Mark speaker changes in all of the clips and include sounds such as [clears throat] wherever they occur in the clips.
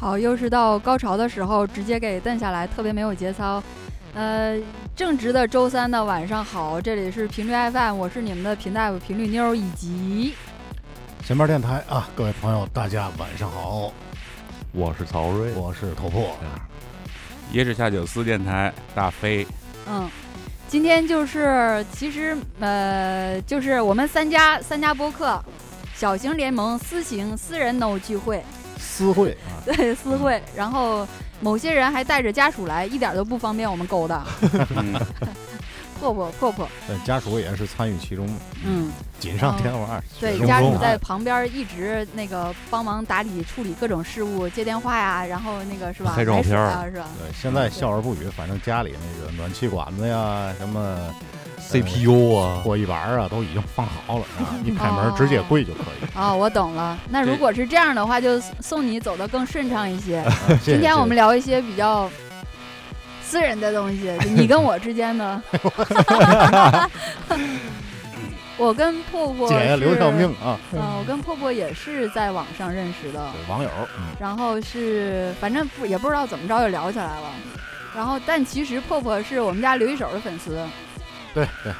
Speaker 1: 好，又是到高潮的时候，直接给蹬下来，特别没有节操。呃，正直的周三的晚上好，这里是频率 FM，我是你们的频大夫频率妞儿以及
Speaker 2: 前面电台啊，各位朋友，大家晚上好，
Speaker 3: 我是曹睿，
Speaker 2: 我是头破。
Speaker 4: 椰子下酒四电台
Speaker 2: [laughs]
Speaker 4: 大飞，
Speaker 1: 嗯，今天就是其实呃，就是我们三家三家播客，小型联盟、私行、私人 no 聚会，
Speaker 2: 私会啊，
Speaker 1: 对私会，然后某些人还带着家属来，一点都不方便我们勾搭。
Speaker 4: 嗯
Speaker 1: 破破破破，
Speaker 2: 呃
Speaker 3: 但家属也是参与其中，
Speaker 1: 嗯，
Speaker 2: 锦上添花，雪
Speaker 1: 对，
Speaker 2: 中
Speaker 1: 家
Speaker 2: 送
Speaker 1: 属
Speaker 2: 啊
Speaker 1: 在旁边一直那个帮忙打理处理各种事务，接电话呀，然后那个是吧？
Speaker 3: 拍照
Speaker 1: 买水
Speaker 3: 片儿
Speaker 1: 啊，是吧？
Speaker 2: 对，现在笑而不语。反正家里那个暖气管子呀，什么
Speaker 3: CPU 啊，
Speaker 2: 过一板啊，都已经放好了啊，一开
Speaker 1: 哦
Speaker 2: 门直接跪就可以。
Speaker 1: 哦，我懂了。那如
Speaker 2: 对
Speaker 1: 果是这样的话，就送你走得更顺畅一些。 [laughs]
Speaker 2: 啊谢谢
Speaker 1: 今天我
Speaker 2: 谢
Speaker 1: 们聊一些比较私人的东西，就你跟我之间
Speaker 2: [laughs]
Speaker 1: 的。 [laughs] 我跟破破
Speaker 2: 谢姐
Speaker 1: 是
Speaker 2: 留条命啊，
Speaker 1: 嗯、我跟破破也是在网上认识的。
Speaker 2: 对网友，嗯
Speaker 1: 然后是反正不也不知道怎么着就聊起来了。然后，但其实破破是我们家刘一手的粉丝，
Speaker 2: 对对，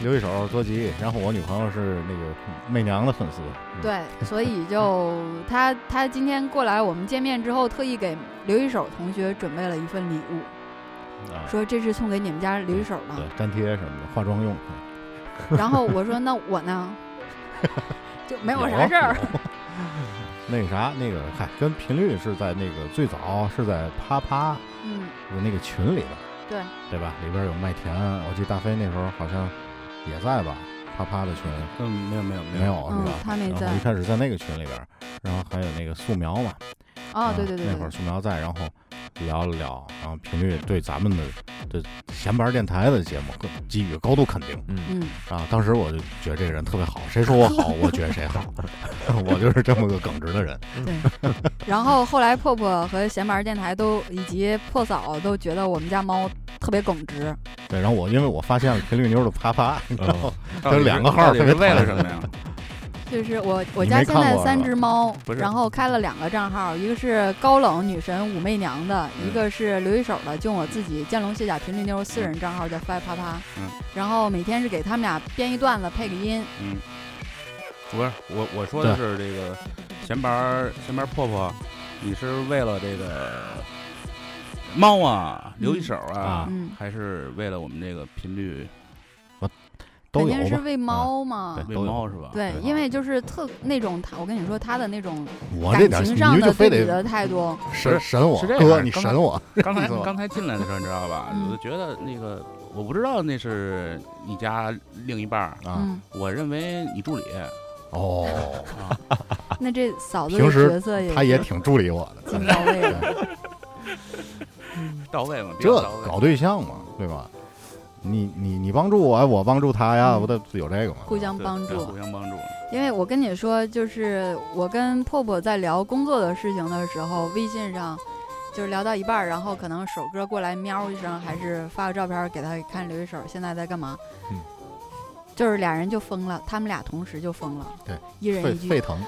Speaker 2: 留一手多吉。然后我女朋友是那个媚娘的粉丝，嗯，
Speaker 1: 对，所以就他他今天过来我们见面之后，特意给刘一手同学准备了一份礼物，
Speaker 2: 啊，
Speaker 1: 说这是送给你们家刘一手
Speaker 2: 对
Speaker 1: 的。，
Speaker 2: 粘贴什么的，化妆用。嗯
Speaker 1: 然后我说那我呢， [laughs] 就没有啥
Speaker 2: 有啊
Speaker 1: 事儿。
Speaker 2: 有那个啥，那个嗨，跟频率是在那个最早是在啪啪
Speaker 1: 嗯，
Speaker 2: 的那个群里边，
Speaker 1: 对
Speaker 2: 对吧？里边有麦田，我记得大飞那时候好像也在吧，啪啪的群
Speaker 4: 嗯，没有没有
Speaker 2: 没，有
Speaker 1: 嗯
Speaker 2: 是吧？，
Speaker 1: 他没
Speaker 2: 然
Speaker 1: 在
Speaker 2: 后一。开始在那个群里边，然后还有那个素描嘛，
Speaker 1: 哦
Speaker 2: 啊，
Speaker 1: 对对对
Speaker 2: 那会
Speaker 1: 对
Speaker 2: 儿，素描在，然后聊了聊，然后频率对咱们的这闲白电台的节目给予高度肯定。
Speaker 3: 嗯，
Speaker 1: 嗯，
Speaker 2: 啊，当时我就觉得这个人特别好，谁说我
Speaker 1: [laughs]
Speaker 2: 好，我觉得谁好， [laughs] 我就是这么个耿直的人。
Speaker 1: 然后后来破破和闲玩电台都以及破嫂都觉得我们家猫特别耿直，
Speaker 2: 对，然后我因为我发现了频率妞的啪啪，你知
Speaker 4: [laughs]
Speaker 2: 道吗？
Speaker 4: 到底
Speaker 2: 嗯这
Speaker 4: 是
Speaker 2: 两个号儿
Speaker 4: 到底
Speaker 2: 特别
Speaker 4: 是为了
Speaker 2: 讨厌
Speaker 4: 什么呀？
Speaker 1: 就是我我
Speaker 2: 你
Speaker 1: 家
Speaker 2: 没
Speaker 1: 现
Speaker 2: 看
Speaker 1: 在
Speaker 2: 过啊
Speaker 1: 三
Speaker 2: 是吧
Speaker 1: 只猫
Speaker 4: 不，是
Speaker 1: 然后开了两个账号，一个是高冷女神武媚娘的，一
Speaker 4: 嗯
Speaker 1: 个是刘一手的，就我自己见龙卸甲频率妞私
Speaker 2: 嗯
Speaker 1: 人账号叫 f i 啪啪，
Speaker 4: 嗯
Speaker 1: 然后每天是给他们俩编一段子配个音，
Speaker 4: 嗯，不是我我说的是这个闲白儿闲白儿破破，你是为了这个猫啊留一手啊
Speaker 2: 啊，
Speaker 1: 嗯，
Speaker 4: 还是为了我们这个频率
Speaker 2: 都
Speaker 1: 肯定
Speaker 2: 有
Speaker 1: 是
Speaker 2: 吧。
Speaker 1: 喂猫嘛
Speaker 2: 对。
Speaker 4: 喂
Speaker 2: 都有
Speaker 4: 猫是吧？
Speaker 1: 对
Speaker 2: 对，
Speaker 1: 因为就是特那种他，我跟你说他的那种
Speaker 2: 我这
Speaker 1: 感
Speaker 2: 点
Speaker 1: 情
Speaker 2: 你
Speaker 1: 上
Speaker 2: 们就
Speaker 1: 的
Speaker 2: 非
Speaker 1: 对你
Speaker 2: 得啊
Speaker 1: 的态度，
Speaker 2: 神神我
Speaker 4: 是这样
Speaker 2: 哥，你
Speaker 4: 刚才
Speaker 2: 神我，
Speaker 4: [laughs] 刚才
Speaker 2: 意思吧
Speaker 4: 刚才进来的时候，你知道吧？
Speaker 1: 嗯
Speaker 4: 我就觉得那个，我不知道那是你家另一半儿，
Speaker 2: 啊！
Speaker 1: 嗯，
Speaker 4: 我认为你助理。
Speaker 2: 哦，
Speaker 1: 那这嫂子
Speaker 2: 平
Speaker 1: 的
Speaker 2: 时
Speaker 1: 角色也
Speaker 2: 他也挺助理我的，嗯
Speaker 4: [laughs]
Speaker 1: 挺到位的，
Speaker 2: [laughs]
Speaker 1: 嗯
Speaker 4: 到位嘛，比
Speaker 2: 这
Speaker 4: 较到位
Speaker 2: 搞对象嘛，对吧？你你你帮助我，我帮助他呀，
Speaker 1: 嗯
Speaker 2: 不得有这个吗？
Speaker 1: 互相
Speaker 4: 对
Speaker 1: 帮
Speaker 4: 对
Speaker 1: 助。
Speaker 4: 互相帮助。
Speaker 1: 因为我跟你说，就是我跟破破在聊工作的事情的时候，微信上就是聊到一半儿，然后可能手哥过来喵一声，还是发个照片儿给他看刘一手现在在干嘛，
Speaker 2: 嗯
Speaker 1: 就是俩人就疯了，他们俩同时就疯了，
Speaker 2: 对，
Speaker 1: 一人
Speaker 2: 沸
Speaker 1: 一句，
Speaker 2: 沸腾，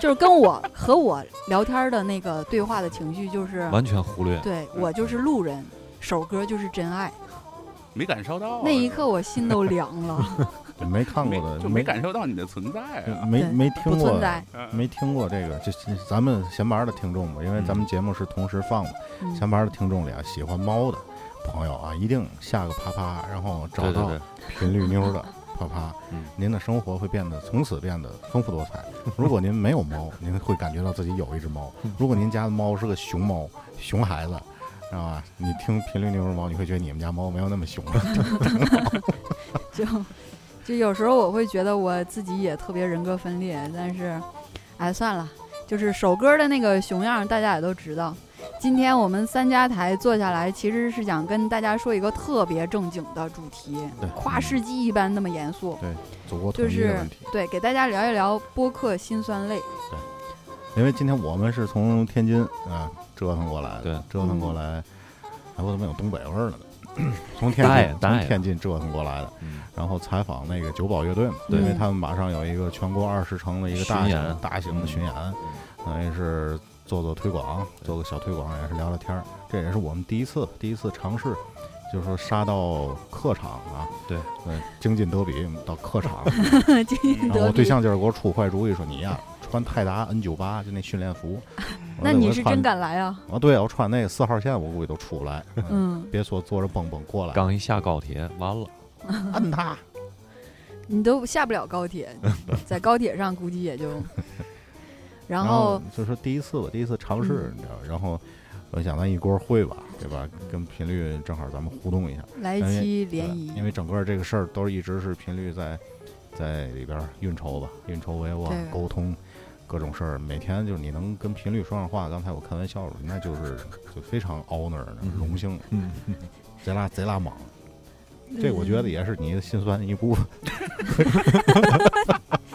Speaker 1: 就是跟我和我聊天儿的那个对话的情绪就是，
Speaker 3: 完全忽略，
Speaker 1: 对我就是路人，手哥就是真爱，
Speaker 2: 哦
Speaker 4: 没感受到啊
Speaker 1: 那一刻我心都凉了，
Speaker 2: 没嗯看
Speaker 4: 没
Speaker 2: 过的
Speaker 4: 就没感受到你的存在啊。
Speaker 2: 没
Speaker 1: 对
Speaker 2: 没 [laughs] 听
Speaker 1: 不
Speaker 2: 过
Speaker 1: 存，在，
Speaker 4: 嗯
Speaker 2: 没听过这个，就就咱们闲玩的听众嘛，因为
Speaker 3: 嗯
Speaker 2: 咱们节目是同时放的，
Speaker 1: 嗯
Speaker 2: 闲玩的听众里啊，喜欢猫的朋友啊，一定下个啪啪，然后找
Speaker 3: 对对
Speaker 2: 到
Speaker 3: 对，
Speaker 2: 频率妞的啪啪
Speaker 3: [laughs] 嗯，
Speaker 2: 您的生活会变得从此变得丰富多彩。如果您没有猫，您会感觉到自己有一只猫；
Speaker 3: 嗯
Speaker 2: 如果您家的猫是个熊猫、熊孩子，知道吧？你听频率妞的猫，你会觉得你们家猫没有那么熊了。
Speaker 1: [laughs] 就就有时候我会觉得我自己也特别人格分裂，但是，哎，算了，就是首歌的那个熊样，大家也都知道。今天我们三家台坐下来，其实是想跟大家说一个特别正经的主题，
Speaker 2: 对，
Speaker 1: 跨世纪一般那么严肃。
Speaker 2: 祖国统
Speaker 1: 就
Speaker 2: 一的
Speaker 1: 是
Speaker 2: 问题。
Speaker 1: 对，给大家聊一聊播客辛酸泪。 [laughs]
Speaker 2: 因为今天我们是从天津啊折腾过来的，
Speaker 3: 对
Speaker 2: 折腾过来，哎，我怎么有东北味儿了呢？从天
Speaker 3: 大爷
Speaker 2: 津
Speaker 3: 大
Speaker 2: 从
Speaker 3: 爷
Speaker 2: 天津折腾过来的，
Speaker 3: 嗯
Speaker 2: 然后采访那个九宝乐队嘛，
Speaker 1: 对
Speaker 2: 因为他们马上有一个全国二十城的一个大
Speaker 3: 巡
Speaker 2: 型
Speaker 3: 演
Speaker 2: 大型的巡演，
Speaker 1: 嗯
Speaker 2: 等于是做做推广，做个小推广，也是聊聊天儿。这也是我们第一次第一次尝试，就是说杀到客场啊，
Speaker 3: 对，
Speaker 2: 呃，京津德比到客
Speaker 1: [laughs]
Speaker 2: 场，
Speaker 1: 京津
Speaker 2: 然
Speaker 1: 德
Speaker 2: 后我嗯哦
Speaker 1: 比。
Speaker 2: 对象就是给我出坏主意，说你呀、穿泰达 N 九八就那训练
Speaker 1: [laughs]
Speaker 2: 服，我
Speaker 1: 那
Speaker 2: 说
Speaker 1: 你
Speaker 2: 我
Speaker 1: 是
Speaker 2: 穿
Speaker 1: 真敢来
Speaker 2: [laughs]
Speaker 1: 啊？
Speaker 2: 啊？对，我穿那个四号线，我估计都出不来。嗯，
Speaker 1: 嗯，
Speaker 2: 别说坐着蹦蹦过来，
Speaker 3: 刚一下高铁，完了，
Speaker 2: 摁他。
Speaker 1: 你都下不了高铁，在高铁上估计也
Speaker 2: [laughs]
Speaker 1: 就。然
Speaker 2: 然
Speaker 1: 后嗯
Speaker 2: 就是第一次吧，第一次尝试，你知道吧。然后我想咱一锅会吧，对吧？跟频率正好咱们互动一下，
Speaker 1: 来一
Speaker 2: 因为
Speaker 1: 期联
Speaker 2: 对
Speaker 1: 谊，
Speaker 2: 因为整个这个事儿都是一直是频率在在里边儿运筹吧，运筹帷幄
Speaker 1: 对，
Speaker 2: 沟通各种事儿。每天就是你能跟频率说上话，刚才我开玩笑了，那就是就非常 honor 的
Speaker 3: 嗯
Speaker 2: 荣幸，
Speaker 3: 嗯，
Speaker 2: [laughs] 贼拉贼拉莽。
Speaker 1: 嗯
Speaker 2: 这我觉得也是你的心酸的一部分，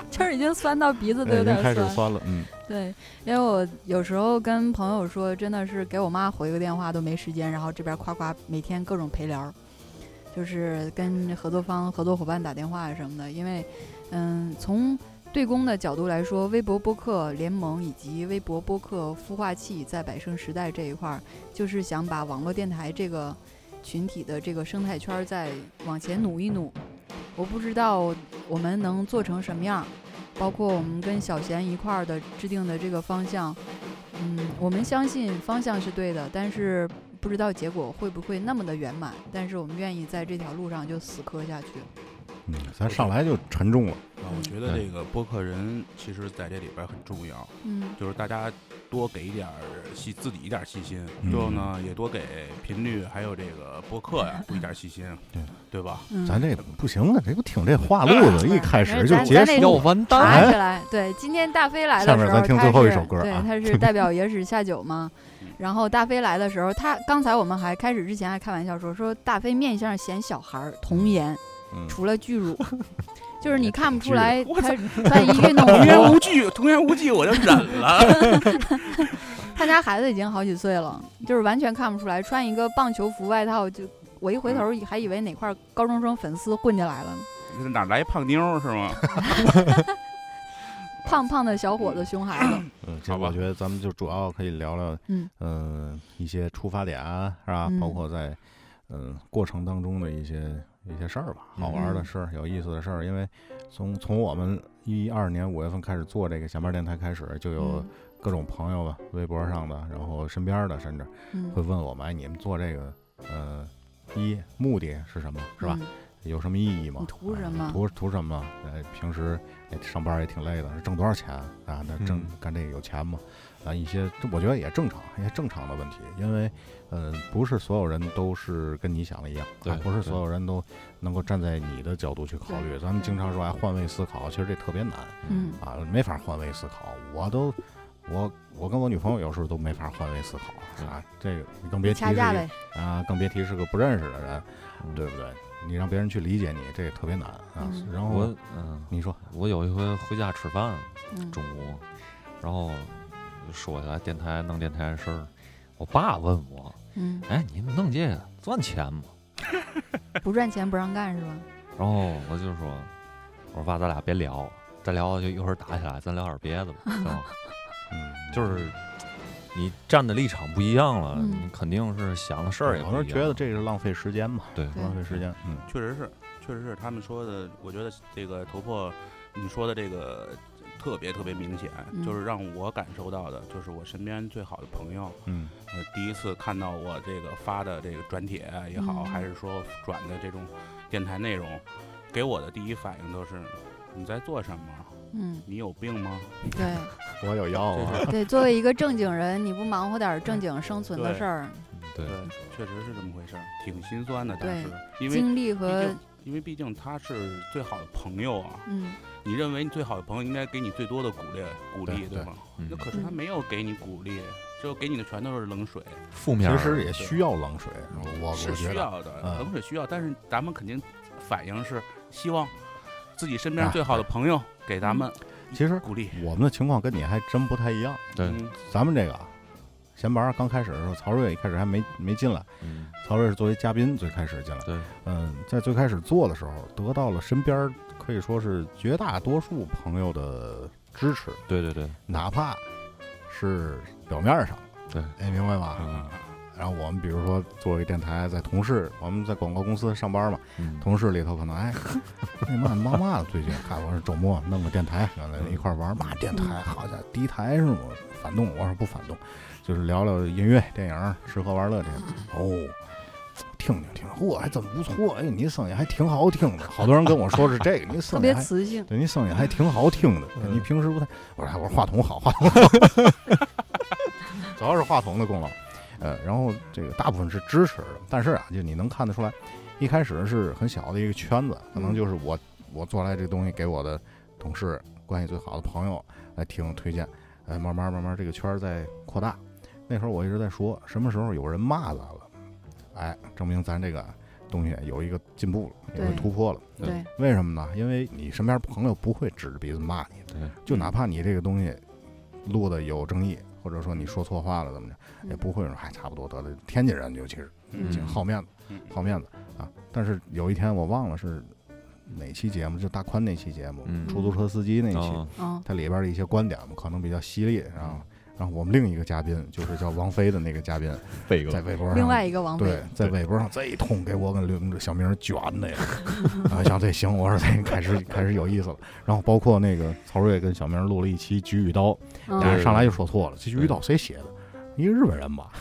Speaker 1: 就是已经酸到鼻子都有
Speaker 2: 哎已经
Speaker 1: 点
Speaker 2: 开始
Speaker 1: 酸。
Speaker 2: 酸了，嗯，
Speaker 1: 对，因为我有时候跟朋友说，真的是给我妈回个电话都没时间，然后这边夸夸每天各种陪聊儿，就是跟合作方、合作伙伴打电话什么的。因为，嗯，从对公的角度来说，微博播客联盟以及微博播客孵化器在百盛时代这一块儿，就是想把网络电台这个群体的这个生态圈儿再往前努一努。我不知道我们能做成什么样儿，包括我们跟小贤一块儿的制定的这个方向，嗯，我们相信方向是对的，但是不知道结果会不会那么的圆满。但是我们愿意在这条路上就死磕下去。
Speaker 2: 嗯，咱上来就沉重了，
Speaker 4: 啊，我觉得这个播客人其实在这里边很重要，
Speaker 1: 嗯
Speaker 4: 就是大家多给一点儿细自己一点儿细心，
Speaker 2: 嗯
Speaker 4: 最后呢也多给频率还有这个播客呀多一点儿细心，
Speaker 2: 对
Speaker 4: 对吧？
Speaker 1: 嗯，
Speaker 2: 咱这不行了，这不挺这话路子，一开始就
Speaker 1: 咱
Speaker 2: 结
Speaker 1: 嗯咱
Speaker 2: 束
Speaker 1: 那
Speaker 2: 了。
Speaker 3: 要完蛋，
Speaker 1: 爬起来。对，今天大飞来的
Speaker 2: 哎下
Speaker 1: 时
Speaker 2: 面
Speaker 1: 候，
Speaker 2: 咱听
Speaker 1: 他
Speaker 2: 最后一
Speaker 1: 是
Speaker 2: 首歌
Speaker 1: 对
Speaker 2: 啊，嗯
Speaker 1: 他
Speaker 2: [laughs]
Speaker 1: 是代表野史下酒嘛。然后大飞来的时候，他刚才我们还开始之前还开玩笑说说大飞面相显小孩儿童颜，
Speaker 2: 嗯
Speaker 1: 除了巨
Speaker 2: [laughs]
Speaker 1: 乳，就是你看不出
Speaker 2: 巨乳
Speaker 1: 来
Speaker 4: 我
Speaker 1: 他穿一
Speaker 2: [laughs]
Speaker 1: 运动
Speaker 4: 童言
Speaker 1: 服。
Speaker 4: 无忌，童言无忌，我就忍了。 [laughs]
Speaker 1: 他家孩子已经好几岁了，就是完全看不出来，穿一个棒球服外套就。我一回
Speaker 2: 嗯
Speaker 1: 头还以为哪块高中生粉丝混进来了呢，
Speaker 4: 哪来胖妞儿是吗？
Speaker 1: 胖胖的小伙子熊孩子，
Speaker 2: 嗯，其实
Speaker 4: 好吧
Speaker 2: 我觉得咱们就主要可以聊聊，
Speaker 1: 嗯
Speaker 2: 呃一些出发点啊是吧？
Speaker 1: 嗯
Speaker 2: 包括在嗯、呃过程当中的一些一些事儿吧，好玩的
Speaker 1: 嗯
Speaker 2: 事儿、有意思的事儿。因为从从我们一二年五月份开始做这个闲班电台开始，就有
Speaker 1: 嗯
Speaker 2: 各种朋友吧，微博上的，然后身边的，甚至
Speaker 1: [clears throat] 嗯，
Speaker 2: 会问我们，哎，你们做这个，呃，一目的是什么，是吧？
Speaker 1: 嗯？
Speaker 2: 有什么意义吗？
Speaker 1: 你图
Speaker 2: 哎
Speaker 1: 什么
Speaker 2: 图图什么？呃，平时哎上班也挺累的，挣多少钱啊？那挣、
Speaker 3: 嗯
Speaker 2: 干这个有钱吗？啊，一些这我觉得也正常，一些正常的问题，因为呃，不是所有人都是跟你想的一样，
Speaker 3: 对
Speaker 2: 啊不是
Speaker 3: 对
Speaker 2: 所有人都能够站在你的角度去考虑。
Speaker 1: 对
Speaker 2: 咱们经常说哎换位思考，其实这特别难
Speaker 1: 嗯
Speaker 2: 啊，没法换位思考。我都我我跟我女朋友有时候都没法换位思考啊，这个你更别
Speaker 1: 嗯
Speaker 2: 提
Speaker 1: 掐
Speaker 2: 是
Speaker 1: 架
Speaker 2: 一
Speaker 1: 呗，
Speaker 2: 啊，更别提是个不认识的人，
Speaker 3: 嗯
Speaker 2: 对不对？你让别人去理解你，这也特别难啊
Speaker 1: 嗯。
Speaker 2: 然后
Speaker 3: 我嗯，
Speaker 2: 你说，
Speaker 3: 我有一回回家吃饭，
Speaker 1: 嗯
Speaker 3: 中午，然后就说起来电台弄电台的事儿，我爸问我，
Speaker 1: 嗯，
Speaker 3: 哎，你们弄这个赚钱吗？
Speaker 1: 不赚钱不让干是吧？
Speaker 3: 然后我就说，我说爸，咱俩别聊，再聊就一会儿打起来，咱聊点别的吧。
Speaker 1: [laughs]
Speaker 3: 然后
Speaker 2: 嗯，
Speaker 3: 就是你站的立场不一样了，
Speaker 1: 嗯
Speaker 3: 你肯定是想的事儿也
Speaker 2: 有
Speaker 3: 不
Speaker 2: 人
Speaker 3: 一
Speaker 2: 觉得
Speaker 3: 样。
Speaker 2: 这是浪费时间嘛，
Speaker 3: 对
Speaker 1: 对
Speaker 2: 浪费时间。嗯，
Speaker 4: 确实是，确实是他们说的，我觉得这个头破，你说的这个特别特别明显，
Speaker 1: 嗯
Speaker 4: 就是让我感受到的，就是我身边最好的朋友，
Speaker 2: 嗯，
Speaker 4: 呃，第一次看到我这个发的这个转帖也好，
Speaker 1: 嗯
Speaker 4: 还是说转的这种电台内容，给我的第一反应都是你在做什么？
Speaker 1: 嗯，
Speaker 4: 你有病吗？
Speaker 1: 对
Speaker 2: 我有药啊。
Speaker 1: 对，作为一个正经人，你不忙活点儿正经生存的事儿，
Speaker 3: 对
Speaker 4: 对，确实是这么回事儿，挺心酸的。当
Speaker 1: 对
Speaker 4: 时，因为
Speaker 1: 精力
Speaker 4: 毕
Speaker 1: 和
Speaker 4: 竟，因为毕竟他是最好的朋友啊，
Speaker 1: 嗯
Speaker 4: 你认为你最好的朋友应该给你最多的鼓励，鼓
Speaker 2: 对
Speaker 4: 励对
Speaker 2: 对
Speaker 4: 吗？
Speaker 3: 嗯
Speaker 4: 那可是他没有给你鼓励，就给你的全都是冷水，
Speaker 3: 负面
Speaker 2: 其
Speaker 3: 儿嗯
Speaker 2: 实也需要冷水，我我
Speaker 4: 是
Speaker 2: 觉
Speaker 4: 需
Speaker 2: 得。
Speaker 4: 要的，
Speaker 2: 嗯
Speaker 4: 冷水需要。但是咱们肯定反应是希望自己身边
Speaker 2: 啊
Speaker 4: 最好的朋友给咱们
Speaker 2: 其实
Speaker 4: 鼓励。
Speaker 2: 我们的情况跟你还真不太一样，
Speaker 3: 对
Speaker 4: 嗯，
Speaker 2: 咱们这个啊闲班儿刚开始的时候，曹睿一开始还没没进来，
Speaker 3: 嗯，
Speaker 2: 曹睿是作为嘉宾最开始进来。
Speaker 3: 对，
Speaker 2: 嗯，在最开始做的时候，得到了身边儿可以说是绝大多数朋友的支持，
Speaker 3: 对对对，
Speaker 2: 哪怕是表面上，
Speaker 3: 对，
Speaker 2: 哎，明白吧？
Speaker 3: 嗯
Speaker 2: 然后我们比如说做一个电台，在同事，我们在广告公司上班嘛，
Speaker 3: 嗯，
Speaker 2: 同事里头可能 [laughs] 哎，那嘛嘛嘛，最近看我是周末弄个电台，原来一块儿玩儿嘛电台，好家伙，敌台是吗？反动，我说不反动，就是聊聊音乐、电影、吃喝玩乐这些。哦，听听听，嚯，还真不错，哎，你声音还挺好听的。好多人跟我说是这 [laughs] 个，你
Speaker 1: 特
Speaker 2: 声音
Speaker 1: 别
Speaker 2: 还。
Speaker 1: 磁性。
Speaker 2: 对，你声音还挺好听的。
Speaker 3: 嗯
Speaker 2: 你平时不太……我说哎我说话筒好，话筒好， [laughs] 主要是话筒的功劳。呃，然后这个大部分是支持的，但是啊，就你能看得出来，一开始是很小的一个圈子，可能就是我我做来这东西给我的同事关系最好的朋友来听推荐，哎，慢慢慢慢这个圈儿在扩大。那时候我一直在说，什么时候有人骂咱了，哎，证明咱这个东西有一个进步了，有一个
Speaker 1: 对
Speaker 2: 突破了。
Speaker 3: 对
Speaker 1: 对，
Speaker 2: 为什么呢？因为你身边朋友不会指着鼻子骂你的
Speaker 3: 对，
Speaker 2: 就哪怕你这个东西录的有争议，或者说你说错话了怎么着，也
Speaker 1: 嗯
Speaker 2: 不会说还差不多得了。天津人尤其是
Speaker 1: 嗯
Speaker 2: 挺好面子，
Speaker 4: 嗯
Speaker 2: 好面子啊。但是有一天我忘了是哪期节目，就大宽那期节目，
Speaker 3: 嗯
Speaker 2: 出租车司机那期，
Speaker 3: 啊
Speaker 1: 嗯，
Speaker 2: 它里边的一些观点可能比较犀利，然后。然后我们另一个嘉宾就是叫王菲的那个嘉宾，
Speaker 3: 背
Speaker 2: 在微博上
Speaker 1: 另外一个王
Speaker 2: 嗯对
Speaker 1: 菲，，
Speaker 2: 在
Speaker 3: 对
Speaker 2: 微博上这一通给我跟刘小明卷的呀，啊，想这行，我说这开始开始有意思了。然后包括那个曹睿跟小明录了一期《菊与刀》，
Speaker 1: 嗯
Speaker 2: 俩
Speaker 3: 对
Speaker 2: 人上来就说错了，这《菊与刀》谁写的？一个日本人
Speaker 1: [laughs]
Speaker 2: 吧，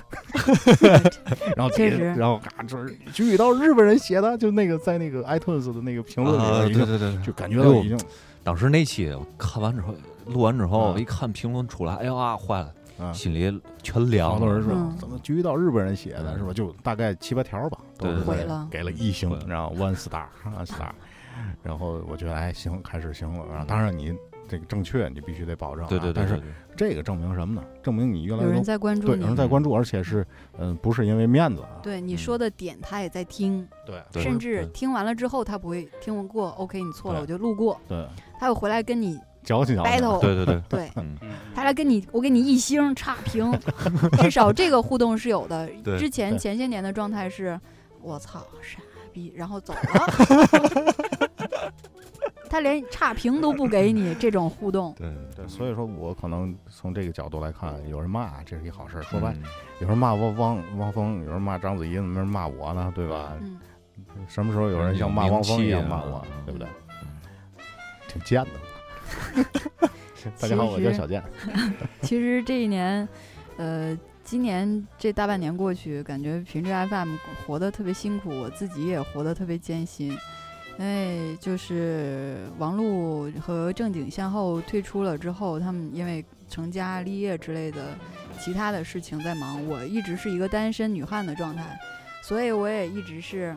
Speaker 2: 然后
Speaker 1: 确
Speaker 2: 底下
Speaker 1: 实
Speaker 2: 然后嘎就是《菊与刀》日本人写的，就那个在那个 iTunes 的那个评论
Speaker 3: 啊，
Speaker 2: 里
Speaker 3: 对
Speaker 2: 边
Speaker 3: 对
Speaker 2: 已经，
Speaker 3: 对，
Speaker 2: 就
Speaker 3: 对
Speaker 2: 感觉到已经
Speaker 3: 当时那期我看完之后，录完之后
Speaker 2: 嗯
Speaker 3: 一看评论出来，哎呀坏了，
Speaker 2: 啊，
Speaker 3: 心里全凉
Speaker 2: 好多人
Speaker 3: 了。
Speaker 2: 说
Speaker 1: 嗯
Speaker 2: 怎么《菊与刀》日本人写的是吧？就大概七八条吧，都
Speaker 3: 嗯
Speaker 2: 是
Speaker 3: 对
Speaker 1: 毁
Speaker 2: 在
Speaker 1: 了
Speaker 2: 给了一星
Speaker 3: 毁，了
Speaker 2: 然后 one star [laughs] one star，然后我觉得哎行，开始行了。然后当然你这个正确你必须得保证啊，
Speaker 3: 对对对，
Speaker 2: 但是
Speaker 3: 对对
Speaker 2: 这个证明什么呢？证明你越来
Speaker 1: 有
Speaker 2: 越
Speaker 1: 人
Speaker 2: 多
Speaker 1: 在关注
Speaker 2: 对有人
Speaker 1: 你，
Speaker 2: 在关注，而且是嗯不是因为面子啊，
Speaker 1: 对你说的点他也在听，
Speaker 2: 对
Speaker 3: 对
Speaker 1: 甚至
Speaker 3: 对
Speaker 1: 听完了之后他不会听过，OK 你错了
Speaker 2: 对
Speaker 1: 我就路过，
Speaker 2: 对
Speaker 1: 他又回来跟你
Speaker 2: 矫情矫啊情
Speaker 1: battle，
Speaker 3: 对对对，
Speaker 1: 对
Speaker 3: 嗯，
Speaker 1: 他来跟你，我给你一星差
Speaker 3: [laughs]
Speaker 1: 评，至少这个互动是有的。
Speaker 3: 对
Speaker 1: 之前
Speaker 2: 对
Speaker 1: 前些年的状态是，我操，傻逼，然后走了。
Speaker 3: [laughs]
Speaker 1: 他连差评都不给你，这种互
Speaker 3: [laughs]
Speaker 1: 动，
Speaker 3: 对
Speaker 2: 对，所以说我可能从这个角度来看，有人骂这是一好事儿。 [laughs] 说白，了，
Speaker 3: 嗯
Speaker 2: 有人骂汪汪汪峰，有人骂章子怡，怎么没人骂我呢？对吧？
Speaker 1: 嗯，
Speaker 2: 什么时候有啊人像骂汪峰一样骂我，对不对？挺贱的。 [laughs] 大家好，我叫小贱。
Speaker 1: [laughs] 其实这一年，呃，今年这大半年过去，感觉频率 FM 活得特别辛苦，我自己也活得特别艰辛。因为就是王璐和正经先后退出了之后，他们因为成家立业之类的其他的事情在忙，我一直是一个单身女汉的状态，所以我也一直是，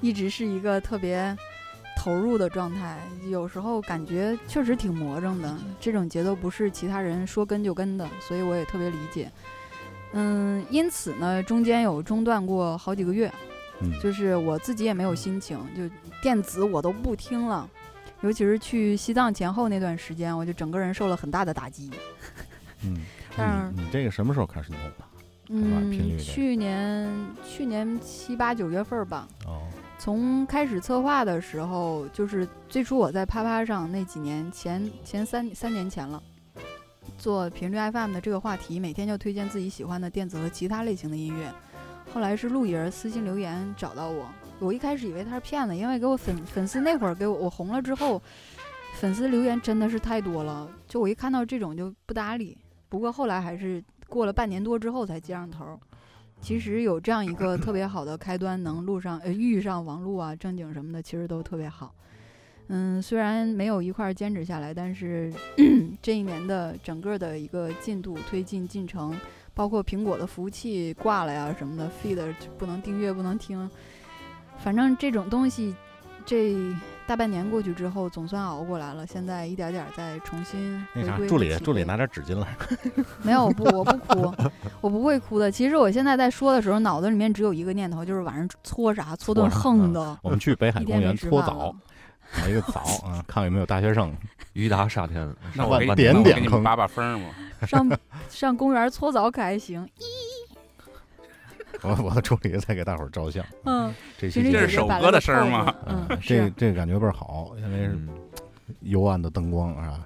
Speaker 1: 一直是一个特别投入的状态。有时候感觉确实挺魔怔的，
Speaker 2: 嗯
Speaker 1: 这种节奏不是其他人说跟就跟的，所以我也特别理解。嗯，因此呢，中间有中断过好几个月，
Speaker 2: 嗯，
Speaker 1: 就是我自己也没有心情，就电子我都不听了，尤其是去西藏前后那段时间，我就整个人受了很大的打击。
Speaker 2: 嗯，
Speaker 1: 但是
Speaker 2: 你你这个什么时候开始弄的？吧频率
Speaker 1: 嗯，
Speaker 2: 得
Speaker 1: 去年去年七八九月份儿吧，
Speaker 2: 哦，
Speaker 1: 从开始策划的时候，就是最初我在啪啪上那几年前前三三年前了，做频率 FM 的这个话题，每天就推荐自己喜欢的电子和其他类型的音乐。后来是陆爷儿私信留言找到我，我一开始以为他是骗子，因为给我粉粉丝那会儿给我我红了之后，粉丝留言真的是太多了，就我一看到这种就不搭理。不过后来还是过了半年多之后才接上头儿。其实有这样一个特别好的开端，能录上呃遇上王璐啊、正经什么的，其实都特别好。嗯，虽然没有一块儿坚持下来，但是 [clears throat] 这一年的整个的一个进度推进进程，包括苹果的服务器挂了呀什么的，feed 就不能订阅、不能听，反正这种东西，这大半年过去之后，总算熬过来了。现在一点点儿再重新回
Speaker 2: 那啥，
Speaker 1: 归
Speaker 2: 助理
Speaker 1: 起
Speaker 2: 助理
Speaker 1: 点
Speaker 2: 拿点纸巾来。 [laughs]
Speaker 1: 没有不，我不哭，我不会哭的。其实我现在在说的时候，脑子里面只有一个念头，就是晚上搓啥搓顿
Speaker 2: 搓啥嗯
Speaker 1: 横的，
Speaker 2: 我们去北
Speaker 1: [laughs]
Speaker 2: 海
Speaker 1: 一
Speaker 2: 公
Speaker 1: 天没
Speaker 2: 园
Speaker 1: 吃
Speaker 2: 搓
Speaker 1: 饭了
Speaker 2: 澡，。找一个早
Speaker 1: [laughs]
Speaker 2: 啊，看看有没有大学生。 [laughs]
Speaker 3: 雨打沙天，
Speaker 4: 那
Speaker 3: 上
Speaker 4: 我
Speaker 3: 了
Speaker 4: 给
Speaker 3: 半
Speaker 4: 你
Speaker 3: 天
Speaker 2: 点
Speaker 4: 那我
Speaker 2: 点
Speaker 4: 给你
Speaker 2: 坑
Speaker 4: 们扒扒风儿嘛。
Speaker 1: 上上公园搓澡可还
Speaker 2: [laughs]
Speaker 1: 行，
Speaker 2: 我我处理再给大伙儿照相。
Speaker 1: 嗯，
Speaker 2: 这期
Speaker 1: 平时
Speaker 2: 节
Speaker 1: 也
Speaker 2: 目
Speaker 4: 这
Speaker 1: 是
Speaker 4: 首
Speaker 1: 把
Speaker 4: 歌的
Speaker 1: 它
Speaker 4: 声儿
Speaker 1: 扣
Speaker 4: 吗
Speaker 1: 住嗯
Speaker 2: [laughs] 嗯，，这
Speaker 1: 是
Speaker 2: 这感觉倍儿好，因为是
Speaker 3: 嗯
Speaker 2: 幽暗的灯光啊，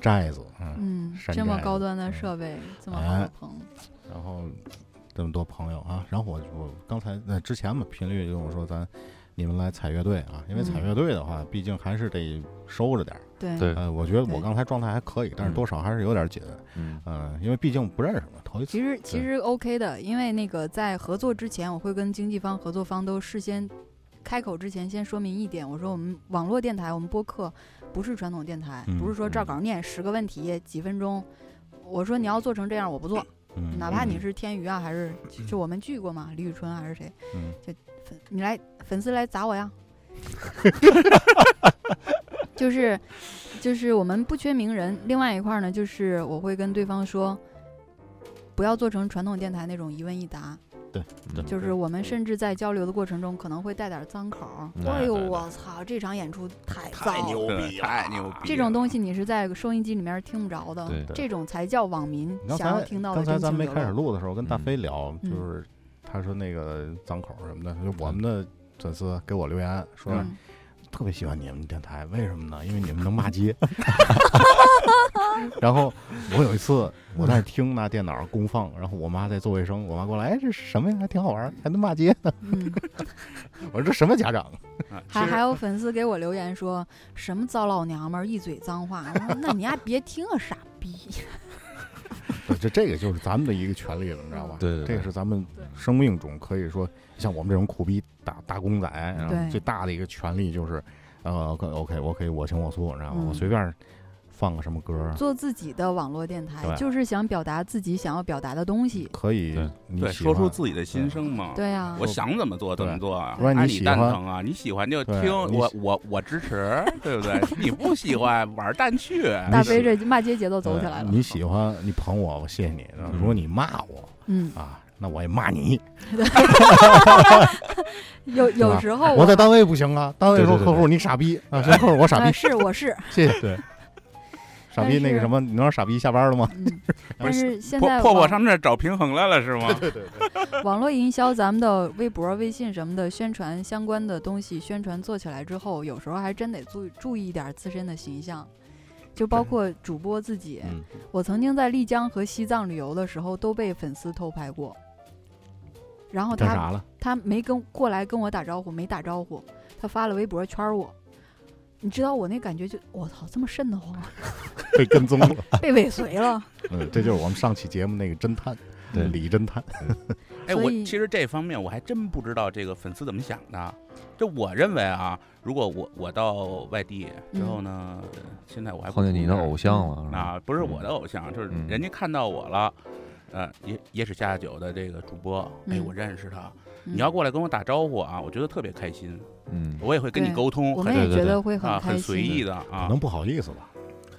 Speaker 2: 寨子啊，
Speaker 1: 嗯，
Speaker 2: 山
Speaker 1: 这么
Speaker 2: 寨
Speaker 1: 高
Speaker 2: 的
Speaker 1: 端的
Speaker 2: 嗯
Speaker 1: 设备，这么好的棚，
Speaker 2: 然后这么多朋友啊，然后我我刚才呃之前嘛，频率就跟我说咱你们来踩乐队啊，因为踩
Speaker 1: 嗯
Speaker 2: 乐队的话，毕竟还是得收着点儿。
Speaker 1: 对
Speaker 3: 对
Speaker 2: 呃，我觉得我
Speaker 1: 对
Speaker 2: 刚才状态还可以，但是
Speaker 3: 嗯
Speaker 2: 多少还是有点紧。
Speaker 3: 嗯
Speaker 2: 嗯，因为毕竟不认识嘛，头一次
Speaker 1: 其。实其实 OK 的，因为那个在合作之前，我会跟经纪方、合作方都事先开口之前先说明一点，我说我们网络电台，我们播客不是传统电台，
Speaker 2: 嗯
Speaker 1: 不是说照
Speaker 3: 嗯
Speaker 1: 稿念十个问题几分钟。我说你要做成这样，我不做，
Speaker 2: 嗯
Speaker 1: 哪怕你
Speaker 2: 嗯
Speaker 1: 是天娱啊，还是就我们聚过嘛，李宇春啊还是谁，
Speaker 2: 嗯
Speaker 1: 粉你来粉丝来砸我
Speaker 2: [laughs]
Speaker 1: 呀， [laughs] 就是就是我们不缺名人。另外一块儿呢，就是我会跟对方说，不要做成传统电台那种一问一答，
Speaker 3: 嗯
Speaker 1: 就是我们甚至在交流的过程中可能会带点脏口儿。哎呦
Speaker 3: 对对对
Speaker 1: 我操，这场演出太糟了。
Speaker 4: 逼了，太牛逼了！
Speaker 1: 这种东西你是在收音机里面听不着的
Speaker 3: 对，
Speaker 1: 这种才叫网民
Speaker 2: 刚
Speaker 1: 想要
Speaker 2: 才
Speaker 1: 听到的
Speaker 2: 刚才
Speaker 1: 真
Speaker 2: 咱
Speaker 1: 情
Speaker 2: 们没
Speaker 1: 流
Speaker 2: 开始
Speaker 1: 露。
Speaker 2: 录的时候，跟大飞聊，
Speaker 1: 嗯
Speaker 2: 就是他说那个脏口什么的，就我们的粉丝给我留言说
Speaker 1: 嗯，
Speaker 2: 特别喜欢你们电台，为什么呢？因为你们能
Speaker 1: [laughs]
Speaker 2: 骂街。然后我有一次我在那听拿电脑公放，然后我妈在做卫生，我妈过来，哎，这什么呀？还挺好玩，还能骂街呢。 [laughs]
Speaker 1: 嗯，
Speaker 2: 我说这什么家长？
Speaker 4: 啊其
Speaker 1: 还
Speaker 4: 实
Speaker 1: 还有粉丝给我留言说什么糟老娘们儿，一嘴脏话。我说那你丫别听啊，傻
Speaker 2: [laughs]
Speaker 1: 逼！
Speaker 2: 对这这个就是咱们的一个权利了，你知道吧？
Speaker 3: 对对对
Speaker 2: 这个是咱们生命中可以说像我们这种苦逼打打工仔，然后
Speaker 1: 对
Speaker 2: 最大的一个权利就是，呃，OK OK，我可以我行我素，然后
Speaker 1: 嗯
Speaker 2: 我随便放个什么歌，
Speaker 1: 做自己的网络电台，
Speaker 2: 啊对
Speaker 1: 就是想表达自己想要表达的东西。
Speaker 2: 可以
Speaker 3: 对
Speaker 2: 你
Speaker 4: 对，
Speaker 2: 喜
Speaker 4: 说出
Speaker 2: 欢
Speaker 4: 自己的心声
Speaker 2: 嗯
Speaker 4: 嘛。
Speaker 1: 对呀、
Speaker 4: 我想怎么做怎么
Speaker 2: 对
Speaker 4: 做啊，
Speaker 2: 不然你
Speaker 4: 爱
Speaker 2: 喜
Speaker 4: 蛋
Speaker 2: 欢
Speaker 4: 疼啊，你喜欢就
Speaker 2: 对
Speaker 4: 听
Speaker 2: 你
Speaker 4: 我
Speaker 2: 喜
Speaker 4: 我我支持，对不对？ [laughs] 你不喜欢玩蛋去，
Speaker 1: 大
Speaker 2: 你
Speaker 1: 飞
Speaker 2: 喜
Speaker 1: 这骂街节奏走起
Speaker 2: 对
Speaker 1: 来了。
Speaker 2: 哎你喜欢你捧我，我谢谢你。然后如果你骂我
Speaker 1: 嗯，
Speaker 2: 啊，那我也骂你。
Speaker 1: 有有
Speaker 2: 吧
Speaker 1: 时候
Speaker 2: 我在单位不行啊，单位
Speaker 3: 对对
Speaker 2: 说
Speaker 3: 对
Speaker 2: 客户你傻逼啊，行，客户我傻
Speaker 1: 啊 [laughs]
Speaker 2: 逼，
Speaker 1: 是我是，
Speaker 2: 谢谢。对，傻逼
Speaker 1: 但
Speaker 2: 那个
Speaker 1: 是
Speaker 2: 什么，你能让傻逼下班 [laughs] 了吗？
Speaker 1: 嗯，
Speaker 4: 不
Speaker 1: 但
Speaker 4: 是
Speaker 1: 是现
Speaker 4: 破
Speaker 1: 在
Speaker 4: 破破
Speaker 1: 网
Speaker 4: 上这找平衡来
Speaker 1: [laughs]
Speaker 4: 了是吗？
Speaker 1: 网络营销，咱们的微博、微信什么的宣传相关的东西，宣传做起来之后，有时候还真得注意注意一点自身的形象，就包括主播自己。
Speaker 2: 嗯
Speaker 1: 我曾经在丽江和西藏旅游的时候，都被粉丝偷拍过。然后
Speaker 2: 干
Speaker 1: 他
Speaker 2: 啥了？
Speaker 1: 他没跟过来跟我打招呼，没打招呼，他发了微博圈儿我。你知道我那感觉就我操，这么瘆得慌啊，
Speaker 2: 被跟踪了。
Speaker 1: 被尾随了。
Speaker 2: 嗯，这就是我们上期节目那个侦探，
Speaker 3: 对
Speaker 2: 李侦探。
Speaker 4: 哎，
Speaker 1: 所
Speaker 4: 我
Speaker 1: 以
Speaker 4: 其实这方面我还真不知道这个粉丝怎么想的。这我认为啊，如果我我到外地之后
Speaker 1: 嗯
Speaker 4: 呢，现在我还不
Speaker 3: 碰见你的
Speaker 4: 出事儿
Speaker 3: 偶像了，是吧
Speaker 4: 啊，不是我的偶像，就是
Speaker 2: 嗯
Speaker 4: 人家看到我了，呃，野野史下下酒的这个主播，哎，
Speaker 1: 嗯
Speaker 4: 我认识他，
Speaker 1: 嗯
Speaker 4: 你要过来跟我打招呼啊，我觉得特别开心，
Speaker 3: 嗯，
Speaker 4: 我也会跟你
Speaker 1: 对
Speaker 4: 沟通，
Speaker 1: 我
Speaker 4: 很
Speaker 1: 们
Speaker 3: 对
Speaker 1: 也
Speaker 3: 对
Speaker 1: 觉
Speaker 3: 对
Speaker 1: 得会很
Speaker 4: 啊
Speaker 1: 开
Speaker 4: 很随
Speaker 1: 心。
Speaker 4: 意的
Speaker 2: 可
Speaker 4: 啊
Speaker 2: 能，不好意思吧？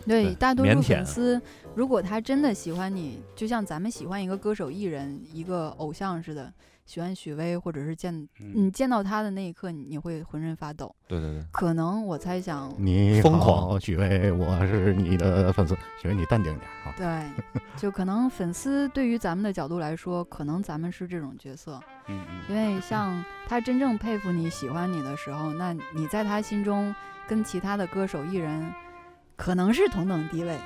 Speaker 1: 对，
Speaker 2: 对啊
Speaker 1: 大多
Speaker 3: 腼
Speaker 1: 数
Speaker 3: 腆
Speaker 1: 粉丝，如果他真的喜欢你，就像咱们喜欢一个歌手、艺人、一个偶像似的，喜欢许巍，或者是见你
Speaker 4: 嗯，
Speaker 1: 见到他的那一刻，你你会浑身发抖。
Speaker 3: 对对对，
Speaker 1: 可能我猜想，
Speaker 2: 你
Speaker 3: 疯
Speaker 2: 好
Speaker 3: 狂，
Speaker 2: 许巍，我是你的粉丝。许巍，你淡定点儿啊。
Speaker 1: 对，就可能粉丝对于咱们的角度来说，可能咱们是这种角色，
Speaker 4: 嗯嗯
Speaker 1: 因为像他真正佩服你、喜欢你的时候，那你在他心中跟其他的歌手、艺人可能是同等地位。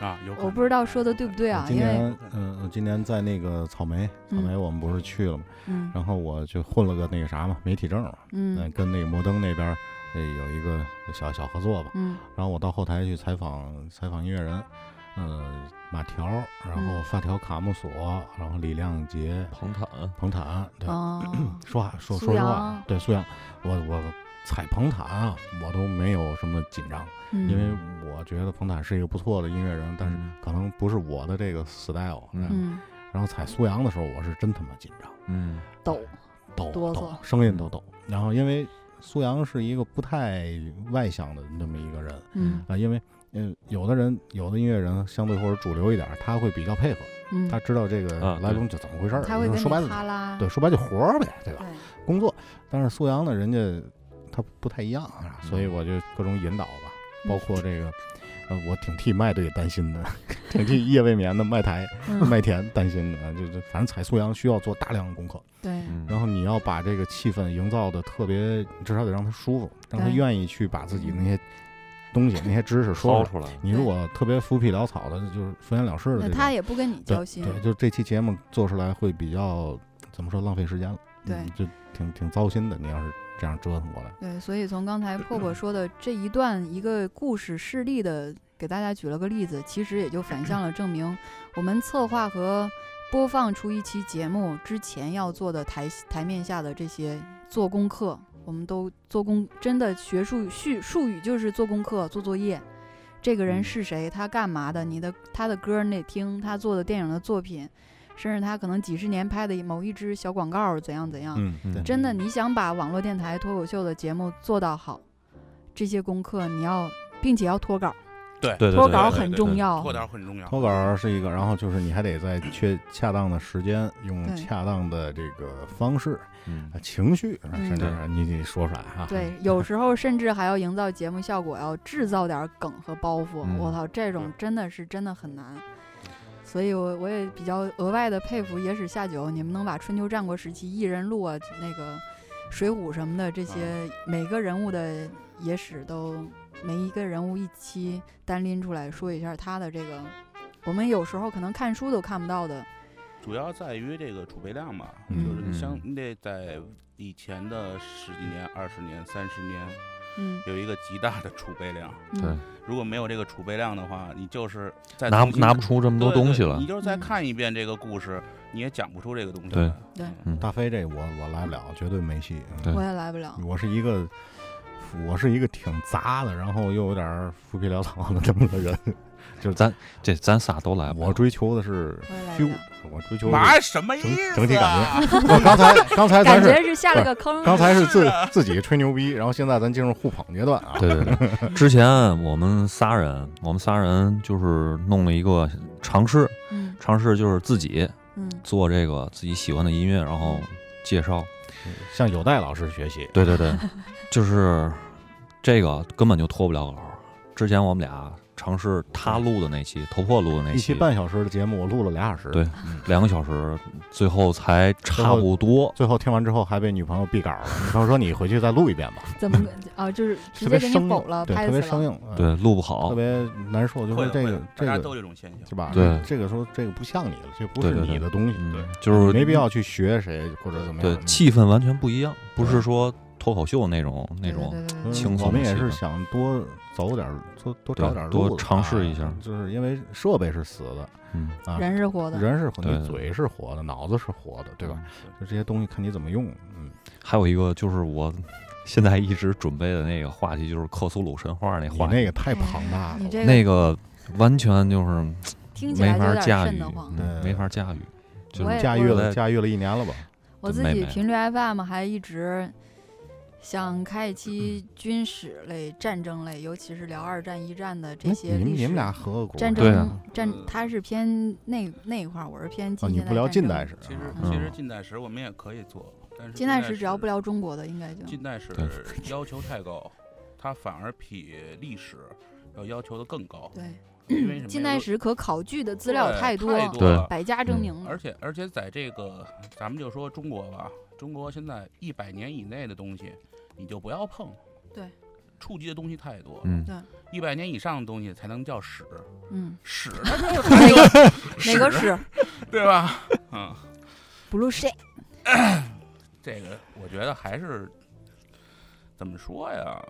Speaker 4: 啊，有可
Speaker 1: 我
Speaker 4: 能
Speaker 1: 不知道说的对不对啊
Speaker 2: 我，今
Speaker 1: 因为
Speaker 2: 年，嗯，我今年在那个草莓，草莓
Speaker 1: 嗯
Speaker 2: 我们不是去了吗？
Speaker 1: 嗯
Speaker 2: 然后我就混了个那个啥嘛，媒体证嘛，那
Speaker 1: 嗯
Speaker 2: 呃跟那个摩登那边儿，呃，有一个小小合作吧。
Speaker 1: 嗯
Speaker 2: 然后我到后台去采访采访音乐人，呃，马条，然后
Speaker 1: 嗯
Speaker 2: 发条卡木索，然后李亮杰、
Speaker 3: 彭坦，
Speaker 2: 彭坦，对，，
Speaker 1: 哦
Speaker 2: 说话说
Speaker 1: 苏
Speaker 2: 说实话啊
Speaker 1: 阳，
Speaker 2: 对苏阳，我我踩彭坦啊，我都没有什么紧张，
Speaker 1: 嗯
Speaker 2: 因为我觉得彭坦是一个不错的音乐人，但是
Speaker 3: 嗯
Speaker 2: 可能不是我的这个 style。
Speaker 3: 嗯
Speaker 1: 嗯
Speaker 2: 然后踩苏阳的时候，我是真他妈紧张，
Speaker 3: 嗯，
Speaker 1: 抖，
Speaker 2: 抖
Speaker 1: 哆嗦
Speaker 2: 抖，声音都抖。然后因为苏阳是一个不太外向的那么一个人啊、
Speaker 1: 嗯
Speaker 2: 因为嗯，有的人有的音乐人相对或者主流一点，他会比较配合，
Speaker 1: 嗯，
Speaker 2: 他知道这个
Speaker 3: 啊
Speaker 2: 来
Speaker 3: 对
Speaker 2: 龙就怎么回事儿，
Speaker 1: 他会
Speaker 2: 就
Speaker 1: 跟
Speaker 2: 是
Speaker 1: 你嗯
Speaker 2: 说白了
Speaker 1: 哈拉，
Speaker 2: 对，说白就活儿呗，对吧？
Speaker 1: 对
Speaker 2: 工作。但是苏阳呢，人家它不太一样啊，
Speaker 3: 嗯
Speaker 2: 所以我就各种引导吧，
Speaker 1: 嗯
Speaker 2: 包括这个，呃，我挺替麦队担心的， [laughs] 挺替夜未眠的麦台、
Speaker 1: 嗯，
Speaker 2: 麦田担心的，啊就是反正采素羊需要做大量的功课，
Speaker 1: 对，
Speaker 3: 嗯
Speaker 2: 然后你要把这个气氛营造的特别，至少得让他舒服，让他
Speaker 1: 对
Speaker 2: 愿意去把自己那些东西、那些知识说
Speaker 3: 掏
Speaker 2: 出
Speaker 3: 出
Speaker 2: 来。
Speaker 3: 来，
Speaker 2: 你如果特别浮皮潦草的，就是敷衍了事的
Speaker 1: 那
Speaker 2: 这
Speaker 1: 他
Speaker 2: 种，
Speaker 1: 也不跟你交心
Speaker 2: 对，对，就这期节目做出来会比较怎么说浪费时间了，
Speaker 1: 对
Speaker 2: 嗯就挺挺糟心的。你要是这样折腾过来，
Speaker 1: 对，所以从刚才破破说的这一段一个故事事例的，给大家举了个例子，其实也就反向了证明我们策划和播放出一期节目之前要做的台台面下的这些做功课，我们都做功，真的学术术术语就是做功课、做作业。这个人是谁？他干嘛的？你的他的歌儿你得听，他做的电影的作品，甚至他可能几十年拍的某一支小广告儿怎样怎样。
Speaker 2: 嗯
Speaker 3: 嗯
Speaker 2: 对，
Speaker 1: 真的，你想把网络电台脱口秀的节目做到好，这些功课你要，并且要脱稿，
Speaker 4: 对
Speaker 3: 对对
Speaker 1: 脱
Speaker 3: 对
Speaker 1: 稿
Speaker 3: 对
Speaker 1: 很
Speaker 4: 对
Speaker 1: 重要。
Speaker 4: 脱稿很重要。
Speaker 2: 投稿是一个，然后就是你还得在确恰当的时间，用
Speaker 1: 对
Speaker 2: 恰当的这个方式、
Speaker 3: 嗯
Speaker 2: 啊情绪，
Speaker 1: 嗯
Speaker 2: 甚至你得说出来啊哈。
Speaker 1: 对，有时候甚至还要营造节目效果，要制造点梗和包袱。
Speaker 3: 嗯
Speaker 1: 我操，这种真的是真的很难。所以我我也比较额外的佩服野史下酒，你们能把春秋战国时期异人录啊、那个水浒什么的这些每个人物的野史都每一个人物一期单拎出来说一下他的这个，我们有时候可能看书都看不到的。
Speaker 4: 主要在于这个储备量吧，
Speaker 2: 嗯
Speaker 4: 就是
Speaker 3: 嗯
Speaker 4: 相你得在以前的十几年、二十年、三十年
Speaker 1: 嗯，
Speaker 4: 有一个极大的储备量。
Speaker 1: 嗯
Speaker 4: 如果没有这个储备量的话，你就是再
Speaker 3: 拿
Speaker 4: 重新
Speaker 3: 拿不出这么多
Speaker 4: 对对
Speaker 3: 东西了
Speaker 4: 你，就是再
Speaker 1: 嗯
Speaker 4: 看一遍这个故事，你也讲不出这个东西
Speaker 3: 对
Speaker 4: 来。
Speaker 1: 对
Speaker 4: 嗯
Speaker 3: 嗯
Speaker 2: 大飞这我我来不了，绝对没戏。嗯
Speaker 3: 对
Speaker 1: 我也来不了。
Speaker 2: 我是一个我是一个挺杂的，然后又有点儿浮皮潦草的这么个人。
Speaker 3: 这咱仨都来不了，
Speaker 2: 我追求的是
Speaker 1: 我也来不
Speaker 2: feel，
Speaker 1: 了
Speaker 2: 我追求的
Speaker 4: 嘛
Speaker 2: 是
Speaker 4: 什么意
Speaker 2: 整
Speaker 4: 思啊？
Speaker 2: 整体感觉。我刚才刚才哎咱
Speaker 1: 感
Speaker 2: 是
Speaker 1: 觉是下了个坑。
Speaker 2: 刚才是自自己吹牛逼，然后现在咱进入互捧阶段啊。
Speaker 3: 对对对，之前我们仨人，我们仨人就是弄了一个尝试，
Speaker 1: 嗯
Speaker 3: 尝试就是自己
Speaker 1: 嗯，
Speaker 3: 做这个自己喜欢的音乐，然后介绍。
Speaker 2: 向有代老师学习。
Speaker 3: 对对对，就是这个根本就脱不了稿。之前我们俩尝试他录的那期，头破录的那
Speaker 2: 一期
Speaker 3: 期，
Speaker 2: 半小时的节目，我录了俩小时。
Speaker 3: 对两个小时，最后才差不多。
Speaker 2: 最后听完之后还被女朋友毙稿了。女朋友说：“你回去再录一遍吧。
Speaker 1: 怎么啊？就是”直
Speaker 2: 嗯特
Speaker 1: 接
Speaker 2: 别
Speaker 1: 给
Speaker 2: 生
Speaker 1: 你否
Speaker 2: 硬，
Speaker 1: 了，
Speaker 2: 对，
Speaker 1: 拍
Speaker 2: 特
Speaker 1: 死
Speaker 2: 别生
Speaker 1: 了。
Speaker 2: 硬，嗯，
Speaker 3: 对，录不
Speaker 2: 特
Speaker 3: 好。
Speaker 2: 别难受。就
Speaker 4: 会
Speaker 2: 是
Speaker 4: 的
Speaker 2: 这
Speaker 4: 会
Speaker 2: 个
Speaker 4: 的，
Speaker 2: 这
Speaker 4: 大家
Speaker 2: 个
Speaker 4: 都有这种现象。
Speaker 2: 是吧？
Speaker 3: 对
Speaker 2: 这个说这个不像你了，这不
Speaker 3: 对
Speaker 2: 是
Speaker 3: 对对
Speaker 2: 你的东西，
Speaker 3: 嗯
Speaker 4: 对，
Speaker 3: 就是
Speaker 2: 没必要去学谁或者怎么
Speaker 3: 对
Speaker 2: 样。
Speaker 3: 气氛完全不一样，不是说脱口秀那种那
Speaker 1: 对对
Speaker 3: 种。
Speaker 1: 对对
Speaker 2: 嗯
Speaker 1: 对
Speaker 3: 轻松的
Speaker 2: 我们也
Speaker 3: 气
Speaker 2: 是
Speaker 3: 氛
Speaker 2: 想多走点儿，多多找
Speaker 3: 对
Speaker 2: 点儿
Speaker 3: 多
Speaker 2: 路子
Speaker 3: 尝
Speaker 2: 啊
Speaker 3: 试一下
Speaker 2: 就是因为设备是死的
Speaker 3: 嗯，
Speaker 2: 啊，
Speaker 1: 人是活的，
Speaker 2: 人是活的，
Speaker 3: 对
Speaker 2: 你
Speaker 3: 嗯
Speaker 2: 嘴是活的，脑子是活的，对吧？？就这些东西看你怎么用，嗯，
Speaker 3: 还有一个就是我现在一直准备的那个话题，就是克苏鲁神话那
Speaker 2: 你
Speaker 3: 话题，
Speaker 2: 那个太庞大
Speaker 1: 哎你
Speaker 2: 了，
Speaker 1: 这
Speaker 3: 那个完全就是
Speaker 1: 听起
Speaker 3: 没
Speaker 1: 来就
Speaker 3: 法
Speaker 1: 有
Speaker 3: 驾
Speaker 1: 点瘆
Speaker 3: 驭
Speaker 1: 得慌，。
Speaker 2: 对
Speaker 3: 嗯没法驾驭。就
Speaker 1: 我
Speaker 3: 是
Speaker 1: 也
Speaker 2: 驾驭
Speaker 3: 我
Speaker 2: 了驾驭了一年了吧？
Speaker 1: 我自
Speaker 3: 妹
Speaker 1: 己
Speaker 3: 妹
Speaker 1: 频率 FM 还一直想开一期
Speaker 2: 嗯
Speaker 1: 军史类、战争类，尤其是聊二战、一战的这
Speaker 2: 哎
Speaker 1: 些
Speaker 2: 你们
Speaker 1: 历
Speaker 2: 你们
Speaker 1: 史
Speaker 2: 俩合个股，
Speaker 1: 战
Speaker 3: 对啊
Speaker 1: 争战，他是偏那那一块儿，我是偏
Speaker 2: 哦，
Speaker 1: 近
Speaker 2: 你
Speaker 1: 现
Speaker 2: 不
Speaker 1: 代
Speaker 2: 聊
Speaker 1: 战
Speaker 2: 近
Speaker 1: 争
Speaker 2: 代史，
Speaker 4: 其实
Speaker 3: 嗯
Speaker 4: 其实近代史我们也可以做，但是
Speaker 1: 近代史只要不
Speaker 4: 了。
Speaker 1: 聊中国的，应该就
Speaker 4: 近代史
Speaker 3: 对
Speaker 4: [laughs] 要求太高，它反而比历史要要求的更高，
Speaker 1: 对。
Speaker 4: 因为什么呀
Speaker 1: 近代史可考据的资料
Speaker 4: 对
Speaker 1: 太
Speaker 4: 太
Speaker 1: 多，
Speaker 3: 对
Speaker 4: 了
Speaker 1: 百家争
Speaker 3: 嗯
Speaker 1: 鸣
Speaker 4: 而
Speaker 1: 了。
Speaker 4: 且而且在这个咱们就说中国吧，中国现在一百年以内的东西你就不要碰，
Speaker 1: 对，
Speaker 4: 触及的东西太多，
Speaker 3: 嗯，
Speaker 4: 一百年以上的东西才能叫史，
Speaker 1: 嗯，
Speaker 4: 史
Speaker 1: [laughs]
Speaker 4: 它就
Speaker 1: 哪个哪
Speaker 4: 是
Speaker 1: 个
Speaker 4: 史
Speaker 1: 史
Speaker 4: 对吧？ [laughs] 嗯，
Speaker 1: ？Blue Shade，
Speaker 4: 这个我觉得还是怎么说呀，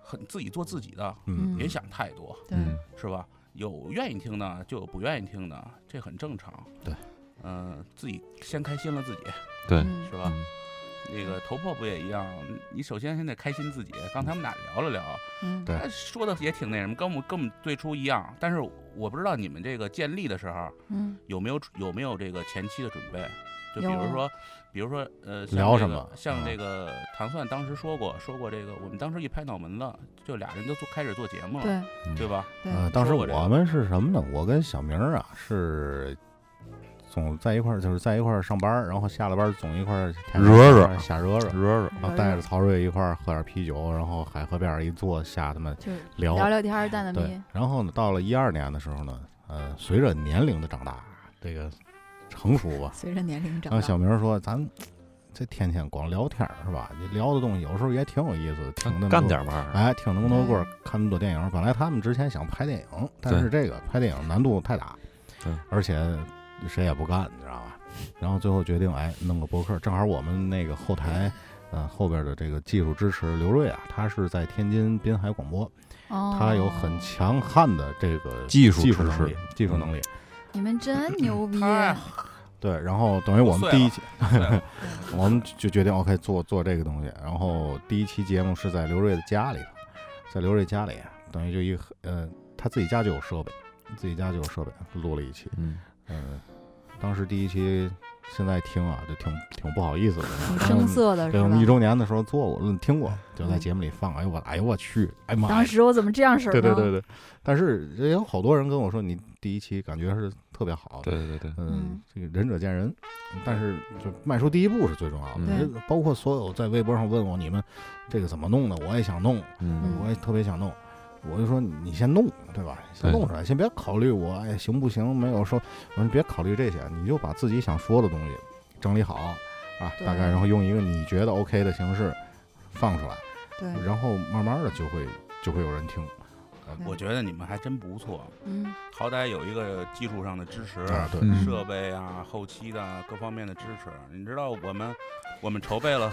Speaker 4: 很自己做自己的，
Speaker 2: 嗯，
Speaker 4: 别想太多，
Speaker 1: 对，
Speaker 3: 嗯
Speaker 4: 是吧？有愿意听的，就有不愿意听的，这很正常。
Speaker 2: 对，
Speaker 4: 嗯、自己先开心了自己，
Speaker 3: 对，
Speaker 1: 嗯
Speaker 4: 是吧？
Speaker 3: 嗯
Speaker 4: 那个头破不也一样？你首先先得开心自己。刚才我们俩聊了聊，
Speaker 1: 嗯，
Speaker 2: 对
Speaker 4: 他说的也挺那什么，跟我们跟我们最初一样。但是我不知道你们这个建立的时候
Speaker 1: 嗯，
Speaker 4: 有没有有没有这个前期的准备。就比
Speaker 1: 有
Speaker 4: 如说，比如说，呃，像
Speaker 2: 聊
Speaker 4: 这
Speaker 2: 什
Speaker 4: 个
Speaker 2: 么
Speaker 4: 像
Speaker 2: 嗯
Speaker 4: 这个糖蒜当时说过，说过这个，我们当时一拍脑门子，就俩人就做开始做节目了，
Speaker 1: 嗯对
Speaker 4: 对吧？
Speaker 1: 对，
Speaker 2: 呃，当时
Speaker 4: 说过这个
Speaker 2: 我们是什么呢？我跟小明儿啊是总在一块儿，就是在一块儿上班儿，然后下了班儿总一块儿天
Speaker 3: 惹惹
Speaker 2: 天瞎惹惹，
Speaker 3: 惹惹，
Speaker 2: 然后带着曹睿一块儿喝点啤酒，然后海河边儿一坐下他们
Speaker 1: 就
Speaker 2: 聊
Speaker 1: 聊聊天儿，蛋蛋
Speaker 2: 对
Speaker 1: 咪，，
Speaker 2: 然后呢，到了一二年的时候呢，呃，随着年龄的长大，这个成熟吧，
Speaker 1: 随着年龄长
Speaker 2: 然后
Speaker 1: 大，
Speaker 2: 啊小明说：“咱这天天光聊天儿是吧？你聊的东西有时候也挺有意思，听那么多
Speaker 3: 干点玩意儿，
Speaker 2: 哎，听那么多歌儿，看那么多电影。本来他们之前想拍电影，但是这个拍电影难度太大，
Speaker 3: 对，
Speaker 2: 而且谁也不干，你知道吧？然后最后决定，哎，弄个博客。正好我们那个后台，呃，后边的这个技术支持刘瑞啊，他是在天津滨海广播，
Speaker 1: 哦
Speaker 2: 他有很强悍的这个
Speaker 3: 技术
Speaker 2: 技术
Speaker 3: 知
Speaker 2: 能力
Speaker 3: 识，
Speaker 2: 技术能力。
Speaker 1: 你们
Speaker 2: 嗯
Speaker 1: 真牛逼，
Speaker 4: 太
Speaker 2: 对，然后等于我们
Speaker 4: 碎
Speaker 2: 第一
Speaker 4: 了
Speaker 2: 期，[laughs]
Speaker 4: 对
Speaker 2: 我们就决定 OK 做做这个东西。然后第一期节目是在刘瑞的家里头，在刘瑞家里，等于就一个呃，他自己家就有设备，自己家就有设备，录了一期。
Speaker 3: 嗯，
Speaker 2: 嗯、当时第一期，现在听啊，就挺挺不好意思的。
Speaker 1: 挺生涩的
Speaker 2: 对，
Speaker 1: 是
Speaker 2: 我们一
Speaker 1: 吧？
Speaker 2: 周年的时候做过，嗯听过，就在节目里放。哎呦我，哎呦我去，哎妈呀！
Speaker 1: 当时我怎么这样式儿
Speaker 2: 对
Speaker 1: 呢？
Speaker 2: 对对对，但是也有好多人跟我说，你第一期感觉是特别好，
Speaker 3: 对对对，
Speaker 2: 嗯
Speaker 1: 嗯，
Speaker 2: 这个仁者见仁，但是就迈出第一步是最重要的。
Speaker 1: 嗯
Speaker 2: 包括所有在微博上问我你们这个怎么弄的，我也想弄，
Speaker 3: 嗯
Speaker 2: 我也特别想弄。我就说你你先弄，对吧？先弄出来，先别考虑我哎行不行，没有说，我说你别考虑这些，你就把自己想说的东西整理好啊，
Speaker 1: 对
Speaker 2: 大概然后用一个你觉得 OK 的形式放出来，
Speaker 1: 对，
Speaker 2: 然后慢慢的就会就会有人听。
Speaker 4: 我觉得你们还真不错，
Speaker 1: 嗯，
Speaker 4: 好歹有一个技术上的支持，
Speaker 2: 啊，对，
Speaker 3: 嗯
Speaker 4: 设备啊、后期的啊各方面的支持。你知道我们我们筹备了，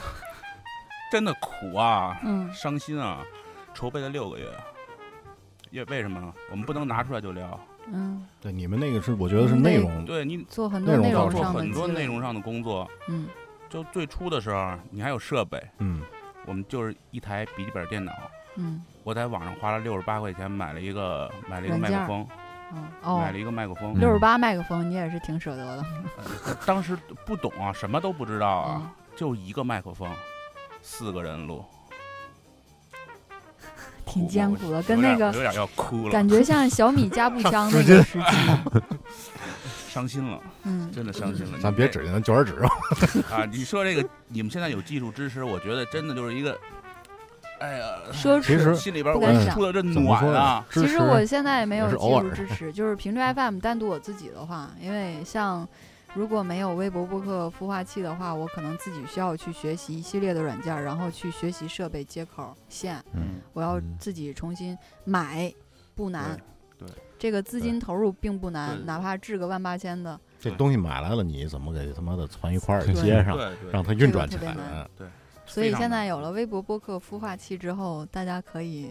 Speaker 4: 真的苦啊，
Speaker 1: 嗯，
Speaker 4: 伤心啊，筹备了六个月。因为为什么我们不能拿出来就聊？
Speaker 1: 嗯，
Speaker 2: 对，你们那个是我觉得是内容，
Speaker 4: 嗯对你
Speaker 1: 做很多
Speaker 2: 内容
Speaker 1: 内
Speaker 2: 造
Speaker 1: 容
Speaker 4: 做
Speaker 1: 上的
Speaker 4: 很多
Speaker 1: 积累
Speaker 4: 内容，上的工作，
Speaker 1: 嗯，
Speaker 4: 就最初的时候你还有设备，
Speaker 2: 嗯，
Speaker 4: 我们就是一台笔记本电脑，
Speaker 1: 嗯，
Speaker 4: 我在网上花了六十八块钱买了一个买了一个
Speaker 1: 软
Speaker 4: 麦
Speaker 1: 件
Speaker 4: 克
Speaker 1: 儿
Speaker 4: 风，
Speaker 1: 嗯
Speaker 4: 买
Speaker 1: 哦
Speaker 4: 了，一个麦克风。
Speaker 2: 嗯
Speaker 1: 六十八麦克风，你也是挺舍得的
Speaker 4: 当时不懂啊，什么都不知道啊，
Speaker 1: 啊。
Speaker 4: 就一个麦克风，四个
Speaker 1: [laughs]
Speaker 4: 人录，
Speaker 1: 挺
Speaker 4: 哭
Speaker 1: 艰
Speaker 4: 我
Speaker 1: 苦的
Speaker 4: 有
Speaker 1: 跟那
Speaker 4: 点
Speaker 1: 个
Speaker 4: 有点要哭了，
Speaker 1: 感觉像小米加步枪那
Speaker 2: [laughs] 直接
Speaker 1: 个时期，
Speaker 4: 伤心了，
Speaker 1: 嗯，
Speaker 4: 真的伤心了。
Speaker 2: 咱
Speaker 4: 你
Speaker 2: 别
Speaker 4: 这
Speaker 2: 指着咱卷儿指啊。
Speaker 4: 啊！你说这个，你们现在有技术支持，我觉得真的就是一个，哎呀，
Speaker 1: 奢
Speaker 2: 其
Speaker 1: 侈
Speaker 2: 实。
Speaker 4: 心里边
Speaker 1: 不
Speaker 4: 我
Speaker 1: 敢
Speaker 4: 出的这
Speaker 2: 怎么
Speaker 4: 暖
Speaker 2: 说呢
Speaker 4: 啊，？
Speaker 1: 其
Speaker 2: 支
Speaker 1: 实
Speaker 2: 持
Speaker 1: 我现在也没有
Speaker 2: 也
Speaker 1: 技
Speaker 2: 是偶
Speaker 1: 术
Speaker 2: 尔嗯
Speaker 1: 支持，就是平
Speaker 2: [laughs]
Speaker 1: 时 FM 单独我自己的话，因为像如果没有微博播客孵化器的话，我可能自己需要去学习一系列的软件儿，然后去学习设备、接口、线，
Speaker 2: 嗯，
Speaker 1: 我要
Speaker 3: 嗯
Speaker 1: 自己重新买，不
Speaker 4: 嗯
Speaker 1: 难。
Speaker 4: 对对
Speaker 1: 这个资金投入并不难，
Speaker 4: 对
Speaker 1: 哪怕置个万八千的，
Speaker 2: 这东西买来了，你怎么给他妈的攒一块儿
Speaker 3: 对
Speaker 2: 接上，
Speaker 4: 对对，
Speaker 2: 让它运转起
Speaker 1: 这个特别
Speaker 2: 来啊
Speaker 1: 难？所
Speaker 4: 非
Speaker 1: 以
Speaker 4: 常
Speaker 1: 现
Speaker 4: 难
Speaker 1: 在
Speaker 2: 嗯
Speaker 1: 有了微博播客孵化器之后，大家可以，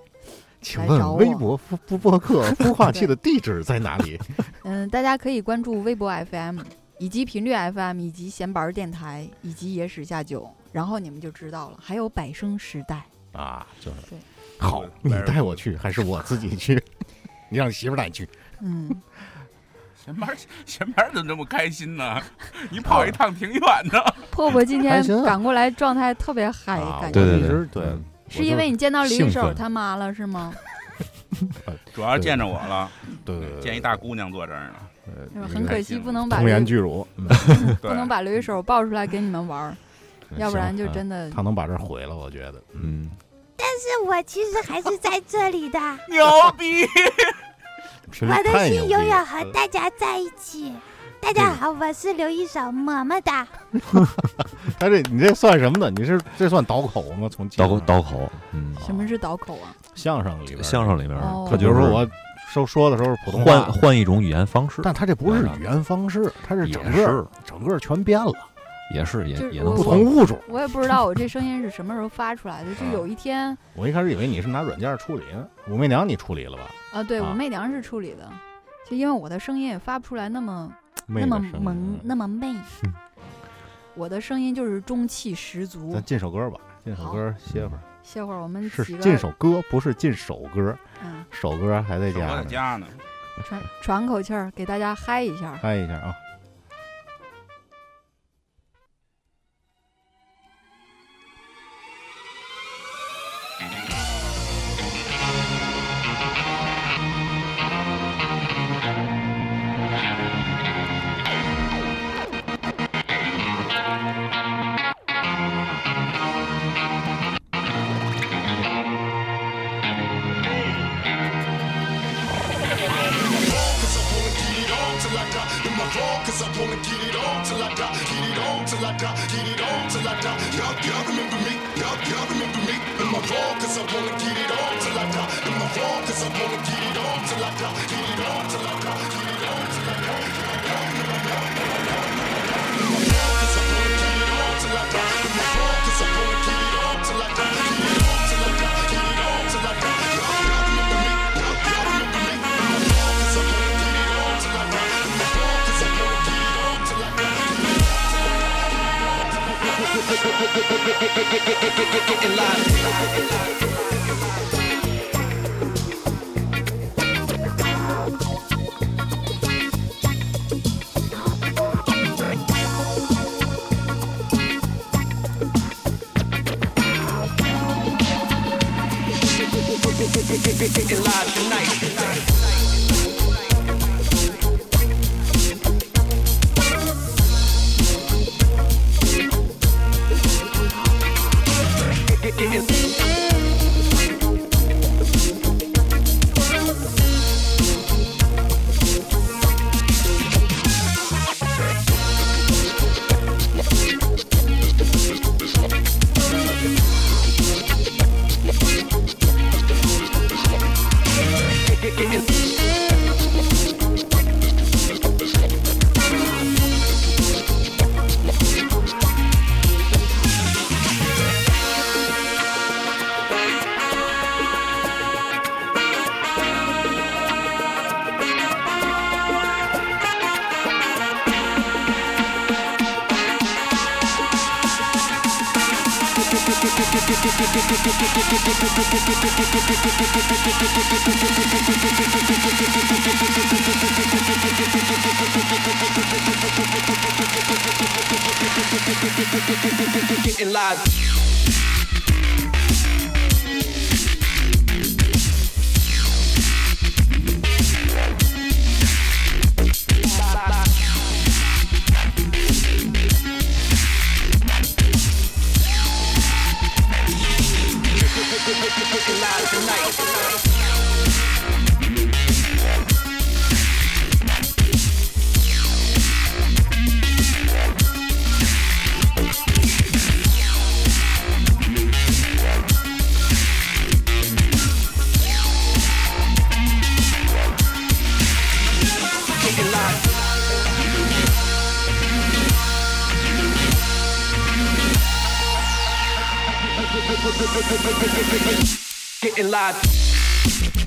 Speaker 2: 请
Speaker 1: 来找
Speaker 2: 问
Speaker 1: 我
Speaker 2: 微博播播播客孵化器的地址在哪里？
Speaker 1: 嗯，大家可以关注微博 FM，以及频率 FM，以及闲板儿电台，以及野史下酒，然后你们就知道了。还有百生时代，
Speaker 2: 啊，就是
Speaker 1: 对
Speaker 2: 好，
Speaker 4: 对
Speaker 2: 你带我去还是我自己去？ [laughs] 你让媳妇儿带你去，
Speaker 1: 嗯，
Speaker 4: 前面前面怎么这么开心 [laughs] 呢？你跑一趟挺远的，
Speaker 1: 破破今天
Speaker 2: 开心啊
Speaker 1: 赶过来状态特别嗨，
Speaker 2: 啊
Speaker 1: 哎感
Speaker 2: 我
Speaker 1: 觉
Speaker 3: 对
Speaker 2: 一
Speaker 3: 对
Speaker 2: 直
Speaker 3: 对
Speaker 2: 对
Speaker 3: 嗯
Speaker 1: 是因为你见到
Speaker 2: 兴
Speaker 1: 李玉手
Speaker 2: 奋
Speaker 1: 他妈了是吗？
Speaker 4: [laughs] 主要是见着我了，
Speaker 2: 对对对，
Speaker 4: 见一大姑娘坐这儿呢，
Speaker 2: 呃
Speaker 1: 就是
Speaker 2: 一
Speaker 1: 很
Speaker 2: 个
Speaker 1: 可惜
Speaker 4: 兴奋
Speaker 1: 不能把
Speaker 2: 童
Speaker 1: 刘
Speaker 2: 颜
Speaker 1: 玉
Speaker 2: 巨乳，嗯
Speaker 1: 不能
Speaker 4: 对，
Speaker 1: 把刘一手抱出来给你们玩儿， [laughs] 要不然就
Speaker 2: 行
Speaker 1: 真的
Speaker 2: 嗯他能把这儿毁了，我觉得。嗯，
Speaker 3: 嗯，
Speaker 5: 是我其实还是在这里
Speaker 2: [laughs]
Speaker 5: 的，
Speaker 4: [laughs] 牛逼！
Speaker 2: 平时
Speaker 5: 我的
Speaker 2: 太牛
Speaker 5: 心
Speaker 2: 逼
Speaker 5: 永远
Speaker 2: 了，嗯
Speaker 5: 和大家在一起。大家好，我是刘一手，么么哒。
Speaker 2: 他这你这算什么呢？你是这算倒口吗？从街
Speaker 3: 刀口
Speaker 2: 上
Speaker 3: 刀口，嗯，
Speaker 1: 什么是倒口啊？
Speaker 2: 相声里边，
Speaker 3: 相声里面
Speaker 1: 哦，
Speaker 3: 他
Speaker 2: 比
Speaker 3: 就
Speaker 2: 如
Speaker 3: 是
Speaker 2: 说我说说的时候是普通话
Speaker 3: 换，换一种语言方式，
Speaker 2: 但他这不是语言方式，他啊是整
Speaker 3: 也
Speaker 2: 个
Speaker 3: 是
Speaker 2: 整个全变了，
Speaker 3: 也是
Speaker 1: 就
Speaker 3: 也
Speaker 1: 是
Speaker 3: 也能
Speaker 2: 不
Speaker 1: 我
Speaker 3: 算
Speaker 2: 同物种。
Speaker 1: 我也不知道我这声音是什么时候发出来的，就
Speaker 2: 啊
Speaker 1: 有一天
Speaker 2: 我一开始以为你是拿软件处理呢，武媚娘你处理了吧？
Speaker 1: 啊，对我
Speaker 2: 啊
Speaker 1: 媚娘是处理的，就因为我的声音也发不出来那么那
Speaker 2: 媚的
Speaker 1: 么
Speaker 2: 声音啊
Speaker 1: 萌那么媚，我的声音就是中气十足
Speaker 2: 咱。进首歌吧，进首歌歇会儿。
Speaker 1: 歇会儿我们
Speaker 2: 是
Speaker 1: 几个
Speaker 2: 进首歌，不是进首歌，
Speaker 1: 嗯
Speaker 2: 首歌还在
Speaker 4: 我
Speaker 2: 家
Speaker 4: 在
Speaker 2: 呢，
Speaker 4: 家呢，
Speaker 1: 喘喘口气儿，给大家嗨一下。
Speaker 2: 嗨一下啊。
Speaker 5: 我
Speaker 6: wrong, cause I wanna get it on till I die, get it on till I die, get it on till I die. Y'all, y'all remember me, y'all, y'all remember me. Am I wrong, cause I wanna get it on till I die. Am I wrong, cause I wanna get it on till I die, get it on till I die, get it on till I die. Am I wrong, 'cause I wanna get it on till I die? Am I wrong, 'cause I wanna get it on till I die? Get it on till I die, get it on till I die. Y'all, y'all remember me, y'all, y'all remember me. Am I wrong, 'cause I wanna get it on till I die? Am I wrong, 'cause I wanna get it on till I die?
Speaker 7: getting live. Getting live.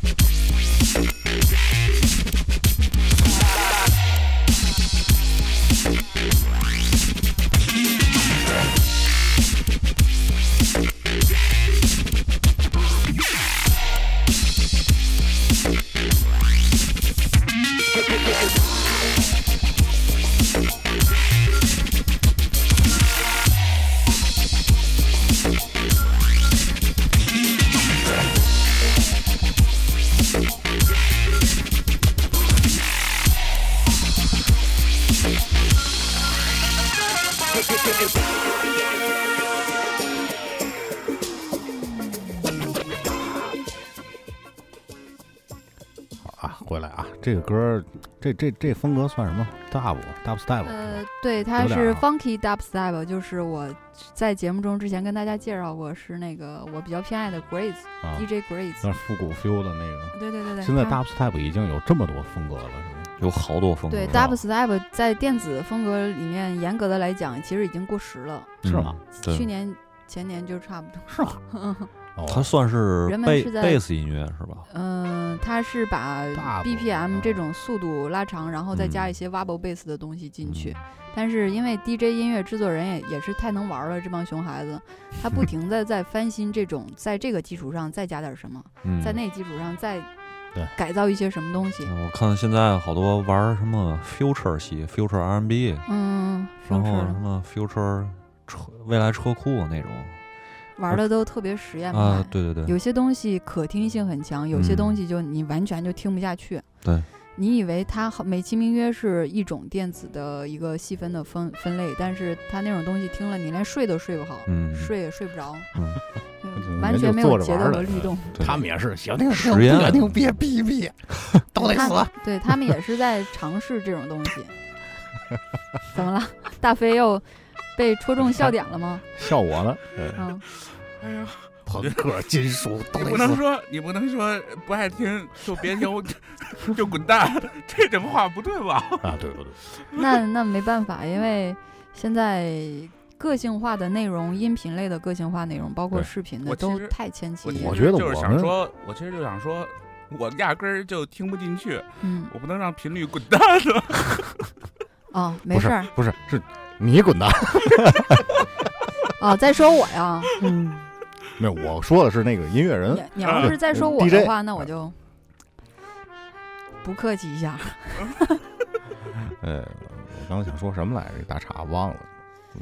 Speaker 2: 啊，回来啊，这个歌儿，这这这风格算什么？dub dub step，
Speaker 1: 呃，对，它
Speaker 2: 有点儿
Speaker 1: 是
Speaker 2: 啊
Speaker 1: Funky Dubstep，就是我在节目中之前跟大家介绍过，是那个我比较偏爱的 Grace
Speaker 2: 啊，有
Speaker 1: DJ Grace。
Speaker 2: 点复古 feel 的那个。
Speaker 1: 对对对对，
Speaker 2: 现在
Speaker 1: 它
Speaker 2: dub step 已经有这么多风格了，是吗？
Speaker 3: 有好多风格。
Speaker 1: 对
Speaker 3: 是吧
Speaker 1: Dubstep 在电子风格里面，严格的来讲，其实已经过时了。
Speaker 2: 是吗？
Speaker 3: 嗯对
Speaker 1: 去年前年就差不多。[laughs]
Speaker 2: 是吗？哦，
Speaker 3: 它算是
Speaker 1: 人们
Speaker 3: 贝
Speaker 1: 是在
Speaker 3: 贝斯音乐是吧？
Speaker 1: 嗯，它是把
Speaker 2: 大部分
Speaker 1: BPM
Speaker 2: 啊
Speaker 1: 这种速度拉长，然后再加
Speaker 3: 嗯
Speaker 1: 一些 wobble bass 的东西进去。但是因为 DJ 音乐制作人也也是太能玩了，这帮熊孩子，他不停的在翻新这种，在这个基础上再加点什么，
Speaker 3: 嗯，
Speaker 1: 在那基础上再
Speaker 2: 对
Speaker 1: 改造一些什么东西。
Speaker 3: 我看现在好多玩什么 future 系 future R&B，
Speaker 1: 嗯，什
Speaker 3: 然
Speaker 1: 么
Speaker 3: 后
Speaker 1: 事
Speaker 3: 什
Speaker 1: 儿
Speaker 3: 么 future 车未来车库那种
Speaker 1: 玩的都特别实验派。
Speaker 3: 啊，对对对，
Speaker 1: 有些东西可听性很强，有些
Speaker 3: 嗯
Speaker 1: 东西就你完全就听不下去。
Speaker 3: 对，
Speaker 1: 你以为它好美其名曰是一种电子的一个细分的分分类，但是它那种东西听了你连睡都睡不好，
Speaker 3: 嗯，
Speaker 1: 睡也睡不着， [laughs]
Speaker 3: 嗯
Speaker 1: 对
Speaker 2: 人
Speaker 1: 完
Speaker 2: 就
Speaker 1: 全没
Speaker 2: 坐
Speaker 1: 有
Speaker 2: 着
Speaker 1: 节
Speaker 2: 玩
Speaker 1: 奏
Speaker 2: 儿
Speaker 1: 和
Speaker 2: 的
Speaker 1: 律
Speaker 3: [laughs]
Speaker 1: 动。
Speaker 3: 对
Speaker 2: 他们也是行，那个
Speaker 3: 实验
Speaker 2: [laughs] 肯定别逼逼，都得死。
Speaker 1: 对他们也是在尝试这种东西。 [laughs] 怎么了？ [laughs] 大飞又被戳中笑点
Speaker 3: [laughs]
Speaker 1: 了吗？
Speaker 2: 笑我了，嗯
Speaker 1: 嗯，
Speaker 4: 哎呀，
Speaker 2: 朋克金属都
Speaker 4: 你
Speaker 2: 得
Speaker 4: 不能
Speaker 2: 死
Speaker 4: 说你不能说不爱听就别听，我 [laughs] 就滚蛋，这种话不对吧？
Speaker 2: [laughs] 啊！对对对，
Speaker 1: 那那没办法，因为现在个性化的内容、音频类的个性化内容，包括
Speaker 2: 对
Speaker 1: 视频的，
Speaker 4: 我其
Speaker 1: 都
Speaker 4: 实
Speaker 1: 太千奇
Speaker 4: 我其
Speaker 1: 了。
Speaker 4: 实
Speaker 2: 我觉得
Speaker 4: 就
Speaker 2: 我
Speaker 4: 是想
Speaker 2: 们
Speaker 4: 说，我其实就想说，我压根儿就听不进去，
Speaker 1: 嗯
Speaker 4: 我不能让频率滚蛋 [laughs] 了。
Speaker 1: 哦，没
Speaker 2: 不
Speaker 1: 事
Speaker 2: 是
Speaker 1: 儿
Speaker 2: 不是是你滚蛋！
Speaker 1: 哦，在说我呀。
Speaker 2: [laughs] 没有，我说的是那个音乐人嗯
Speaker 1: 你，你要是再说我的话，那我就不客气一下。
Speaker 2: 呃，我刚才想说什么来着？大岔忘了。嗯，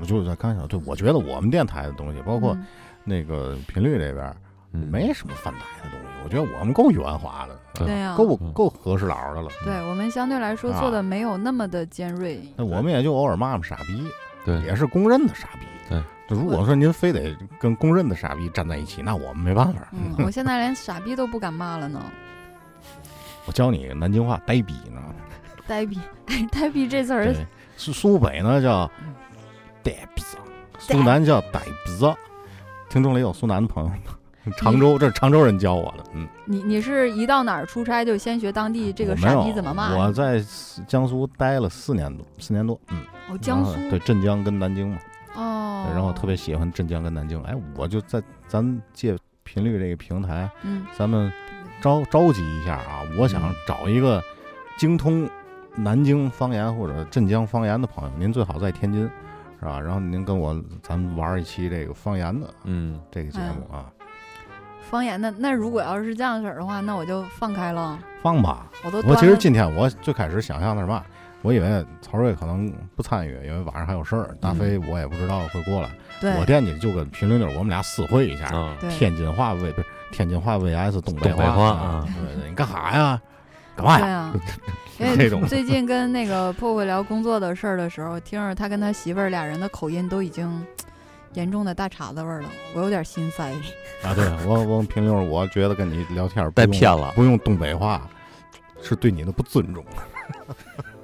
Speaker 2: 我就是在刚想，对，我觉得我们电台的东西，包括
Speaker 1: 嗯
Speaker 2: 那个频率这边，
Speaker 3: 嗯
Speaker 2: 没什么翻台的东西。我觉得我们够圆滑的，
Speaker 3: 对
Speaker 1: 对呀，
Speaker 2: 够
Speaker 3: 嗯
Speaker 2: 够合适佬的了。
Speaker 1: 对我们相对来说
Speaker 2: 啊嗯
Speaker 1: 做的没有那么的尖锐。
Speaker 2: 那我们也就偶尔骂骂傻逼，
Speaker 3: 对
Speaker 2: 也是公认的傻逼。
Speaker 3: 对，
Speaker 2: 如果说您非得跟公认的傻逼站在一起，那我们没办法。
Speaker 1: 嗯，我现在连傻逼都不敢骂了呢。
Speaker 2: 我教你南京话呆逼呢，
Speaker 1: 呆逼，哎，呆逼这词儿
Speaker 2: 对，苏苏北呢叫呆逼子，苏南叫呆逼子。听众里有苏南的朋友吗？常州，这是常州人教我的。嗯，
Speaker 1: 你你是一到哪儿出差就先学当地这个
Speaker 2: 我没
Speaker 1: 傻
Speaker 2: 有
Speaker 1: 逼怎么骂？
Speaker 2: 我在四江苏待了四年多，四年多。嗯，
Speaker 1: 哦，江苏
Speaker 2: 然后对镇江跟南京嘛，
Speaker 1: 哦，
Speaker 2: 然后特别喜欢镇江跟南京。哎，我就在咱借频率这个平台，
Speaker 1: 嗯
Speaker 2: 咱们着着急一下啊！我想找一个精通南京方言或者镇江方言的朋友，您最好在天津，是吧？然后您跟我咱们玩一期这个方言的
Speaker 3: 嗯，
Speaker 2: 这个节目啊，
Speaker 1: 方言。那那如果要是这样式儿的话，那我就放开了，
Speaker 2: 放吧。
Speaker 1: 我都
Speaker 2: 我
Speaker 1: 端
Speaker 2: 其实
Speaker 1: 了。
Speaker 2: 今天我最开始想象的是嘛，我以为曹睿可能不参与，因为晚上还有事儿。大飞我也不知道会过来，
Speaker 1: 对
Speaker 2: 我惦记就跟平溜溜我们俩私会一下，
Speaker 3: 啊，
Speaker 1: 对
Speaker 2: 天津话 V 不是天津话 VS 东北
Speaker 3: 东北话
Speaker 2: 啊
Speaker 3: 啊，
Speaker 2: 对对你干啥呀？干嘛
Speaker 1: 对
Speaker 2: 呀？
Speaker 1: 啊，
Speaker 2: [laughs]
Speaker 1: 因
Speaker 2: 这种
Speaker 1: 为最近跟那个破破聊工作的事儿的时候，听着他跟他媳妇儿俩人的口音都已经严重的大碴子味儿了，我有点心塞。 [laughs]
Speaker 2: 啊，对我我评论，我觉得跟你聊天儿不
Speaker 3: 被
Speaker 2: 用
Speaker 3: 骗，了，
Speaker 2: 不用东北话，是对你的不尊重，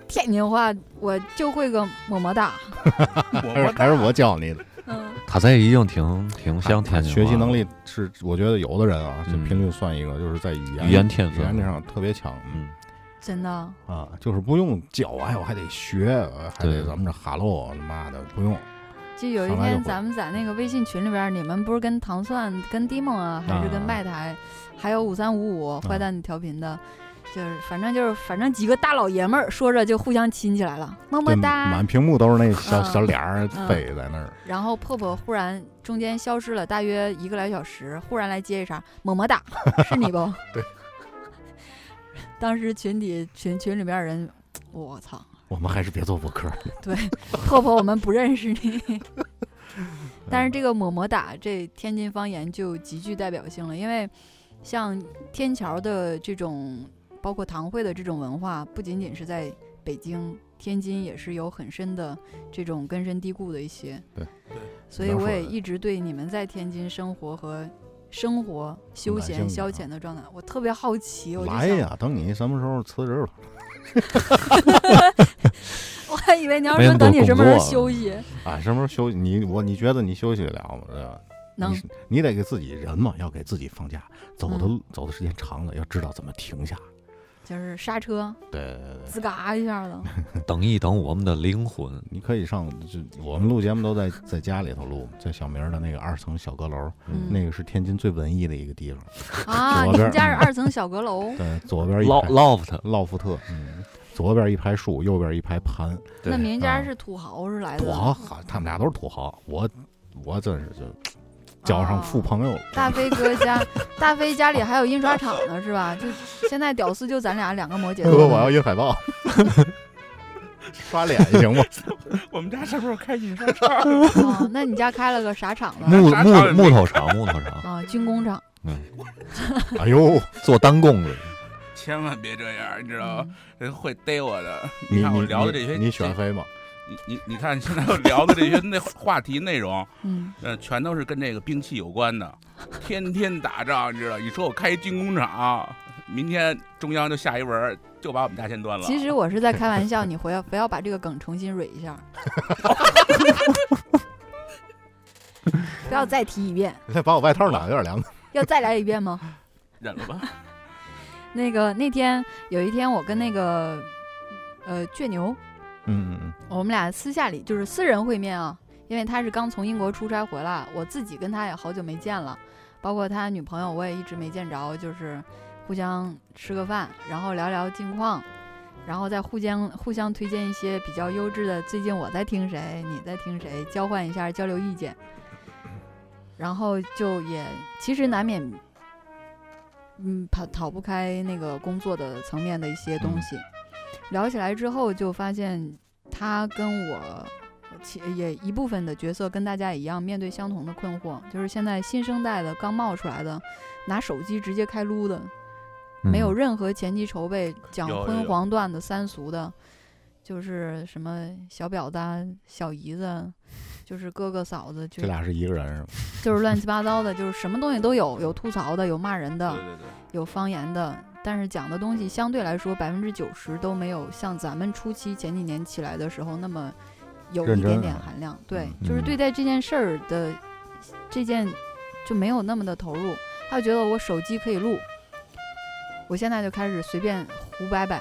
Speaker 1: 天津话我就会个么么哒，
Speaker 2: 还是还是我教你的。啊
Speaker 1: 嗯，
Speaker 3: 他这一定挺挺像天津话
Speaker 2: 学
Speaker 3: 的
Speaker 2: 习能力是，我觉得有的人啊，这
Speaker 3: 啊嗯
Speaker 2: 频率算一个，就是在语言
Speaker 3: 语言天
Speaker 2: 语
Speaker 3: 分
Speaker 2: 言这上特别强，嗯
Speaker 3: 嗯，
Speaker 1: 真的，
Speaker 2: 啊，就是不用教，哎，我还得学，还得
Speaker 3: 对
Speaker 2: 咱们这哈喽，他妈的不用，
Speaker 1: 就有一
Speaker 2: 上来就
Speaker 1: 天
Speaker 2: 会
Speaker 1: 咱们在那个微信群里边儿，你们不是跟糖蒜、跟 d i m o 啊，还是跟
Speaker 2: 啊
Speaker 1: 麦台，还有五三五五坏蛋调频的，就是反正就是反正几个大老爷们儿说着就互相亲起来了，么么
Speaker 2: 就
Speaker 1: 哒
Speaker 2: 满。屏幕都是那小
Speaker 1: 嗯
Speaker 2: 小脸儿
Speaker 1: 嗯
Speaker 2: 飞在那儿，
Speaker 1: 然后破破忽然中间消失了大约一个来小时，忽然来接一茬么么
Speaker 2: [laughs]
Speaker 1: 哒，是你不？
Speaker 2: 对。
Speaker 1: [laughs] 当时群底群群里边儿人，我操，
Speaker 2: 我们还是别做博客，
Speaker 1: 破破我们不认识你。
Speaker 2: 嗯
Speaker 1: 但是这个么么哒，这天津方言就极具代表性了，因为像天桥的这种，包括堂会的这种文化，不仅仅是在北京、天津，也是有很深的这种根深蒂固的一些。
Speaker 2: 对
Speaker 4: 对
Speaker 1: 所以我也一直对你们在天津生活和生活、休
Speaker 2: 很感兴
Speaker 1: 闲、
Speaker 2: 趣
Speaker 1: 消
Speaker 2: 啊
Speaker 1: 遣的状态，我特别好奇。我就
Speaker 2: 来
Speaker 1: 想，
Speaker 2: 呀，等你什么时候辞职了，
Speaker 1: 我还以为
Speaker 2: [laughs]
Speaker 1: 你要
Speaker 3: 没那
Speaker 1: 说
Speaker 3: 么
Speaker 1: 等
Speaker 3: 多
Speaker 1: 你什么时候
Speaker 3: 工作
Speaker 1: 休息，
Speaker 2: 啊，什么时候休息？你我你觉得你休息得了吗？呃对吧？
Speaker 1: 能
Speaker 2: 你是你得给自己人嘛，要给自己放假，走的、
Speaker 1: 嗯
Speaker 2: 走的时间长了，要知道怎么停下。
Speaker 1: 就是刹车
Speaker 2: 对对对对，
Speaker 1: 吱嘎一下了。
Speaker 3: 等一等我们的灵魂，
Speaker 2: 你可以上，就我们录节目都在在家里头录，在小明儿的那个二层小阁楼，
Speaker 1: 嗯
Speaker 2: [laughs] 那个是天津最文艺的一个地方。
Speaker 1: 啊，
Speaker 2: 左
Speaker 1: 你
Speaker 2: 边，
Speaker 1: 们家是二层小阁楼
Speaker 2: 对，左边一
Speaker 3: 老
Speaker 2: 排
Speaker 3: loft
Speaker 2: 老福特，嗯，左边一排树，右边一排盘。
Speaker 1: 那
Speaker 3: 对
Speaker 1: 您家
Speaker 2: 啊
Speaker 1: 是土豪是来的？啊
Speaker 2: 土豪，好他们俩都是土豪，我我真是就交上富
Speaker 1: 啊
Speaker 2: 朋友了。
Speaker 1: 大飞哥
Speaker 2: [laughs]
Speaker 1: 家，大飞家里还有印刷厂呢，是吧？就现在屌丝就咱俩两个摩羯
Speaker 2: 哥，哎我
Speaker 1: 座
Speaker 2: 要
Speaker 1: 呢。
Speaker 2: 印海报， [laughs] 刷脸行吗？ [laughs]
Speaker 4: 我们家什么时候开印刷厂？
Speaker 1: 啊，那你家开了个啥厂呢？
Speaker 3: 木
Speaker 4: 啥厂也
Speaker 3: 木
Speaker 4: 没
Speaker 3: 木头厂木头厂
Speaker 1: 啊，军工厂。
Speaker 2: 哎呦，
Speaker 3: 做单供的，
Speaker 4: [laughs] 千万别这样，你知道吗
Speaker 1: 嗯？
Speaker 4: 人会逮我的。
Speaker 2: 你
Speaker 4: 看我
Speaker 2: 你
Speaker 4: 聊的这些，
Speaker 2: 你你选飞吗？ [laughs]
Speaker 4: 你你你看现在我聊的这些内话题内容，
Speaker 1: 嗯，
Speaker 4: 呃，全都是跟这个兵器有关的，天天打仗，你知道？你说我开军工厂，明天中央就下一文儿，就把我们家先端了。
Speaker 1: 其实我是在开玩笑，你回要不要把这个梗重新蕊一下？ [laughs] 不要再提一遍，
Speaker 2: 你再把我外套拿，有点凉。
Speaker 1: 要再来一遍吗？
Speaker 4: 忍了吧，
Speaker 1: 那个那天有一天，我跟那个呃倔牛，
Speaker 2: 嗯嗯
Speaker 1: 我们俩私下里就是私人会面啊，因为他是刚从英国出差回来，我自己跟他也好久没见了，包括他女朋友我也一直没见着，就是互相吃个饭，然后聊聊近况，然后再互相互相推荐一些比较优质的，最近我在听谁，你在听谁，交换一下交流意见，然后就也其实难免。嗯，逃逃不开那个工作的层面的一些东西，聊起来之后就发现他跟我其也一部分的角色跟大家一样，面对相同的困惑，就是现在新生代的刚冒出来的，拿手机直接开撸的， [laughs]
Speaker 3: 嗯
Speaker 1: 没有任何前期筹备，讲
Speaker 4: 有有
Speaker 1: 婚
Speaker 4: 有
Speaker 1: 黄段子、三俗的，就是什么小表单、小姨子，啊就是哥哥嫂子，就
Speaker 2: 这俩是一个人是吗？
Speaker 1: 就是乱七八糟的，就是什么东西都有，有吐槽的，有骂人的
Speaker 4: 对，对对，
Speaker 1: 有方言的，但是讲的东西相对来说百分之九十都没有像咱们初期前几年起来的时候那么有
Speaker 2: 认
Speaker 1: 一点
Speaker 2: 真
Speaker 1: 点
Speaker 2: 啊
Speaker 1: 含量。对，
Speaker 2: 嗯
Speaker 1: 就是
Speaker 3: 嗯
Speaker 1: 对待这件事儿的这件就没有那么的投入。他就觉得我手机可以录，我现在就开始随便胡掰掰，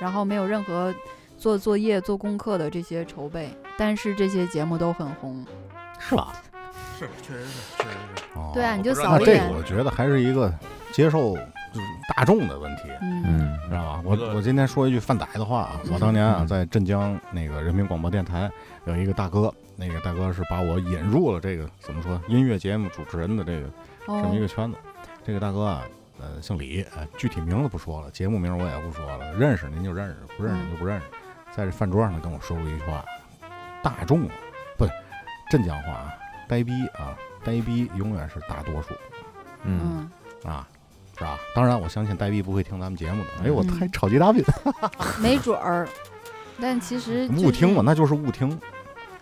Speaker 1: 然后没有任何做作业、做功课的这些筹备，但是这些节目都很红。
Speaker 2: 是吧？
Speaker 8: 是，确实是，确实是。
Speaker 2: 哦，
Speaker 1: 对啊，你就
Speaker 4: 不知道
Speaker 1: 扫
Speaker 2: 那
Speaker 1: 一
Speaker 2: 这
Speaker 1: 眼
Speaker 2: 个，我觉得还是一个接受就是大众的问题，
Speaker 1: 嗯
Speaker 3: 嗯
Speaker 2: 你知道吧？
Speaker 4: 这
Speaker 2: 我
Speaker 4: 个
Speaker 2: 我今天说一句犯歹的话啊，我当年啊在镇江那个人民广播电台有一个大哥，那个大哥是把我引入了这个怎么说音乐节目主持人的这个这么一
Speaker 1: 哦
Speaker 2: 个圈子。这个大哥啊，呃，姓李，呃，具体名字不说了，节目名我也不说了，认识您就认识，不认识
Speaker 1: 嗯
Speaker 2: 就不认识。在这饭桌上，他跟我说过一句话：“大众啊不是镇江话啊，呆逼啊，呆逼永远是大多数
Speaker 3: 嗯，
Speaker 1: 嗯，
Speaker 2: 啊，是吧？当然，我相信呆逼不会听咱们节目的。哎呦，我
Speaker 1: 嗯
Speaker 2: 太超级大饼， [laughs]
Speaker 1: 没准儿，但其实就
Speaker 2: 误听
Speaker 1: 是
Speaker 2: 嘛，那就是误听，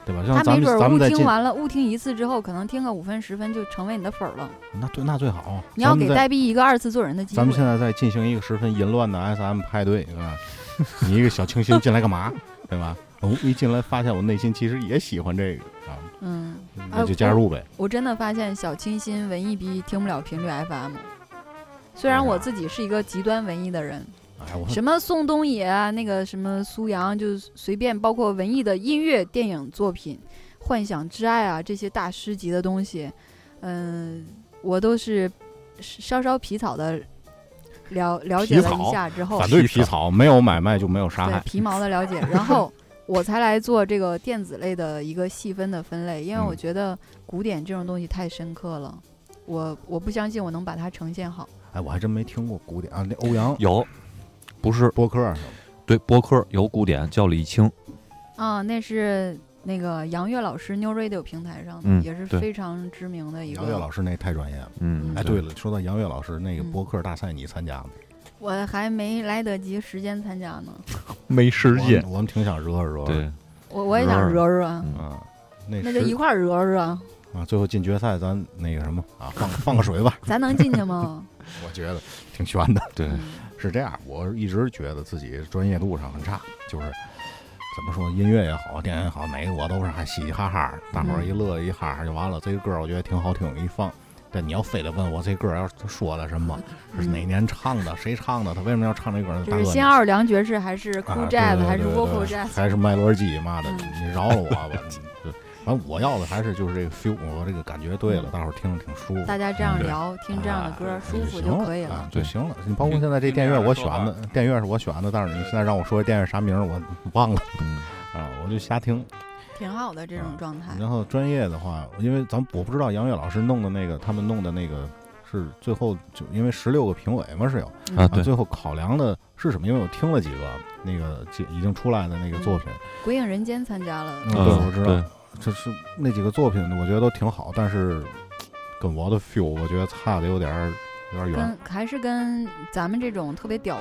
Speaker 2: 对吧？像
Speaker 1: 他
Speaker 2: 咱
Speaker 1: 没
Speaker 2: 们
Speaker 1: 准
Speaker 2: 咱
Speaker 1: 儿误
Speaker 2: 们再进
Speaker 1: 听，完了，误听一次之后，可能听个五分十分就成为你的粉儿了。
Speaker 2: 那对那最好。
Speaker 1: 你要
Speaker 2: 咱们
Speaker 1: 给
Speaker 2: 再
Speaker 1: 呆逼一个二次做人的机
Speaker 2: 咱们
Speaker 1: 会
Speaker 2: 现。在在进行一个十分淫乱的 SM 派对，对吧？ [laughs] 你一个小清新进来干嘛？对吧？哦，一进来发现我内心其实也喜欢这个啊，
Speaker 1: 嗯，
Speaker 2: 那就加入呗。
Speaker 1: 我真的发现小清新文艺逼听不了频率 FM。虽然
Speaker 2: 为啥
Speaker 1: 我自己是一个极端文艺的人，
Speaker 2: 哎，我
Speaker 1: 什么宋冬野啊，那个什么苏阳，就随便包括文艺的音乐、电影作品，《幻想之爱》啊这些大师级的东西，嗯，我都是稍稍皮草的了了解
Speaker 2: 皮
Speaker 1: 了一
Speaker 2: 草
Speaker 1: 下之后，
Speaker 2: 反对皮草，没有买卖就没有杀
Speaker 1: 对
Speaker 2: 害。
Speaker 1: 皮毛的了解，然后我才来做这个电子类的一个细分的分类，因为我
Speaker 2: 嗯
Speaker 1: 觉得古典这种东西太深刻了，我我不相信我能把它呈现好。
Speaker 2: 哎，我还真没听过古典啊，那欧阳
Speaker 3: 有，不是
Speaker 2: 播
Speaker 1: 哎
Speaker 2: 客
Speaker 3: 对播客有古典叫李青，
Speaker 1: 啊，那是那个杨越老师 New Radio 平台上的，
Speaker 3: 嗯
Speaker 1: 也是
Speaker 3: 对
Speaker 1: 非常知名的一
Speaker 2: 杨越
Speaker 1: 个。
Speaker 2: 老师那太专业了。
Speaker 3: 嗯，
Speaker 2: 哎，对了，说到杨越老师那个
Speaker 1: 嗯
Speaker 2: 播客大赛，你参加吗？
Speaker 1: 我还没来得及时间参加呢，
Speaker 3: 没世
Speaker 2: 我们，我们挺想热热的，
Speaker 3: 对，
Speaker 1: 我我也想
Speaker 3: 惹
Speaker 1: 惹惹，
Speaker 2: 嗯，那
Speaker 1: 那就一
Speaker 2: 十
Speaker 1: 块儿惹惹，
Speaker 2: 啊，最后进决赛，咱那个什么啊，放放个
Speaker 1: [laughs]
Speaker 2: 水吧，
Speaker 1: 咱能进
Speaker 3: [laughs]
Speaker 1: 去吗？
Speaker 2: 我觉得挺悬的。
Speaker 3: 对，
Speaker 1: 嗯
Speaker 2: 是这样，我一直觉得自己专业度上很差，就是怎么说，音乐也好，电影也好，哪个我都是还嘻嘻哈哈，大
Speaker 1: 嗯
Speaker 2: 伙儿一乐一哈哈就完了。这个歌儿我觉得挺好听，一放。但你要非得问我这歌儿要是说的什么，是哪年唱的，谁唱的，他为什么要唱这歌儿呢？
Speaker 1: 就嗯
Speaker 2: 大
Speaker 1: 是
Speaker 2: 哥
Speaker 1: 新奥尔良爵士还是
Speaker 2: 啊
Speaker 1: Cool
Speaker 2: 对
Speaker 1: Jazz
Speaker 2: 对
Speaker 1: 还是
Speaker 2: 对
Speaker 1: w o c a
Speaker 2: 对
Speaker 1: l Jazz？
Speaker 2: 还是麦罗基妈的，
Speaker 1: 嗯
Speaker 2: 你饶了我吧！你对，反正我要的还是就是这个 feel，我这个感觉对了，
Speaker 1: 嗯
Speaker 2: 大伙儿听着挺舒服。
Speaker 1: 大家这样
Speaker 2: 对
Speaker 1: 聊，听这样的
Speaker 4: 啊
Speaker 1: 歌，舒
Speaker 2: 就
Speaker 1: 服
Speaker 2: 行
Speaker 1: 就可以
Speaker 2: 啊
Speaker 1: 了。
Speaker 2: 就
Speaker 3: 对
Speaker 2: 行了。你包括现在这电乐我选的，电乐是我选的，但是你现在让我说电乐啥名儿我忘了
Speaker 3: 嗯
Speaker 2: 啊，我就瞎听。
Speaker 1: 挺好的这种
Speaker 2: 嗯
Speaker 1: 状态。
Speaker 2: 然后专业的话，因为咱我不知道杨越老师弄的那个，他们弄的那个是最后就因为十六个评委嘛是有
Speaker 3: 啊
Speaker 2: 啊，
Speaker 3: 对，
Speaker 2: 最后考量的是什么？因为我听了几个那个几已经出来的那个作品，
Speaker 1: 鬼影人间》参加了，
Speaker 3: 嗯
Speaker 2: 嗯对我知道
Speaker 3: 对
Speaker 2: 这是那几个作品我觉得都挺好，但是跟我的 feel 我觉得差的有点儿有点儿远。
Speaker 1: 跟还是跟咱们这种特别屌，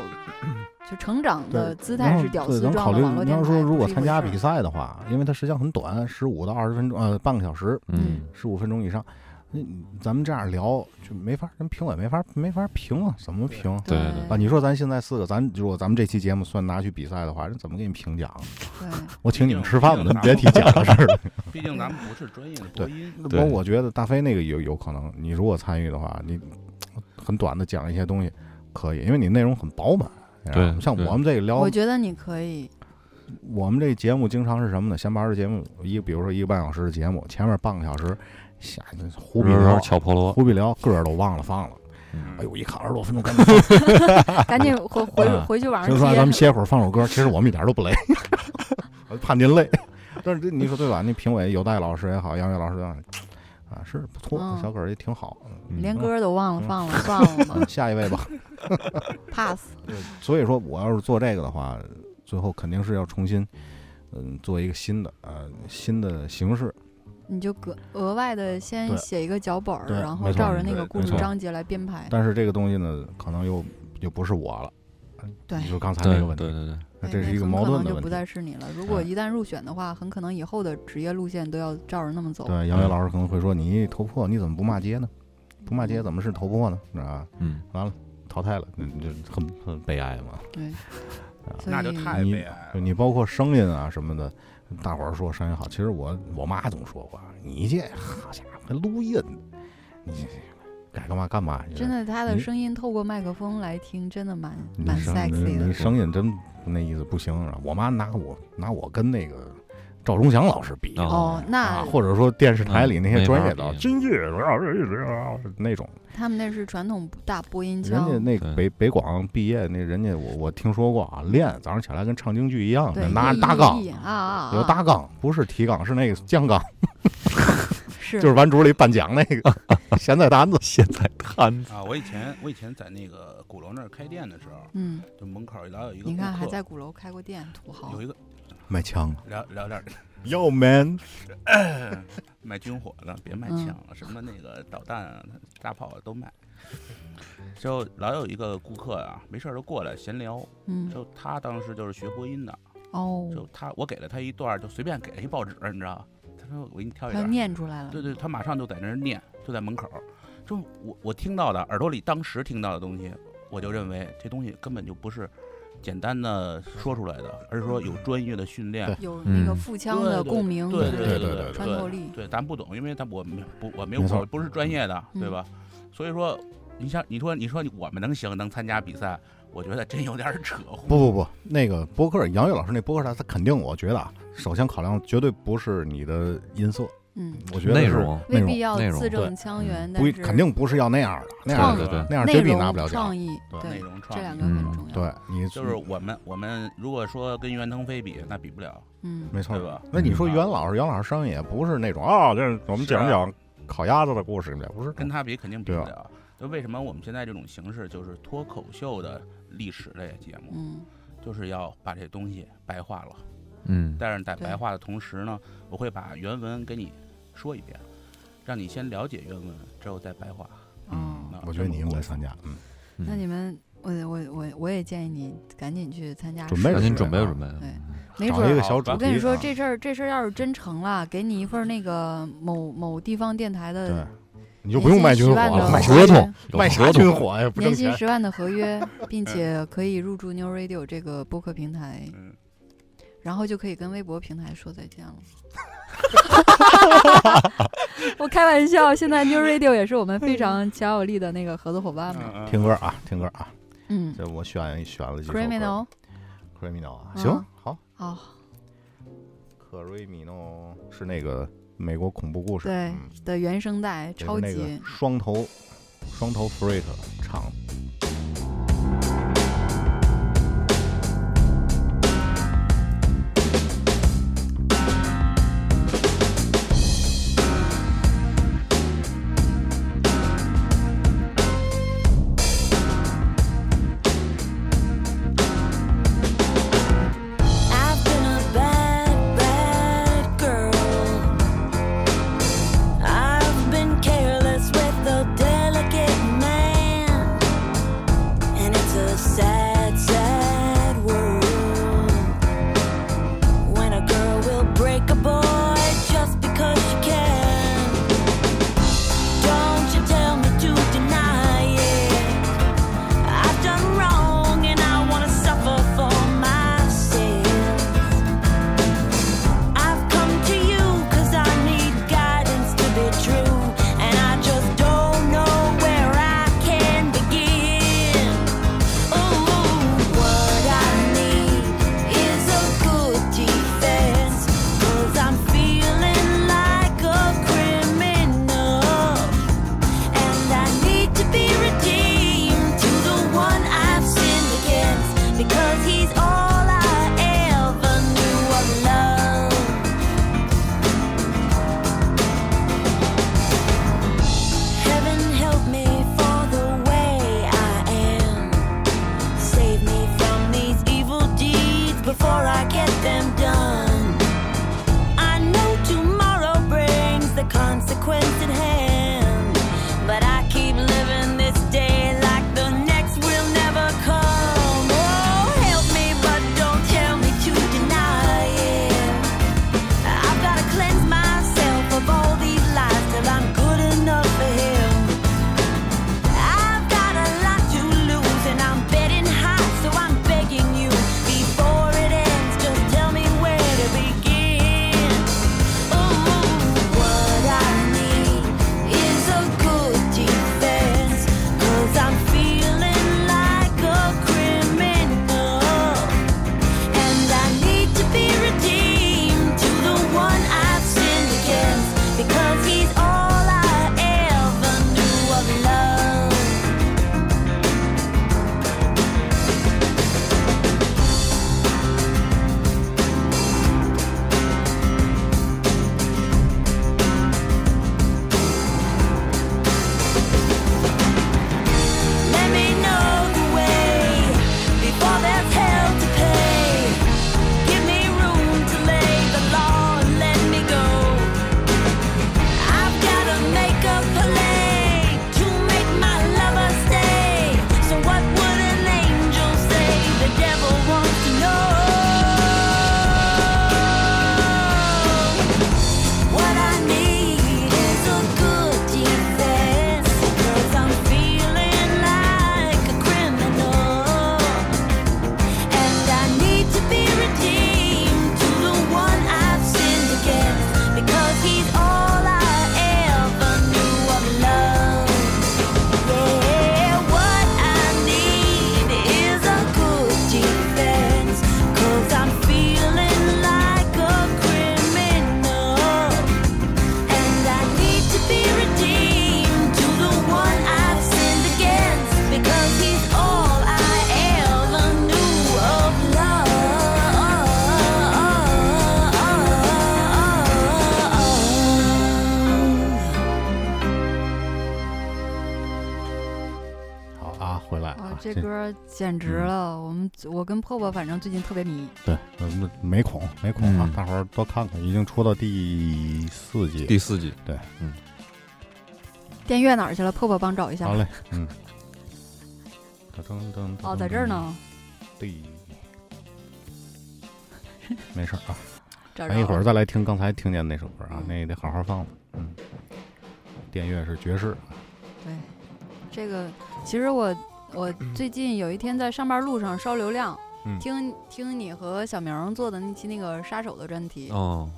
Speaker 1: 就成长
Speaker 2: 对
Speaker 1: 的姿
Speaker 2: 然
Speaker 1: 态
Speaker 2: 后
Speaker 1: 是屌
Speaker 2: 对
Speaker 1: 丝
Speaker 2: 咱考
Speaker 1: 状
Speaker 2: 虑
Speaker 1: 的网络
Speaker 2: 你
Speaker 1: 电
Speaker 2: 要
Speaker 1: 台。
Speaker 2: 说如
Speaker 1: 不
Speaker 2: 果
Speaker 1: 是一
Speaker 2: 参
Speaker 1: 回
Speaker 2: 加
Speaker 1: 事儿
Speaker 2: 比赛的话，因为它时间很短，十五到二十分钟，呃，半个小时，
Speaker 3: 嗯
Speaker 2: 十五分钟以上。那你咱们这样聊就没法，咱评委没法没法评啊，怎么评
Speaker 3: 对对
Speaker 2: 啊？你说咱现在四个，咱如果咱们这期节目算拿去比赛的话，人怎么给你评奖？啊
Speaker 1: 对，
Speaker 2: 我请你们吃饭吧，咱别提奖的事儿了。
Speaker 4: 毕竟咱们不是专业的播音，
Speaker 2: 不
Speaker 3: [laughs] 对
Speaker 2: 过我觉得大飞那个有有可能，你如果参与的话，你很短的讲一些东西可以，因为你内容很饱满。你知道吗
Speaker 3: 对
Speaker 2: 像
Speaker 3: 对
Speaker 2: 我们这个聊
Speaker 1: 我，觉得你可
Speaker 2: [laughs]
Speaker 1: 以，
Speaker 2: 我们这节目经常是什么呢？闲班儿的节目，一个比如说一个半小时的节目，前面半个小时，下胡逼
Speaker 3: 比如
Speaker 2: 聊
Speaker 3: 说，巧婆罗，
Speaker 2: 胡逼聊，歌儿都忘了放了。
Speaker 3: 嗯
Speaker 2: 哎呦，一看二十多
Speaker 1: [laughs]
Speaker 2: 分钟，赶紧放
Speaker 1: 赶紧回回
Speaker 2: 嗯
Speaker 1: 回去网
Speaker 2: 就
Speaker 1: 上
Speaker 2: 是说咱们
Speaker 1: 贴。
Speaker 2: 歇会儿放首歌，其实我们一点都
Speaker 1: [laughs]
Speaker 2: 不累，我就怕您累。但是这你说对吧？那评委有戴老师也好，杨岳老师也好啊，是不错，
Speaker 1: 嗯
Speaker 2: 小葛儿也挺好。嗯
Speaker 3: 嗯
Speaker 1: 连歌都忘了
Speaker 2: 嗯
Speaker 1: 放了，算了吧
Speaker 2: [laughs] 啊下一位吧。
Speaker 1: ，pass。
Speaker 2: 所以说，我要是做这个的话，最后肯定是要重新，嗯，做一个新的呃新的形式。
Speaker 1: 你就额额外的先
Speaker 2: 对
Speaker 1: 写一个脚本儿，
Speaker 2: 对
Speaker 1: 然后
Speaker 2: 没错
Speaker 1: 照着那个
Speaker 2: 对
Speaker 1: 故
Speaker 2: 没
Speaker 1: 事
Speaker 2: 错
Speaker 1: 章节来编排。
Speaker 2: 但是这个东西呢，可能又又不是我了。
Speaker 1: 对
Speaker 2: 你说刚才
Speaker 3: 对
Speaker 2: 那个问
Speaker 3: 对
Speaker 2: 题，
Speaker 3: 对对，
Speaker 2: 那
Speaker 1: 对
Speaker 2: 这
Speaker 1: 那
Speaker 2: 是一个
Speaker 1: 很
Speaker 2: 矛
Speaker 1: 可
Speaker 2: 盾
Speaker 1: 能
Speaker 2: 的
Speaker 1: 就
Speaker 2: 问
Speaker 1: 不
Speaker 2: 题。
Speaker 1: 再是你了。如果
Speaker 2: 哎
Speaker 1: 一旦入选的话，很可能以后的职业路线都要照着那么走。
Speaker 2: 对，杨岳老师可能会说：“你头破，你怎么不骂街呢？
Speaker 1: 嗯
Speaker 2: 不骂街怎么是头破呢？是吧？ [laughs]
Speaker 3: 嗯，
Speaker 2: 淘汰了，那
Speaker 1: 嗯
Speaker 2: 你就很很悲哀嘛。
Speaker 1: 对，所以
Speaker 4: 那就太悲哀
Speaker 1: 嗯
Speaker 2: 就
Speaker 4: 了。
Speaker 2: 你包括声音啊什么的，大伙儿说声音好，其实我我妈总说我，你这好家伙，录音，你该干嘛干嘛去。
Speaker 1: 真的，他的
Speaker 2: 你
Speaker 1: 声音透过麦克风来听，真的蛮
Speaker 2: 你
Speaker 1: 蛮
Speaker 2: 声你
Speaker 1: sexy
Speaker 2: 你
Speaker 1: 的。
Speaker 2: 声音真那意思不行。我妈拿我拿我跟那个赵忠祥老师比。
Speaker 3: 哦
Speaker 1: 哦，
Speaker 2: 啊，
Speaker 1: 那
Speaker 2: 或者说电视台里那些
Speaker 3: 嗯
Speaker 2: 专业
Speaker 3: 没法
Speaker 2: 的
Speaker 3: 比
Speaker 2: 京剧那种，
Speaker 1: 他们那是传统大播音
Speaker 2: 人家
Speaker 1: 腔，
Speaker 2: 那个
Speaker 3: 对
Speaker 2: 北北广毕业那人家我我听说过啊，练早上起来跟唱京剧一样
Speaker 1: 对
Speaker 2: 的，，拿
Speaker 1: 意
Speaker 2: 大杠，
Speaker 1: 意啊啊，
Speaker 2: 有
Speaker 1: 啊
Speaker 2: 大杠，不是提杠，是那个降杠，
Speaker 1: 是
Speaker 2: 就是完主里颁奖
Speaker 3: [laughs]
Speaker 2: 那个咸菜坛子。
Speaker 3: 现在摊
Speaker 4: 啊，我以前我以前在那个鼓楼那儿开店的时候，
Speaker 1: 嗯，
Speaker 4: 就门口老有一个
Speaker 1: 你看
Speaker 4: 顾
Speaker 1: 还
Speaker 4: 客
Speaker 1: 在鼓楼开过店，土豪
Speaker 4: 有一个
Speaker 2: 卖枪了，
Speaker 4: 聊聊点儿
Speaker 2: 要 man，
Speaker 4: 卖军火的，别卖
Speaker 1: 嗯
Speaker 4: 枪了，什么那个导弹、啊、大炮啊都卖。 [laughs] 就老有一个顾客啊，没事儿就过来闲聊。
Speaker 1: 嗯
Speaker 4: 就他当时就是学播音的，
Speaker 1: 哦，
Speaker 4: 就他我给了他一段儿，就随便给了一报纸，你知道吧？他说我给你挑一
Speaker 1: 他
Speaker 4: 段儿，
Speaker 1: 念出来了，
Speaker 4: 对对，他马上就在那儿念，就在门口儿。就我我听到的耳朵里当时听到的东西，我就认为这东西根本就不是简单的说出来的，而是说有专业的训练
Speaker 2: 对。
Speaker 1: 有那个
Speaker 3: 嗯
Speaker 1: 腹腔的
Speaker 4: 对对
Speaker 1: 共鸣，
Speaker 4: 对
Speaker 1: 对
Speaker 4: 对
Speaker 2: 对
Speaker 4: 对，
Speaker 1: 穿透力
Speaker 4: 对，咱不懂，因为咱我没不我没
Speaker 2: 没
Speaker 4: 有
Speaker 2: 错
Speaker 4: 我不是专业的，
Speaker 1: 嗯
Speaker 4: 对吧？所以说，你像你说你说我们能行能参加比赛，我觉得真有点扯乎。
Speaker 2: 不不不，那个播客杨岳老师那播客他他肯定，我觉得啊，首先考量绝对不是你的音色，
Speaker 1: 嗯，
Speaker 2: 我觉得
Speaker 3: 内
Speaker 2: 是
Speaker 3: 容，
Speaker 1: 未
Speaker 2: 内
Speaker 1: 必
Speaker 2: 容
Speaker 1: 要
Speaker 3: 内容
Speaker 1: 字正
Speaker 2: 对嗯
Speaker 1: 腔圆，但
Speaker 2: 不
Speaker 1: 是
Speaker 2: 肯定不是要那样的，那样
Speaker 1: 创
Speaker 2: 的
Speaker 3: 对对对，
Speaker 2: 那样
Speaker 1: 内
Speaker 2: JB 拿
Speaker 1: 容
Speaker 2: 不了奖
Speaker 1: 创。意，
Speaker 2: 对
Speaker 1: 对，
Speaker 4: 内容创
Speaker 1: 这
Speaker 4: 意
Speaker 1: 两个很
Speaker 3: 嗯
Speaker 1: 重要，
Speaker 2: 对你
Speaker 4: 就是我们我们如果说跟袁腾飞比，那比不了，
Speaker 1: 嗯，
Speaker 2: 没错
Speaker 4: 对。吧？
Speaker 2: 那你说袁老师，袁老师声音也不是那种啊，这是我们讲讲烤鸭子的故事，不是
Speaker 4: 跟他比肯定比
Speaker 2: 对
Speaker 4: 不
Speaker 2: 啊
Speaker 4: 了。就为什么我们现在这种形式就是脱口秀的历史类节目，
Speaker 1: 嗯，
Speaker 4: 就是要把这东西白话了。
Speaker 3: 嗯，
Speaker 4: 但是在
Speaker 1: 对
Speaker 4: 白话的同时呢，我会把原文给你说一遍，让你先了解原文，之后再白话。啊
Speaker 1: 哦，
Speaker 4: 嗯那
Speaker 2: 嗯我觉得你应该
Speaker 4: 我
Speaker 2: 参加，嗯，
Speaker 1: 那你们，我我我我也建议你赶紧去参加试
Speaker 2: 准
Speaker 1: 试，
Speaker 2: 备
Speaker 3: 赶紧准
Speaker 2: 准
Speaker 3: 备
Speaker 2: 备啊
Speaker 3: 准备，
Speaker 1: 对没准
Speaker 2: 找一
Speaker 1: 儿
Speaker 2: 个小主题。
Speaker 1: 我跟你说，
Speaker 2: 啊
Speaker 1: 这事儿这事儿要是真成了，给你一份儿那个某某地方电台
Speaker 2: 对
Speaker 1: 的，
Speaker 2: 你就
Speaker 1: 年
Speaker 2: 不用
Speaker 1: 薪
Speaker 2: 卖军
Speaker 1: 10
Speaker 2: 火
Speaker 1: 万的
Speaker 2: 了，卖
Speaker 1: 合
Speaker 2: 合同
Speaker 1: 同，，
Speaker 2: 卖啥军火呀？不挣
Speaker 1: 年薪
Speaker 2: 钱。嗯
Speaker 1: 十万的合约，
Speaker 2: [laughs]
Speaker 1: 并且可以入驻 New Radio 这个播客平台，
Speaker 4: 嗯，
Speaker 1: 然后就可以跟微博平台说再见了。 [laughs] 我开玩笑，现在 New Radio 也是我们非常强有力的那个合作伙伴嘛。
Speaker 4: 嗯
Speaker 2: 听歌啊，听歌啊，
Speaker 1: 嗯
Speaker 2: 这我选选了几首歌。
Speaker 1: ，Criminal，
Speaker 2: Criminal 啊，
Speaker 1: 嗯
Speaker 2: 行好
Speaker 1: 哦，
Speaker 2: ，Criminal 是那个美国恐怖故事，
Speaker 1: 对
Speaker 2: 嗯
Speaker 1: 的原声带
Speaker 2: 也是
Speaker 1: 超
Speaker 2: 那
Speaker 1: 级
Speaker 2: 个双头双头 Freak 唱的。
Speaker 9: I've been a bad, bad girl. I've been careless with a delicate man.
Speaker 2: 啊
Speaker 1: 哦这
Speaker 2: 这
Speaker 1: 歌简
Speaker 2: 嗯
Speaker 1: 直了！我们我跟破破反正最近特别迷，
Speaker 2: 对，嗯没恐没恐啊
Speaker 3: 嗯，
Speaker 2: 大伙儿多看看，已经出到第四季。
Speaker 3: 第四季，
Speaker 1: 电乐哪儿去了？破破帮找一下。
Speaker 2: 好嘞，嗯。噔噔噔
Speaker 1: 哦，在这儿。呢，
Speaker 2: 嗯对，没事儿啊，
Speaker 1: 找着
Speaker 2: 咱一会
Speaker 1: 了
Speaker 2: 儿再来听刚才听见那首歌啊，那也得好好放了。嗯，电乐是爵士，
Speaker 1: 对，这个其实我我
Speaker 3: 嗯
Speaker 1: 最近有一天在上班路上烧流量，
Speaker 2: 嗯
Speaker 1: 听听你和小明儿做的那期那个杀手的专题，
Speaker 3: 哦，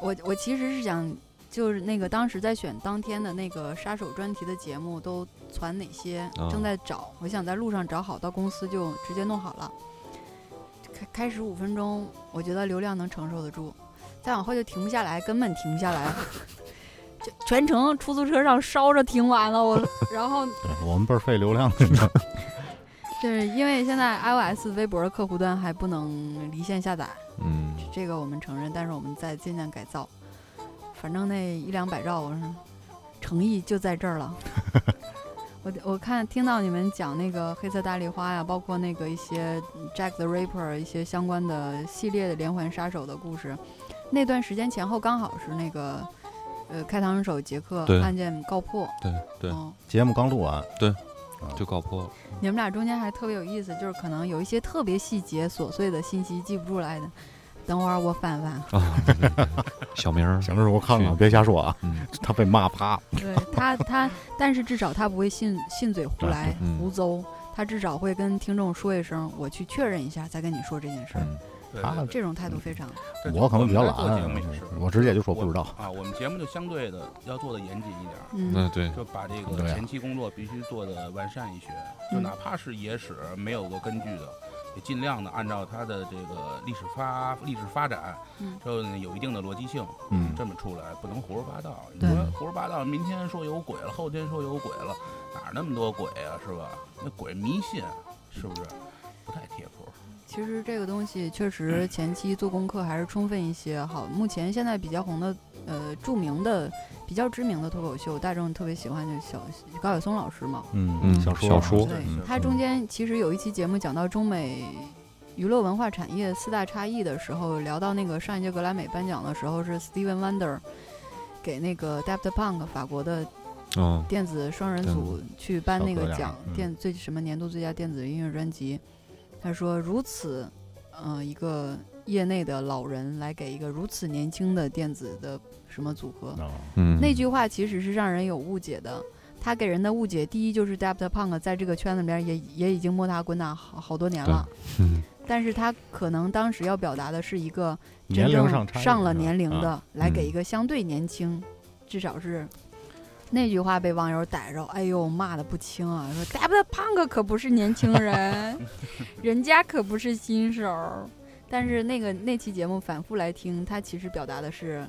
Speaker 1: 我我其实是想就是那个当时在选当天的那个杀手专题的节目都传哪些，
Speaker 3: 哦
Speaker 1: 正在找，我想在路上找好，到公司就直接弄好了。开开始五分钟，我觉得流量能承受得住，再往后就停不下来，根本停不下来。就 [laughs] 全程出租车上烧着听完了，我 [laughs] 然后
Speaker 2: 对我们倍儿费流量的。
Speaker 1: 就是因为现在 iOS 微博的客户端还不能离线下载，
Speaker 3: 嗯，
Speaker 1: 这个我们承认，但是我们在尽量改造。反正那一两百兆，我说诚意就在这
Speaker 3: [laughs]
Speaker 1: 儿了。我我看听到你们讲那个黑色大丽花呀，包括那个一些嗯 Jack the Ripper 一些相关的系列的连环杀手的故事，那段时间前后刚好是那个呃开膛手杰克
Speaker 3: 对
Speaker 1: 案件告破。
Speaker 3: 对对，
Speaker 1: 嗯
Speaker 2: 节目刚录完，
Speaker 3: 就告破了，
Speaker 1: 你们俩中间还特别有意思，就是可能有一些特别细节琐碎的信息记不住来的。等会儿我翻翻。
Speaker 3: 啊，对对对小明儿，
Speaker 2: 行了，我看看，
Speaker 3: 是
Speaker 2: 别瞎说啊，
Speaker 3: 嗯
Speaker 2: 他被骂趴。
Speaker 1: [laughs] 对他，他，但是至少他不会信信嘴胡来、
Speaker 3: 嗯
Speaker 1: 胡诌，他至少会跟听众说一声，我去确认一下，再跟你说这件事儿。
Speaker 3: 嗯，
Speaker 4: 对
Speaker 2: 他
Speaker 4: 对
Speaker 1: 这种态度非常，
Speaker 4: 这就
Speaker 2: 我可能比较
Speaker 4: 我们做节
Speaker 2: 懒啊
Speaker 4: 目也是，
Speaker 2: 我直接就说不知道。
Speaker 4: 啊。我们节目就相对的要做的严谨一点儿，
Speaker 1: 嗯
Speaker 3: 那对，
Speaker 4: 就把这个
Speaker 2: 对啊
Speaker 4: 前期工作必须做的完善一些，就
Speaker 1: 嗯
Speaker 4: 哪怕是野史没有个根据的，也尽量的按照它的这个历史发历史发展
Speaker 1: 嗯，
Speaker 4: 就有一定的逻辑性，
Speaker 2: 嗯，
Speaker 4: 这么出来，不能胡说八道。你
Speaker 1: 对
Speaker 4: 说胡说八道，明天说有鬼了，后天说有鬼了，哪儿那么多鬼啊，是吧？那鬼迷信，是不是？不太贴谱。
Speaker 1: 其实这个东西确实前期做功课还是充分一些好。目前现在比较红的，呃，著名的、比较知名的脱口秀，大众特别喜欢就是小高晓松老师嘛，
Speaker 2: 嗯，
Speaker 3: 嗯
Speaker 2: 小说
Speaker 3: 小说
Speaker 1: 对
Speaker 2: 嗯，
Speaker 1: 他中间其实有一期节目讲到中美娱乐文化产业四大差异的时候，聊到那个上一届格莱美颁奖的时候，是 Steven Wonder 给那个 Daft Punk 法国的
Speaker 3: 嗯
Speaker 1: 电子双人组去颁那个奖，
Speaker 2: 嗯
Speaker 1: 电最什么年度最佳电子音乐专辑。他说，如此，呃，一个业内的老人来给一个如此年轻的电子的什么组合，
Speaker 2: 哦
Speaker 3: 嗯，
Speaker 1: 那句话其实是让人有误解的。他给人的误解，第一就是 Daft Punk 在这个圈子里边也也已经摸爬滚打好好多年了，
Speaker 3: 嗯
Speaker 1: [laughs] 但是他可能当时要表达的是一个
Speaker 2: 年
Speaker 1: 真
Speaker 2: 龄
Speaker 1: 正
Speaker 2: 上差异啊
Speaker 1: 了年龄，
Speaker 2: 是吧
Speaker 1: 的，来给
Speaker 3: 嗯
Speaker 1: 一个相对年轻，至少是那句话被网友逮着，哎呦骂的不轻啊，说 Daft Punk 可不是年轻
Speaker 2: [laughs]
Speaker 1: 人，人家可不是新手儿。但是那个那期节目反复来听，他其实表达的是
Speaker 2: 啊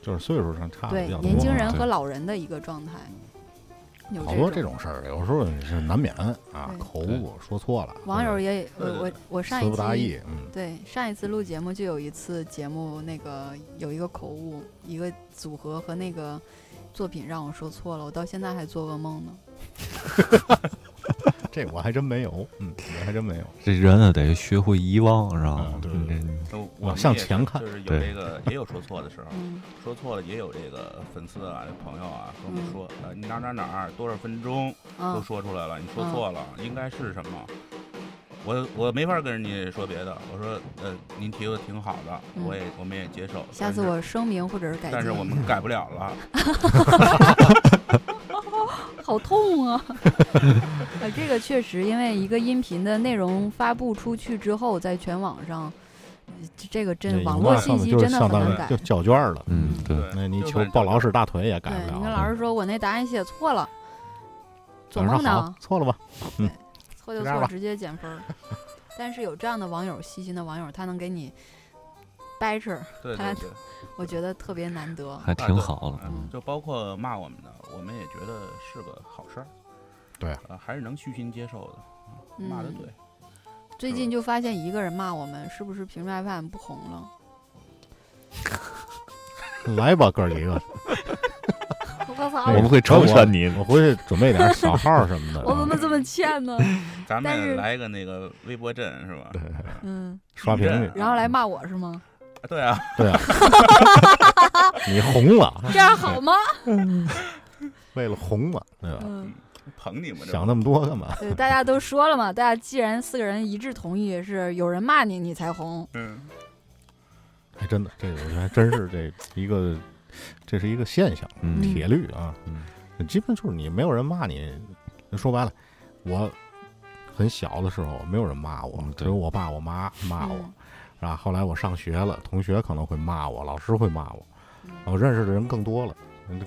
Speaker 2: 就是岁数上差的
Speaker 1: 对
Speaker 2: 比较多。啊
Speaker 1: 年轻人
Speaker 3: 对
Speaker 1: 和老人的一个状态，有
Speaker 2: 好多这
Speaker 1: 种。
Speaker 2: 种事儿，有时候也是难免啊
Speaker 1: 对，
Speaker 2: 口误说错了，
Speaker 1: 网友也我
Speaker 4: 对对
Speaker 1: 我我上
Speaker 2: 呃词
Speaker 1: 一
Speaker 2: 不达
Speaker 1: 期
Speaker 2: 意，嗯，
Speaker 1: 对上一次录节目就有一次节目那个有一个口误，一个组合和那个作品让我说错了，我到现在还做噩梦呢。
Speaker 2: 这我还真没有，嗯，我还真没有。
Speaker 3: 这人啊得学会遗忘，知道吗
Speaker 2: 嗯？对对对
Speaker 3: 这
Speaker 4: 都
Speaker 2: 往
Speaker 4: 我们
Speaker 2: 向
Speaker 4: 也是
Speaker 2: 前看
Speaker 4: 就是有
Speaker 3: 对
Speaker 4: 这个也有说错的时候，
Speaker 2: 啊
Speaker 1: 嗯，
Speaker 4: 说错了也有这个粉丝啊、朋友啊跟我
Speaker 1: 嗯
Speaker 4: 们说，呃，你哪哪哪儿多少分钟都
Speaker 1: 啊，
Speaker 4: 说出来了，你说错了，
Speaker 1: 嗯
Speaker 4: 应该是什么？我我没法跟人家说别的，我说呃，您提的挺好的，
Speaker 1: 嗯
Speaker 4: 我也我们也接受。
Speaker 1: 下次
Speaker 4: 但是
Speaker 1: 我声明或者是改进。
Speaker 4: 但是我们改不了了，
Speaker 1: 好痛
Speaker 2: [laughs]
Speaker 1: 啊！呃，这个确实，因为一个音频的内容发布出去之后，在全网上，呃这这个真
Speaker 2: 对
Speaker 1: 网
Speaker 2: 有
Speaker 1: 络
Speaker 2: 的
Speaker 1: 信
Speaker 2: 上
Speaker 1: 息
Speaker 2: 面就是
Speaker 1: 真的
Speaker 2: 上
Speaker 1: 很
Speaker 2: 当
Speaker 1: 难
Speaker 2: 了
Speaker 1: 改。
Speaker 2: 就交卷儿了。
Speaker 3: 嗯，对，
Speaker 2: 那你
Speaker 4: 就
Speaker 2: 求
Speaker 4: 是
Speaker 2: 抱老屎大腿也改
Speaker 1: 对，
Speaker 2: 不了。
Speaker 1: 你跟老师说我那答案写错了，做
Speaker 2: 晚上
Speaker 1: 梦
Speaker 2: 好
Speaker 1: 呢，，
Speaker 2: 错了吧？
Speaker 1: 错就
Speaker 2: 就这样
Speaker 1: 错，
Speaker 2: 吧
Speaker 1: 直接减分儿。 [laughs] 但是有这样的网友，细心的网友，他能给你掰扯，
Speaker 4: 对
Speaker 1: 看来
Speaker 4: 对对，
Speaker 1: 我觉得特别难
Speaker 2: [laughs]
Speaker 1: 得。
Speaker 3: 还挺好的，
Speaker 1: 嗯
Speaker 4: 嗯，就包括骂我们的，我们也觉得是个好事儿。
Speaker 2: 对啊
Speaker 4: 呃，还是能虚心接受的。
Speaker 1: 嗯
Speaker 4: 骂的对，
Speaker 1: 最近就发现一个人骂我们，是不是平时 FM 不红了？
Speaker 2: 来吧，哥几个，
Speaker 1: [laughs] 我我操！
Speaker 2: 那
Speaker 10: 我们会成全你
Speaker 2: 我回去准备点小号什么的，啊
Speaker 1: 我怎么这么欠
Speaker 2: [laughs]
Speaker 1: 呢？
Speaker 4: 咱
Speaker 1: 但是
Speaker 4: 们来一个那个微博阵是吧？
Speaker 1: [laughs]
Speaker 4: 啊
Speaker 1: 嗯，
Speaker 2: 刷屏去。
Speaker 1: 然后来骂我是吗？
Speaker 2: [laughs]
Speaker 4: 对啊， [laughs]
Speaker 2: 对啊，你红了，
Speaker 1: 这样好吗？
Speaker 2: 为了红了，对吧？
Speaker 1: 嗯，
Speaker 4: 捧你们这
Speaker 2: 想那么多干嘛？
Speaker 1: 对，大家都说了嘛，大家既然四个人一致同意是有人骂你你才红，
Speaker 4: 嗯，
Speaker 2: 还真的，这个我觉得还真是这一个，这是一个现象，
Speaker 3: 嗯
Speaker 2: 铁律啊。
Speaker 3: 嗯，
Speaker 2: 基本就是你没有人骂你，说白了，我很小的时候没有人骂我，只有我爸我妈骂我，
Speaker 1: 嗯
Speaker 2: 然后后来我上学了，同学可能会骂我，老师会骂我，然后认识的人更多了，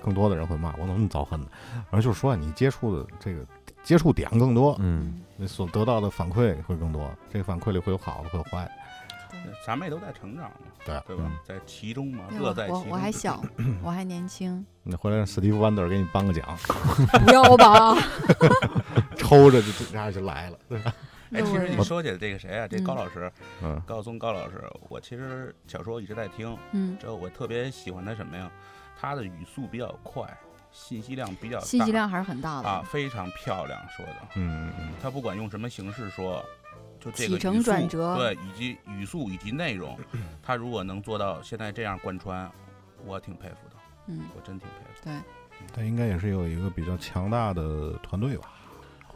Speaker 2: 更多的人会骂我，怎么那么遭恨呢？然后就是说你接触的这个接触点更多，
Speaker 3: 嗯，
Speaker 2: 你所得到的反馈会更多，这个反馈里会有好的，会有坏的。
Speaker 4: 咱们也都在成长嘛，
Speaker 2: 对
Speaker 4: 对吧
Speaker 3: 嗯？
Speaker 4: 在其中嘛，
Speaker 1: 对吧
Speaker 4: 乐在其
Speaker 1: 哎我
Speaker 4: 中。
Speaker 1: 我还
Speaker 2: [laughs]
Speaker 1: 小，我还年轻，
Speaker 2: 你回来让史蒂夫·班德尔给你颁个奖，
Speaker 1: 不要吧？
Speaker 2: 抽着就这样就来了。
Speaker 1: 那
Speaker 4: 哎，其实
Speaker 1: 我
Speaker 4: 你说起这个谁啊，这高
Speaker 1: 嗯
Speaker 4: 老师，
Speaker 2: 嗯
Speaker 4: 高晓松高老师，我其实小时候一直在听，
Speaker 1: 嗯，
Speaker 4: 之后我特别喜欢他什么呀？他的语速比较快，信息量比较大，
Speaker 1: 信息量还是很大的
Speaker 4: 啊，非常漂亮说的。
Speaker 2: 嗯嗯
Speaker 4: 他不管用什么形式说，就这个
Speaker 1: 起承
Speaker 4: 语速
Speaker 1: 转折
Speaker 4: 对，以及语速以及
Speaker 1: [clears throat]
Speaker 4: 内容，他如果能做到现在这样贯穿，我挺佩服的，
Speaker 1: 嗯，
Speaker 4: 我真挺佩服。
Speaker 2: 嗯，他应该也是有一个比较强大的团队吧？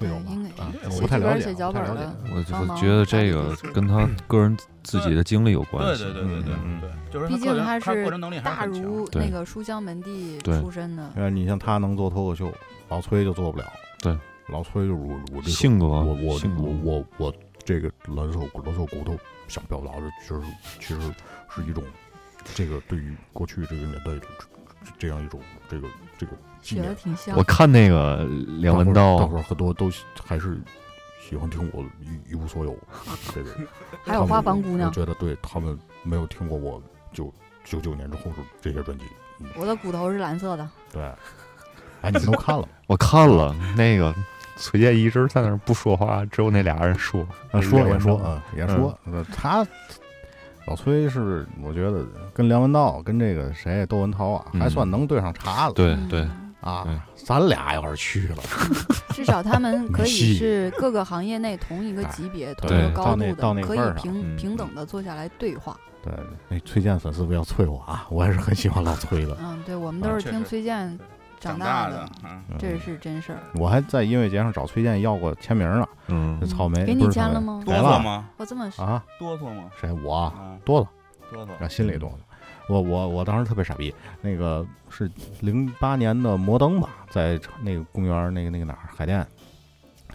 Speaker 2: 会有
Speaker 1: 对应
Speaker 2: 吗？
Speaker 1: 该
Speaker 2: 啊
Speaker 1: 是，
Speaker 2: 我不太了解，
Speaker 1: 写剧本写脚
Speaker 2: 我不
Speaker 1: 本
Speaker 2: 太了
Speaker 1: 的
Speaker 2: 解。
Speaker 3: 嗯我就
Speaker 1: 帮忙
Speaker 3: 觉得这
Speaker 1: 打
Speaker 3: 个
Speaker 1: 理这些
Speaker 3: 跟
Speaker 2: 嗯
Speaker 3: 他个人自己的经历有关
Speaker 4: 对
Speaker 3: 系。
Speaker 4: 对对对对
Speaker 2: 嗯嗯
Speaker 4: 对，就是
Speaker 1: 毕
Speaker 4: 他
Speaker 1: 竟
Speaker 4: 个人
Speaker 1: 他
Speaker 4: 他
Speaker 1: 是
Speaker 4: 个人能力还
Speaker 1: 大
Speaker 4: 是很强
Speaker 1: 如。
Speaker 3: 对
Speaker 1: 那个书香门第
Speaker 3: 对
Speaker 1: 出身的，
Speaker 2: 呃，你像他能做脱口秀，老崔就做不了。
Speaker 3: 对，
Speaker 2: 老崔就是我我这
Speaker 3: 性格，
Speaker 2: 我我
Speaker 3: 性格
Speaker 2: 我我我这个蓝瘦蓝瘦骨头想表达的，其实其实是一种这个对于过去这个年代的这这样一种这个这个纪
Speaker 1: 学
Speaker 2: 念
Speaker 1: 的。挺像
Speaker 10: 我。看那个梁文
Speaker 2: 到
Speaker 10: 道
Speaker 2: 时，候很多都还是喜欢听我一一无所有，这个
Speaker 1: 还有
Speaker 2: 他们
Speaker 1: 花房姑娘
Speaker 2: 我觉得对他们没有听过我九九九年之后是这些专辑，
Speaker 1: 我的骨头是蓝色的，
Speaker 2: 对。哎，你们都看了吗？
Speaker 10: 我看了那个崔健一直在那儿不说话，只有那俩人说，
Speaker 2: 啊，说
Speaker 10: 梁
Speaker 2: 也
Speaker 10: 文
Speaker 2: 说
Speaker 10: 道
Speaker 2: 啊，也说，呃他老崔是我觉得跟梁文道跟这个谁窦文涛啊，还算能对上茬子。
Speaker 3: 对
Speaker 1: 嗯
Speaker 3: 对，对
Speaker 2: 啊，咱俩要是去了，
Speaker 1: 至少
Speaker 3: [laughs]
Speaker 1: 他们可
Speaker 2: 你
Speaker 1: 以
Speaker 2: 细
Speaker 1: 是各个行业内同一个级别、同一
Speaker 3: 对
Speaker 1: 个高
Speaker 2: 到
Speaker 1: 度
Speaker 2: 那到
Speaker 1: 的，
Speaker 2: 那
Speaker 1: 可
Speaker 2: 份
Speaker 1: 以
Speaker 2: 儿上
Speaker 1: 平
Speaker 3: 嗯
Speaker 1: 平等的坐下来对话。
Speaker 2: 对，那崔健粉丝不要催我啊，我还是很喜欢老崔的。
Speaker 1: 嗯，对，我们
Speaker 2: 啊
Speaker 1: 都是
Speaker 4: 确
Speaker 1: 听
Speaker 4: 实
Speaker 1: 崔健
Speaker 4: 长
Speaker 1: 大
Speaker 4: 的，嗯，
Speaker 2: 嗯
Speaker 1: 这是真事儿。
Speaker 2: 我还在音乐节上找崔健要过签名呢。
Speaker 3: 嗯
Speaker 2: 这草莓
Speaker 1: 给
Speaker 2: 不
Speaker 1: 你
Speaker 2: 是
Speaker 1: 签
Speaker 2: 草
Speaker 1: 了
Speaker 2: 莓
Speaker 1: 吗？
Speaker 4: 哆
Speaker 2: 来
Speaker 4: 嗦
Speaker 2: 了
Speaker 4: 吗？
Speaker 1: 哦我这么说，
Speaker 2: 啊？
Speaker 4: 哆嗦吗？
Speaker 2: 谁我啊
Speaker 4: 啊，
Speaker 2: 多了，
Speaker 4: 哆嗦。
Speaker 2: 让心里多了。我我我当时特别傻逼，那个是零八年的摩登吧，在那个公园那个那个哪儿海淀，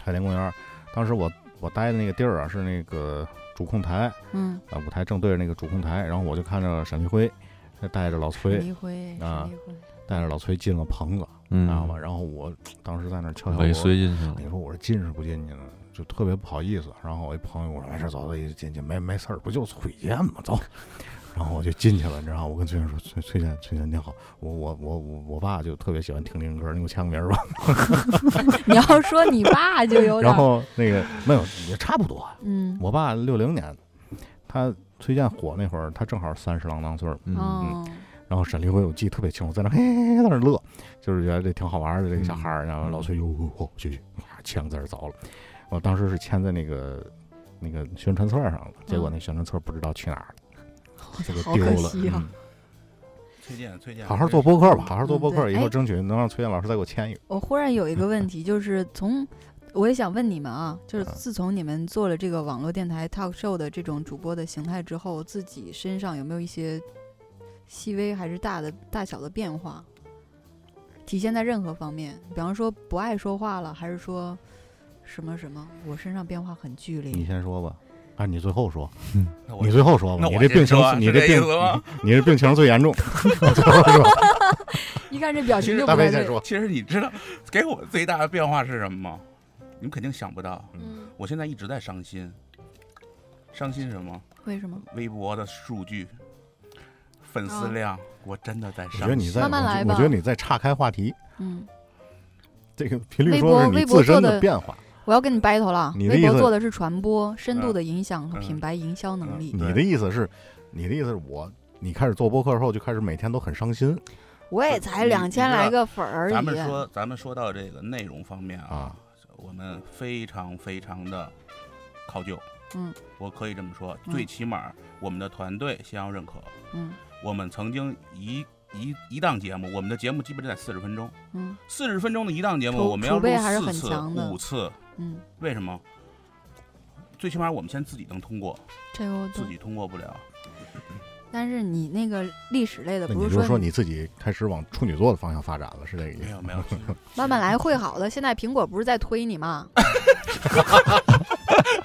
Speaker 2: 海淀公园。当时我我待的那个地儿啊是那个主控台
Speaker 1: 嗯，
Speaker 2: 啊，舞台正对着那个主控台，然后我就看着沈立辉，他带着老
Speaker 1: 沈
Speaker 2: 崔，
Speaker 1: 立辉，
Speaker 2: 啊
Speaker 1: 沈立辉， [laughs]
Speaker 2: 带着老崔进了棚子，
Speaker 3: 嗯，
Speaker 2: 知道吧？然后我当时在那儿悄悄
Speaker 3: 尾
Speaker 2: 我
Speaker 3: 随进去了。
Speaker 2: 你说我是进是不进去呢？就特别不好意思。然后我一朋友跟我说没事儿，走，一进去没没事儿，不就崔健吗？走。 [laughs] 然后我就进去了，你知道吗，我跟崔健说：“崔崔健，崔健你好，我我我我我爸就特别喜欢听您歌，你给我签个名儿吧。
Speaker 1: 你要说你爸就”有点
Speaker 2: 然
Speaker 1: 儿，
Speaker 2: 后那个没有也差不多，啊
Speaker 1: 嗯，
Speaker 2: 我爸六零年的，他崔健火那会儿，他正好三十郎当岁儿。
Speaker 3: 嗯，
Speaker 1: 哦，
Speaker 2: 然后沈立辉我记得特别清楚，在那嘿嘿嘿在那乐，就是觉得这挺好玩的这个小孩
Speaker 1: 嗯
Speaker 2: 儿。然后老崔就哦哦去去，哇签个字儿走了。我当时是签在那个那个宣传册上了，结果那宣传册不知道去哪儿了，这个
Speaker 1: 嗯好
Speaker 2: 丢
Speaker 1: 可
Speaker 2: 了。
Speaker 1: 惜啊
Speaker 2: 嗯
Speaker 4: 崔健，崔健，
Speaker 2: 好好做播客吧，好好
Speaker 1: 嗯
Speaker 2: 做播客，
Speaker 1: 对
Speaker 2: 以后
Speaker 1: 哎
Speaker 2: 争取能让崔健老师再给我签一个。
Speaker 1: 我忽然有一个问题，就是从。我也想问你们啊，就是
Speaker 2: 嗯
Speaker 1: 自从你们做了这个网络电台 talk show 的这种主播的形态之后，自己身上有没有一些细微还是大的大小的变化，体现在任何方面？比方说不爱说话了，还是说什么什么？我身上变化很剧烈。
Speaker 2: 你先说吧，啊，你最后说，
Speaker 4: 那
Speaker 2: 你
Speaker 4: 我
Speaker 2: 最后说吧
Speaker 4: 那，
Speaker 2: 你
Speaker 4: 我
Speaker 2: 这
Speaker 4: 先
Speaker 2: 病情
Speaker 4: 说啊，
Speaker 2: 你
Speaker 4: 是
Speaker 2: 这
Speaker 4: 这意
Speaker 2: 病
Speaker 4: 思吗，
Speaker 2: 你这病情最严重。最后说，
Speaker 1: 一看这表情就不
Speaker 2: 大
Speaker 1: 太
Speaker 2: 飞先
Speaker 1: 对。
Speaker 2: 说，
Speaker 4: 其实你知道给我最大的变化是什么吗？你们肯定想不到。
Speaker 1: 嗯，
Speaker 4: 我现在一直在伤心，伤心什么？
Speaker 1: 为什么？
Speaker 4: 微博的数据、粉丝
Speaker 1: 嗯
Speaker 4: 量，我真的在
Speaker 2: 我
Speaker 4: 伤心。
Speaker 2: 觉得你在，我
Speaker 1: 慢慢来
Speaker 2: 觉
Speaker 1: 吧
Speaker 2: 我觉得你在岔开话题。
Speaker 1: 嗯，
Speaker 2: 这个频率
Speaker 1: 微
Speaker 2: 说
Speaker 1: 博
Speaker 2: 是你
Speaker 1: 微博
Speaker 2: 自身
Speaker 1: 做
Speaker 2: 的
Speaker 1: 的
Speaker 2: 变化，
Speaker 1: 我要跟你 battle 了。
Speaker 2: 你的
Speaker 1: 微
Speaker 2: 意
Speaker 1: 博
Speaker 2: 思
Speaker 1: 做的是传播、深度的影响和
Speaker 4: 嗯
Speaker 1: 品牌营销
Speaker 2: 嗯
Speaker 1: 能力。
Speaker 2: 你的意思是，你的意思是我，你开始做播客后就开始每天都很伤心，
Speaker 1: 我也才
Speaker 4: 你
Speaker 1: 两千来个粉儿而已。
Speaker 4: 咱们说，咱们说到这个内容方面啊，
Speaker 2: 啊，
Speaker 4: 我们非常非常的考究。
Speaker 1: 嗯，
Speaker 4: 我可以这么说，
Speaker 1: 嗯
Speaker 4: 最起码我们的团队先要认可。
Speaker 1: 嗯
Speaker 4: 我们曾经一一一档节目，我们的节目基本在四十分钟，
Speaker 1: 嗯
Speaker 4: 四十分钟的一档节目，
Speaker 1: 储
Speaker 4: 我们要
Speaker 1: 储备还是
Speaker 4: 录四
Speaker 1: 很
Speaker 4: 次、
Speaker 1: 强的
Speaker 4: 五次，
Speaker 1: 嗯，
Speaker 4: 为什么？最起码我们先自己能通过，
Speaker 1: 这个我
Speaker 4: 自
Speaker 1: 懂。
Speaker 4: 己通过不了。
Speaker 1: 但是你那个历史类的，
Speaker 2: 那
Speaker 1: 不
Speaker 2: 你
Speaker 1: 是
Speaker 2: 就是说
Speaker 1: 你
Speaker 2: 你自己开始往处女座的方向发展了，是这个意
Speaker 4: 没
Speaker 2: 思？
Speaker 4: 有没有，其实
Speaker 1: 慢慢来会好的。现在苹果不是在推你
Speaker 4: [laughs]
Speaker 1: 吗？ [laughs]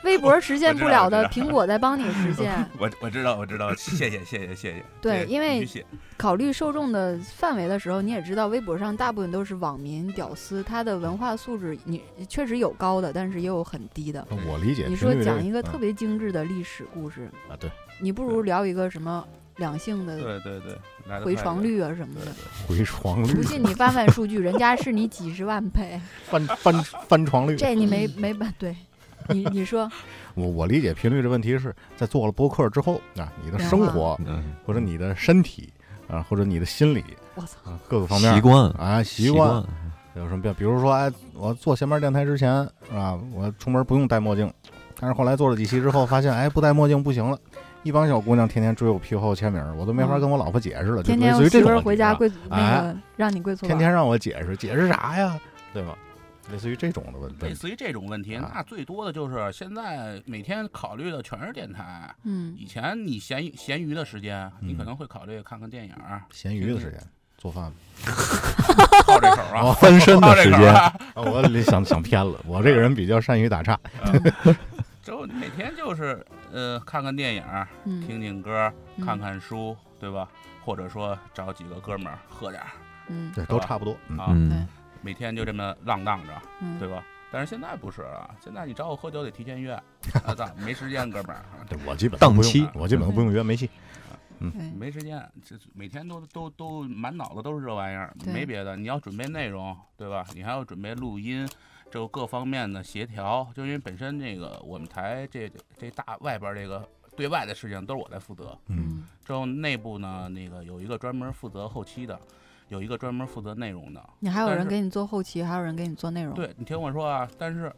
Speaker 1: 微博实现不了的，
Speaker 4: 我知道
Speaker 1: 苹果在帮你实
Speaker 4: [laughs]
Speaker 1: 现。
Speaker 4: 我我知道我知道，谢谢谢谢谢谢。
Speaker 1: 对因为
Speaker 4: 必须谢
Speaker 1: 考虑受众的范围的时候，你也知道，微博上大部分都是网民屌丝，他的文化素质你确实有高的，但是也有很低的。
Speaker 2: 我理解
Speaker 1: 你
Speaker 2: 频率
Speaker 1: 说
Speaker 2: 这。
Speaker 1: 讲一个特
Speaker 2: 嗯
Speaker 1: 别精致的历史故事，
Speaker 2: 啊，对，
Speaker 1: 你不如聊一个什么两性的
Speaker 4: 对对对，来得
Speaker 1: 呃回
Speaker 4: 快
Speaker 1: 床
Speaker 4: 点。
Speaker 1: 率啊什么
Speaker 4: 对
Speaker 1: 的。
Speaker 4: 对，
Speaker 2: 回床率 [laughs]
Speaker 1: 不信你翻翻数据，人家是你几十万倍，
Speaker 2: 翻翻翻床率，
Speaker 1: 这你没
Speaker 2: 嗯
Speaker 1: 没办对。你你
Speaker 2: [laughs]
Speaker 1: 说
Speaker 2: 我我理解频率这问题是在做了播客之后啊，你的
Speaker 1: 变
Speaker 2: 生
Speaker 1: 化
Speaker 2: 活
Speaker 3: 嗯，
Speaker 2: 或者你的身体啊，或者你的心理
Speaker 1: 我操，
Speaker 2: 啊，各个方面
Speaker 3: 习惯
Speaker 2: 啊习惯
Speaker 3: 惯，
Speaker 2: 有什么变？比如说，哎，我做闲班电台之前是吧，我出门不用戴墨镜，但是后来做了几期之后，发现哎，不戴墨镜不行了。一帮小姑娘天天追我屁股后签名，我都没法跟我老婆解释了。就
Speaker 1: 嗯天天
Speaker 2: 类似
Speaker 1: 我
Speaker 2: 于这
Speaker 1: 媳妇
Speaker 2: 种
Speaker 1: 儿
Speaker 2: 问题
Speaker 1: 回家
Speaker 2: 啊
Speaker 1: 跪那
Speaker 2: 哎
Speaker 1: 个让你跪搓
Speaker 2: 天
Speaker 1: 板，
Speaker 2: 天让我解释，解释啥呀？对吧？类似于这种的问
Speaker 4: 类
Speaker 2: 问题。
Speaker 4: 似于这种问题，
Speaker 2: 啊
Speaker 4: 那最多的就是现在每天考虑的全是电台。
Speaker 1: 嗯，
Speaker 4: 以前你闲闲余的时间，你可
Speaker 2: 嗯
Speaker 4: 能会考虑看看电影儿，
Speaker 1: [laughs]
Speaker 2: 闲鱼的时间做饭
Speaker 4: 靠这口儿啊，
Speaker 2: 翻身
Speaker 4: 靠这口儿啊。
Speaker 2: 啊，我得想想偏了，我这个人比较善于打岔。
Speaker 4: 嗯之后每天就是呃，看看电影儿，
Speaker 1: 嗯
Speaker 4: 听听歌儿，
Speaker 1: 嗯
Speaker 4: 看看书，对吧？或者说找几个哥们儿喝点儿
Speaker 1: 嗯
Speaker 2: 对，都差不多。嗯，
Speaker 4: 啊，
Speaker 3: 嗯，
Speaker 4: 每天就这么浪荡着，
Speaker 1: 嗯
Speaker 4: 对吧？但是现在不是了，现在你找我喝酒得提前约，啊，咋没时间，哥们儿，
Speaker 2: 嗯对我基本
Speaker 3: 档
Speaker 2: 都不用
Speaker 3: 期
Speaker 2: 我基本都不用约，没戏。
Speaker 1: 对
Speaker 4: 没时间，这每天都都都满脑子都是这玩意儿，
Speaker 1: 对
Speaker 4: 没别的，你要准备内容，对吧？你还要准备录音，就各方面的协调，就因为本身这个我们台这这大外边这个对外的事情都是我在负责，
Speaker 2: 嗯，
Speaker 1: 嗯
Speaker 4: 之后内部呢那个有一个专门负责后期的，有一个专门负责内容的，
Speaker 1: 你还有
Speaker 4: 但
Speaker 1: 人
Speaker 4: 是
Speaker 1: 给你做后期，还有人给你做内容，
Speaker 4: 对你听我说啊，但是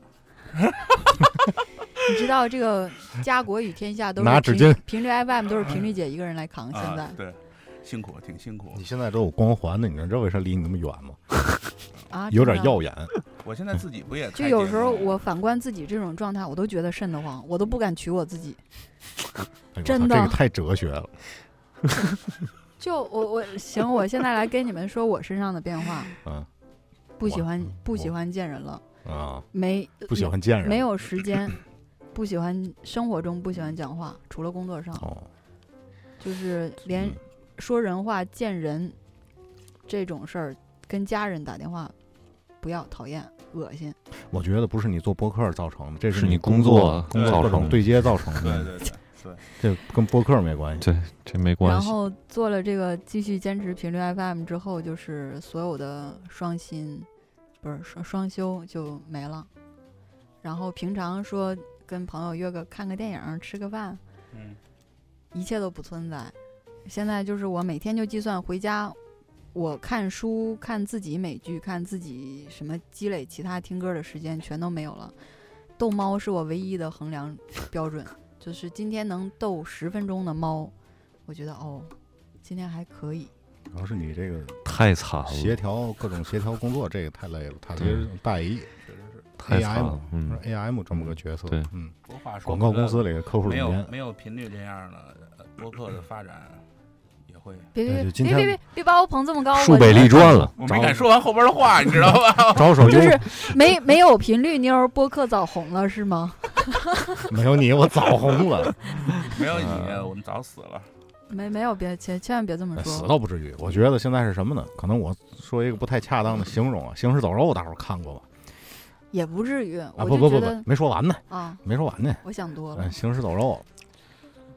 Speaker 1: 你知道这个家国与天下都是
Speaker 2: 拿纸
Speaker 1: 频
Speaker 2: 巾，
Speaker 1: 频率 FM 都是频率姐一个人来扛，嗯现在
Speaker 4: 嗯啊对，辛苦挺辛苦
Speaker 2: 你，现在都有光环的，你知道为啥离你那么远吗？
Speaker 1: 啊
Speaker 2: 有点
Speaker 1: 真的
Speaker 2: 耀眼。
Speaker 4: 我现在自己不也
Speaker 1: 就有时候我反观自己这种状态，我都觉得瘆得慌，我都不敢娶我自己。
Speaker 2: 哎呦
Speaker 1: 真
Speaker 2: 我操
Speaker 1: 的
Speaker 2: 这个太哲学了。
Speaker 1: 就我我行，我现在来跟你们说我身上的变化。
Speaker 2: 嗯，
Speaker 1: 不喜
Speaker 2: 我
Speaker 1: 欢不喜
Speaker 2: 我
Speaker 1: 欢见人了，
Speaker 2: 啊，
Speaker 1: 没
Speaker 2: 嗯哦不喜欢见人，
Speaker 1: 呃没有时间，不喜欢生活中不喜欢讲话，除了工作上，
Speaker 2: 哦，
Speaker 1: 就是连
Speaker 2: 嗯
Speaker 1: 说人话、见人这种事儿，跟家人打电话不要讨厌。恶心，
Speaker 2: 我觉得不是你做播客造成的，这
Speaker 3: 是
Speaker 2: 你
Speaker 3: 你工
Speaker 2: 作
Speaker 3: 作
Speaker 2: 工
Speaker 4: 造
Speaker 3: 成
Speaker 2: 各种
Speaker 3: 的
Speaker 2: 对接造成
Speaker 4: 对
Speaker 2: 的，
Speaker 4: 对对对，
Speaker 2: 这跟播客没关系。
Speaker 10: 对，这没关
Speaker 1: 然
Speaker 10: 系。
Speaker 1: 后做了这个继续坚持频率 FM 之后，就是所有的双薪，不是双双休就没了。然后平常说跟朋友约个看个电影、吃个饭，
Speaker 4: 嗯，
Speaker 1: 一切都不存在。现在就是我每天就计算回家，我看书、看自己美剧、看自己什么积累其他听歌的时间全都没有了。逗猫是我唯一的衡量标准，就是今天能逗十分钟的猫，我觉得哦，今天还可以。
Speaker 2: 主要是你这个
Speaker 3: 太惨
Speaker 2: 协
Speaker 3: 了，
Speaker 2: 调各种协调工作，这个太累了。他其实大 E
Speaker 4: 确实是。
Speaker 3: 太惨
Speaker 2: AM
Speaker 3: 了，嗯，
Speaker 2: 是 AM 这么个角色，
Speaker 3: 对
Speaker 2: 嗯，
Speaker 4: 不过话说
Speaker 2: 广
Speaker 4: 回
Speaker 2: 告
Speaker 4: 来
Speaker 2: 公
Speaker 4: 了
Speaker 2: 司里的客户
Speaker 4: 没
Speaker 2: 总
Speaker 4: 有
Speaker 2: 监，
Speaker 4: 没有频率这样的呃播客的发展，也会。
Speaker 1: 别
Speaker 2: 对
Speaker 1: 别
Speaker 2: 就
Speaker 1: 别
Speaker 2: 今
Speaker 1: 别
Speaker 2: 天
Speaker 1: 别别别把我捧这么高，
Speaker 3: 树
Speaker 1: 我
Speaker 3: 北立砖了，
Speaker 4: 嗯我
Speaker 2: 找
Speaker 4: 没敢说完后边的话，你知道吧？
Speaker 2: 招手
Speaker 1: 就
Speaker 2: 优
Speaker 1: 是
Speaker 2: [laughs]
Speaker 1: 没没有频率妞儿播客早红了是吗？
Speaker 2: 没有你我早
Speaker 1: [laughs]
Speaker 2: 红了，
Speaker 4: [laughs] 没有你，
Speaker 2: 嗯
Speaker 4: 我们早死了。
Speaker 1: 没没有别千千万别这么
Speaker 2: 哎死
Speaker 1: 说，
Speaker 2: 倒不至于。我觉得现在是什么呢？可能我说一个不太恰当的形容啊，《行尸走肉》大伙儿看过吧？
Speaker 1: 也不至于。
Speaker 2: 啊，
Speaker 1: 我
Speaker 2: 不
Speaker 1: 就
Speaker 2: 不
Speaker 1: 觉
Speaker 2: 不
Speaker 1: 得
Speaker 2: 不，没说完呢，
Speaker 1: 啊，
Speaker 2: 没说完呢。
Speaker 1: 我想多了
Speaker 2: 嗯，。行尸走肉，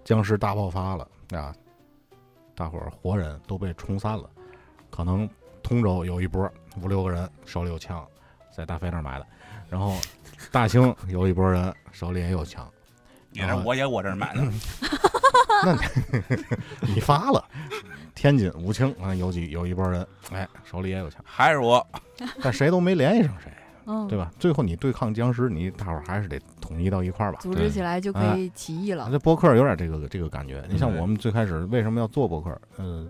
Speaker 2: 僵尸大爆发了啊！大伙儿活人都被冲散了，可能通州有一波五六个人手里有枪，在大飞那儿买的，然后大兴有一波人手里也有枪，嗯
Speaker 4: 也是我也我这儿买的，
Speaker 2: 你发了，天津武清啊，有几有一波人，哎，手里也有枪，
Speaker 4: 还是我，
Speaker 2: 但谁都没联系上谁，
Speaker 1: 嗯，
Speaker 2: 对吧？最后你对抗僵尸，你大伙儿还是得统一到一块儿吧。
Speaker 1: 组织起来就可以起义
Speaker 2: 啊，
Speaker 1: 了。
Speaker 2: 这播客有点这个这个感觉。你像
Speaker 4: 对
Speaker 2: 我们最开始为什么要做播客？呃，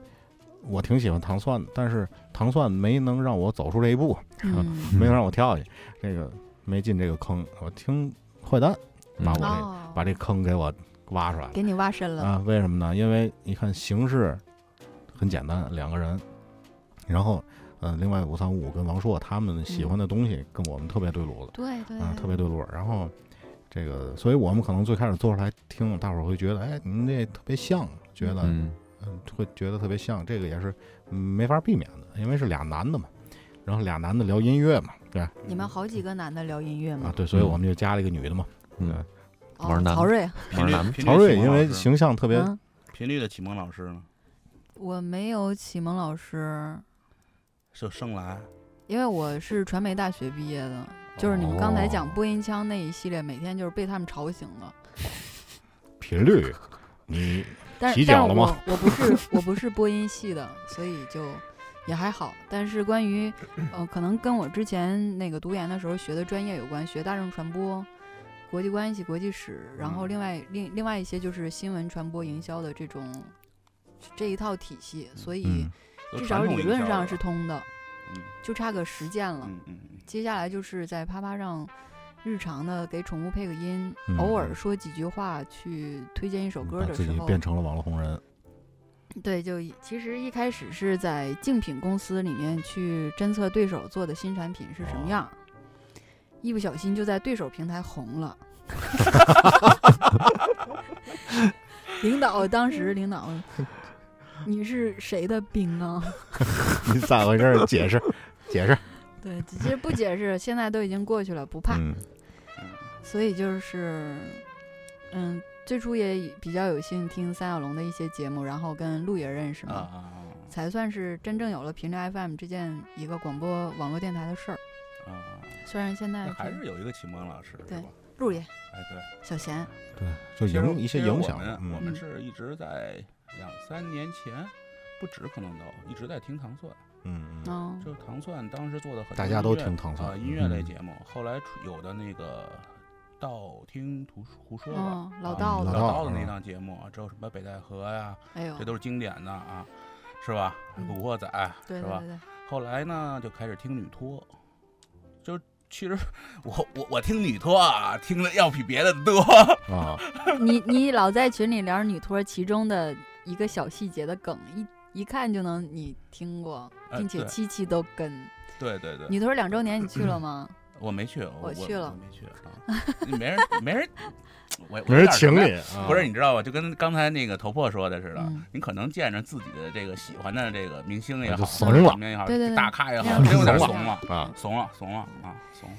Speaker 2: 我挺喜欢糖蒜的，但是糖蒜没能让我走出这一步，
Speaker 1: 嗯，
Speaker 2: 没能让我跳下去，这个没进这个坑。我听坏蛋把我这、
Speaker 1: 哦，
Speaker 2: 把这坑给我挖出来
Speaker 1: 给你挖深
Speaker 2: 了
Speaker 1: 了。
Speaker 2: 啊？为什么呢？因为你看形式很简单，两个人，然后呃，另外五三五跟王硕他们喜欢的东西跟我们特别对路子。
Speaker 1: 对对
Speaker 2: 啊，特别对路儿。然后这个，所以我们可能最开始做出来听，大伙儿会觉得，哎，你们这特别像，觉得嗯、
Speaker 3: 嗯，
Speaker 2: 会觉得特别像，这个也是嗯没法避免的，因为是俩男的嘛，然后俩男的聊音乐嘛，对吧？
Speaker 1: 你们好几个男的聊音乐
Speaker 2: 啊
Speaker 1: 吗，？
Speaker 2: 对，所以
Speaker 4: 嗯
Speaker 2: 我们就加了一个女的嘛。
Speaker 3: 嗯
Speaker 2: 对啊
Speaker 1: 哦
Speaker 3: 玩男的
Speaker 1: 曹睿，
Speaker 4: 频率
Speaker 3: 玩男
Speaker 4: 频
Speaker 2: 嗯
Speaker 4: 率
Speaker 2: 曹睿
Speaker 4: 启蒙
Speaker 2: 因为
Speaker 4: 老师
Speaker 2: 形象特别，
Speaker 1: 嗯，
Speaker 4: 频率的启蒙老师呢，
Speaker 1: 我没有启蒙老师，
Speaker 4: 就生来
Speaker 1: 因为我是传媒大学毕业的，就是你们刚
Speaker 2: 哦
Speaker 1: 才讲播音腔那一系列，每天就是被他们吵醒的。
Speaker 2: 频率，
Speaker 4: 嗯
Speaker 2: 你
Speaker 1: 但
Speaker 2: 洗
Speaker 1: 是，但
Speaker 2: 脚
Speaker 1: 是
Speaker 2: 了
Speaker 1: 我
Speaker 2: 吗
Speaker 1: 我不是我不是播音系的，所以就也还好。但是关于呃，可能跟我之前那个读研的时候学的专业有关，学大众传播、国际关系、国际史，然
Speaker 2: 嗯
Speaker 1: 后另外另另外一些就是新闻传播、营销的这种这一套体系，所以
Speaker 2: 嗯，
Speaker 4: 都
Speaker 1: 至
Speaker 4: 传
Speaker 1: 少
Speaker 4: 统
Speaker 1: 理
Speaker 4: 营
Speaker 1: 论
Speaker 4: 销
Speaker 1: 上
Speaker 4: 的
Speaker 1: 是通的，
Speaker 4: 嗯
Speaker 1: 就差个实践了。
Speaker 4: 嗯嗯嗯，
Speaker 1: 接下来就是在啪啪上日常的给宠物配个音，
Speaker 2: 嗯
Speaker 1: 偶尔说几句话，去推荐一首歌
Speaker 2: 把
Speaker 1: 的
Speaker 2: 自
Speaker 1: 时
Speaker 2: 己
Speaker 1: 候，
Speaker 2: 变成了网络红人， [laughs]
Speaker 1: 对，就一其实一开始是在竞品公司里面去侦测对手做的新产品是什么样儿，一不小心就在对手平台红了。 [laughs] 领导当时领导，你是谁的兵啊？ [laughs]
Speaker 2: 你咋回事儿？解释，解释。
Speaker 1: 对，其实不解释，现在都已经过去了，不怕。
Speaker 2: 嗯，
Speaker 1: 所以就是，嗯，最初也以比较有幸听三小龙的一些节目，然后跟陆爷认识
Speaker 4: 啊
Speaker 1: 嘛，
Speaker 4: 啊啊
Speaker 1: 才算是真正有了频率 FM 这件一个广播网络电台的事儿。
Speaker 4: 啊啊，
Speaker 1: 虽然现在
Speaker 4: 那还
Speaker 1: 这
Speaker 4: 是有一个启蒙老师，是
Speaker 1: 哎对
Speaker 4: 吧？
Speaker 1: 陆爷、
Speaker 4: 哎，对。
Speaker 1: 小贤，
Speaker 2: 对，就
Speaker 4: 其实
Speaker 2: 影一些
Speaker 4: 其实
Speaker 2: 影
Speaker 4: 我
Speaker 2: 响
Speaker 4: 们。我
Speaker 2: 嗯，
Speaker 4: 们
Speaker 1: 嗯
Speaker 4: 是一直在两三年前，不止可能都一直在听糖蒜，
Speaker 2: 嗯嗯，
Speaker 1: 嗯、
Speaker 4: 就是糖蒜当时做的很多
Speaker 2: 大家都
Speaker 4: 音乐
Speaker 2: 听糖蒜
Speaker 4: 啊音乐类
Speaker 2: 嗯
Speaker 4: 节目，后来出有的那个道听途说胡说吧
Speaker 1: 哦，老
Speaker 4: 啊
Speaker 1: 道
Speaker 4: 老
Speaker 2: 子
Speaker 4: 道的
Speaker 2: 嗯
Speaker 4: 那档节目，之后什么北戴河呀，
Speaker 1: 哎呦，
Speaker 4: 这都是经典的啊，是吧？
Speaker 1: 嗯
Speaker 4: 古惑仔
Speaker 1: 对
Speaker 4: 是
Speaker 1: 对
Speaker 4: 吧
Speaker 1: 对？对，
Speaker 4: 后来呢，就开始听女托，就其实 [laughs] 我我我听女托啊，听的要比别的多。 [laughs]
Speaker 2: 啊，
Speaker 1: 你 [laughs] 你老在群里聊女托其中的一个小细节的梗，一一看就能你听过，
Speaker 4: 哎
Speaker 1: 并且
Speaker 4: 对
Speaker 1: 期期都跟。
Speaker 4: 对对对，
Speaker 1: 女托两周年你去了
Speaker 4: [clears throat]
Speaker 1: 吗？
Speaker 4: 我没去，我
Speaker 1: 我去了
Speaker 4: 我没去啊，没人没人，我我
Speaker 2: 没人
Speaker 4: 有点
Speaker 2: 请
Speaker 4: 什么
Speaker 2: 你
Speaker 4: 呀。，
Speaker 2: 啊
Speaker 4: 不是，你知道吧？就跟刚才那个头破说的似的
Speaker 1: 嗯，
Speaker 4: 你可能见着自己的这个喜欢的这个明星也
Speaker 2: 就
Speaker 4: 好，
Speaker 2: 怂
Speaker 4: 什
Speaker 2: 了
Speaker 4: 么也好，
Speaker 1: 对对对
Speaker 4: 大咖也好，
Speaker 1: 嗯
Speaker 4: 真有点
Speaker 2: 怂
Speaker 4: 怂了，
Speaker 2: 啊，
Speaker 4: 怂了，怂了啊，怂了。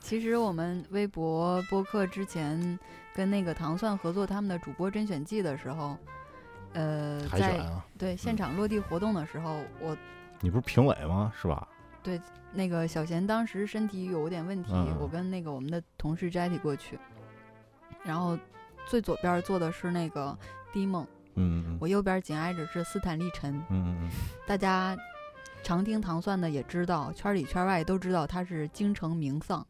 Speaker 1: 其实我们微博播客之前跟那个糖蒜合作他们的主播甄选季的时候，呃，
Speaker 2: 海选
Speaker 1: 在
Speaker 2: 啊，
Speaker 1: 对
Speaker 4: 嗯
Speaker 1: 现场落地活动的时候，我
Speaker 2: 你不是评委吗？是吧？
Speaker 1: 那个小贤当时身体有点问题，
Speaker 2: 嗯
Speaker 1: 我跟那个我们的同事 Jetty 过去，然后最左边坐的是那个 D 梦，
Speaker 2: 嗯
Speaker 1: 我右边紧挨着是斯坦利陈，
Speaker 2: 嗯
Speaker 1: 大家常听糖蒜的也知道，圈里圈外都知道他是京城名
Speaker 2: [laughs]
Speaker 1: 丧。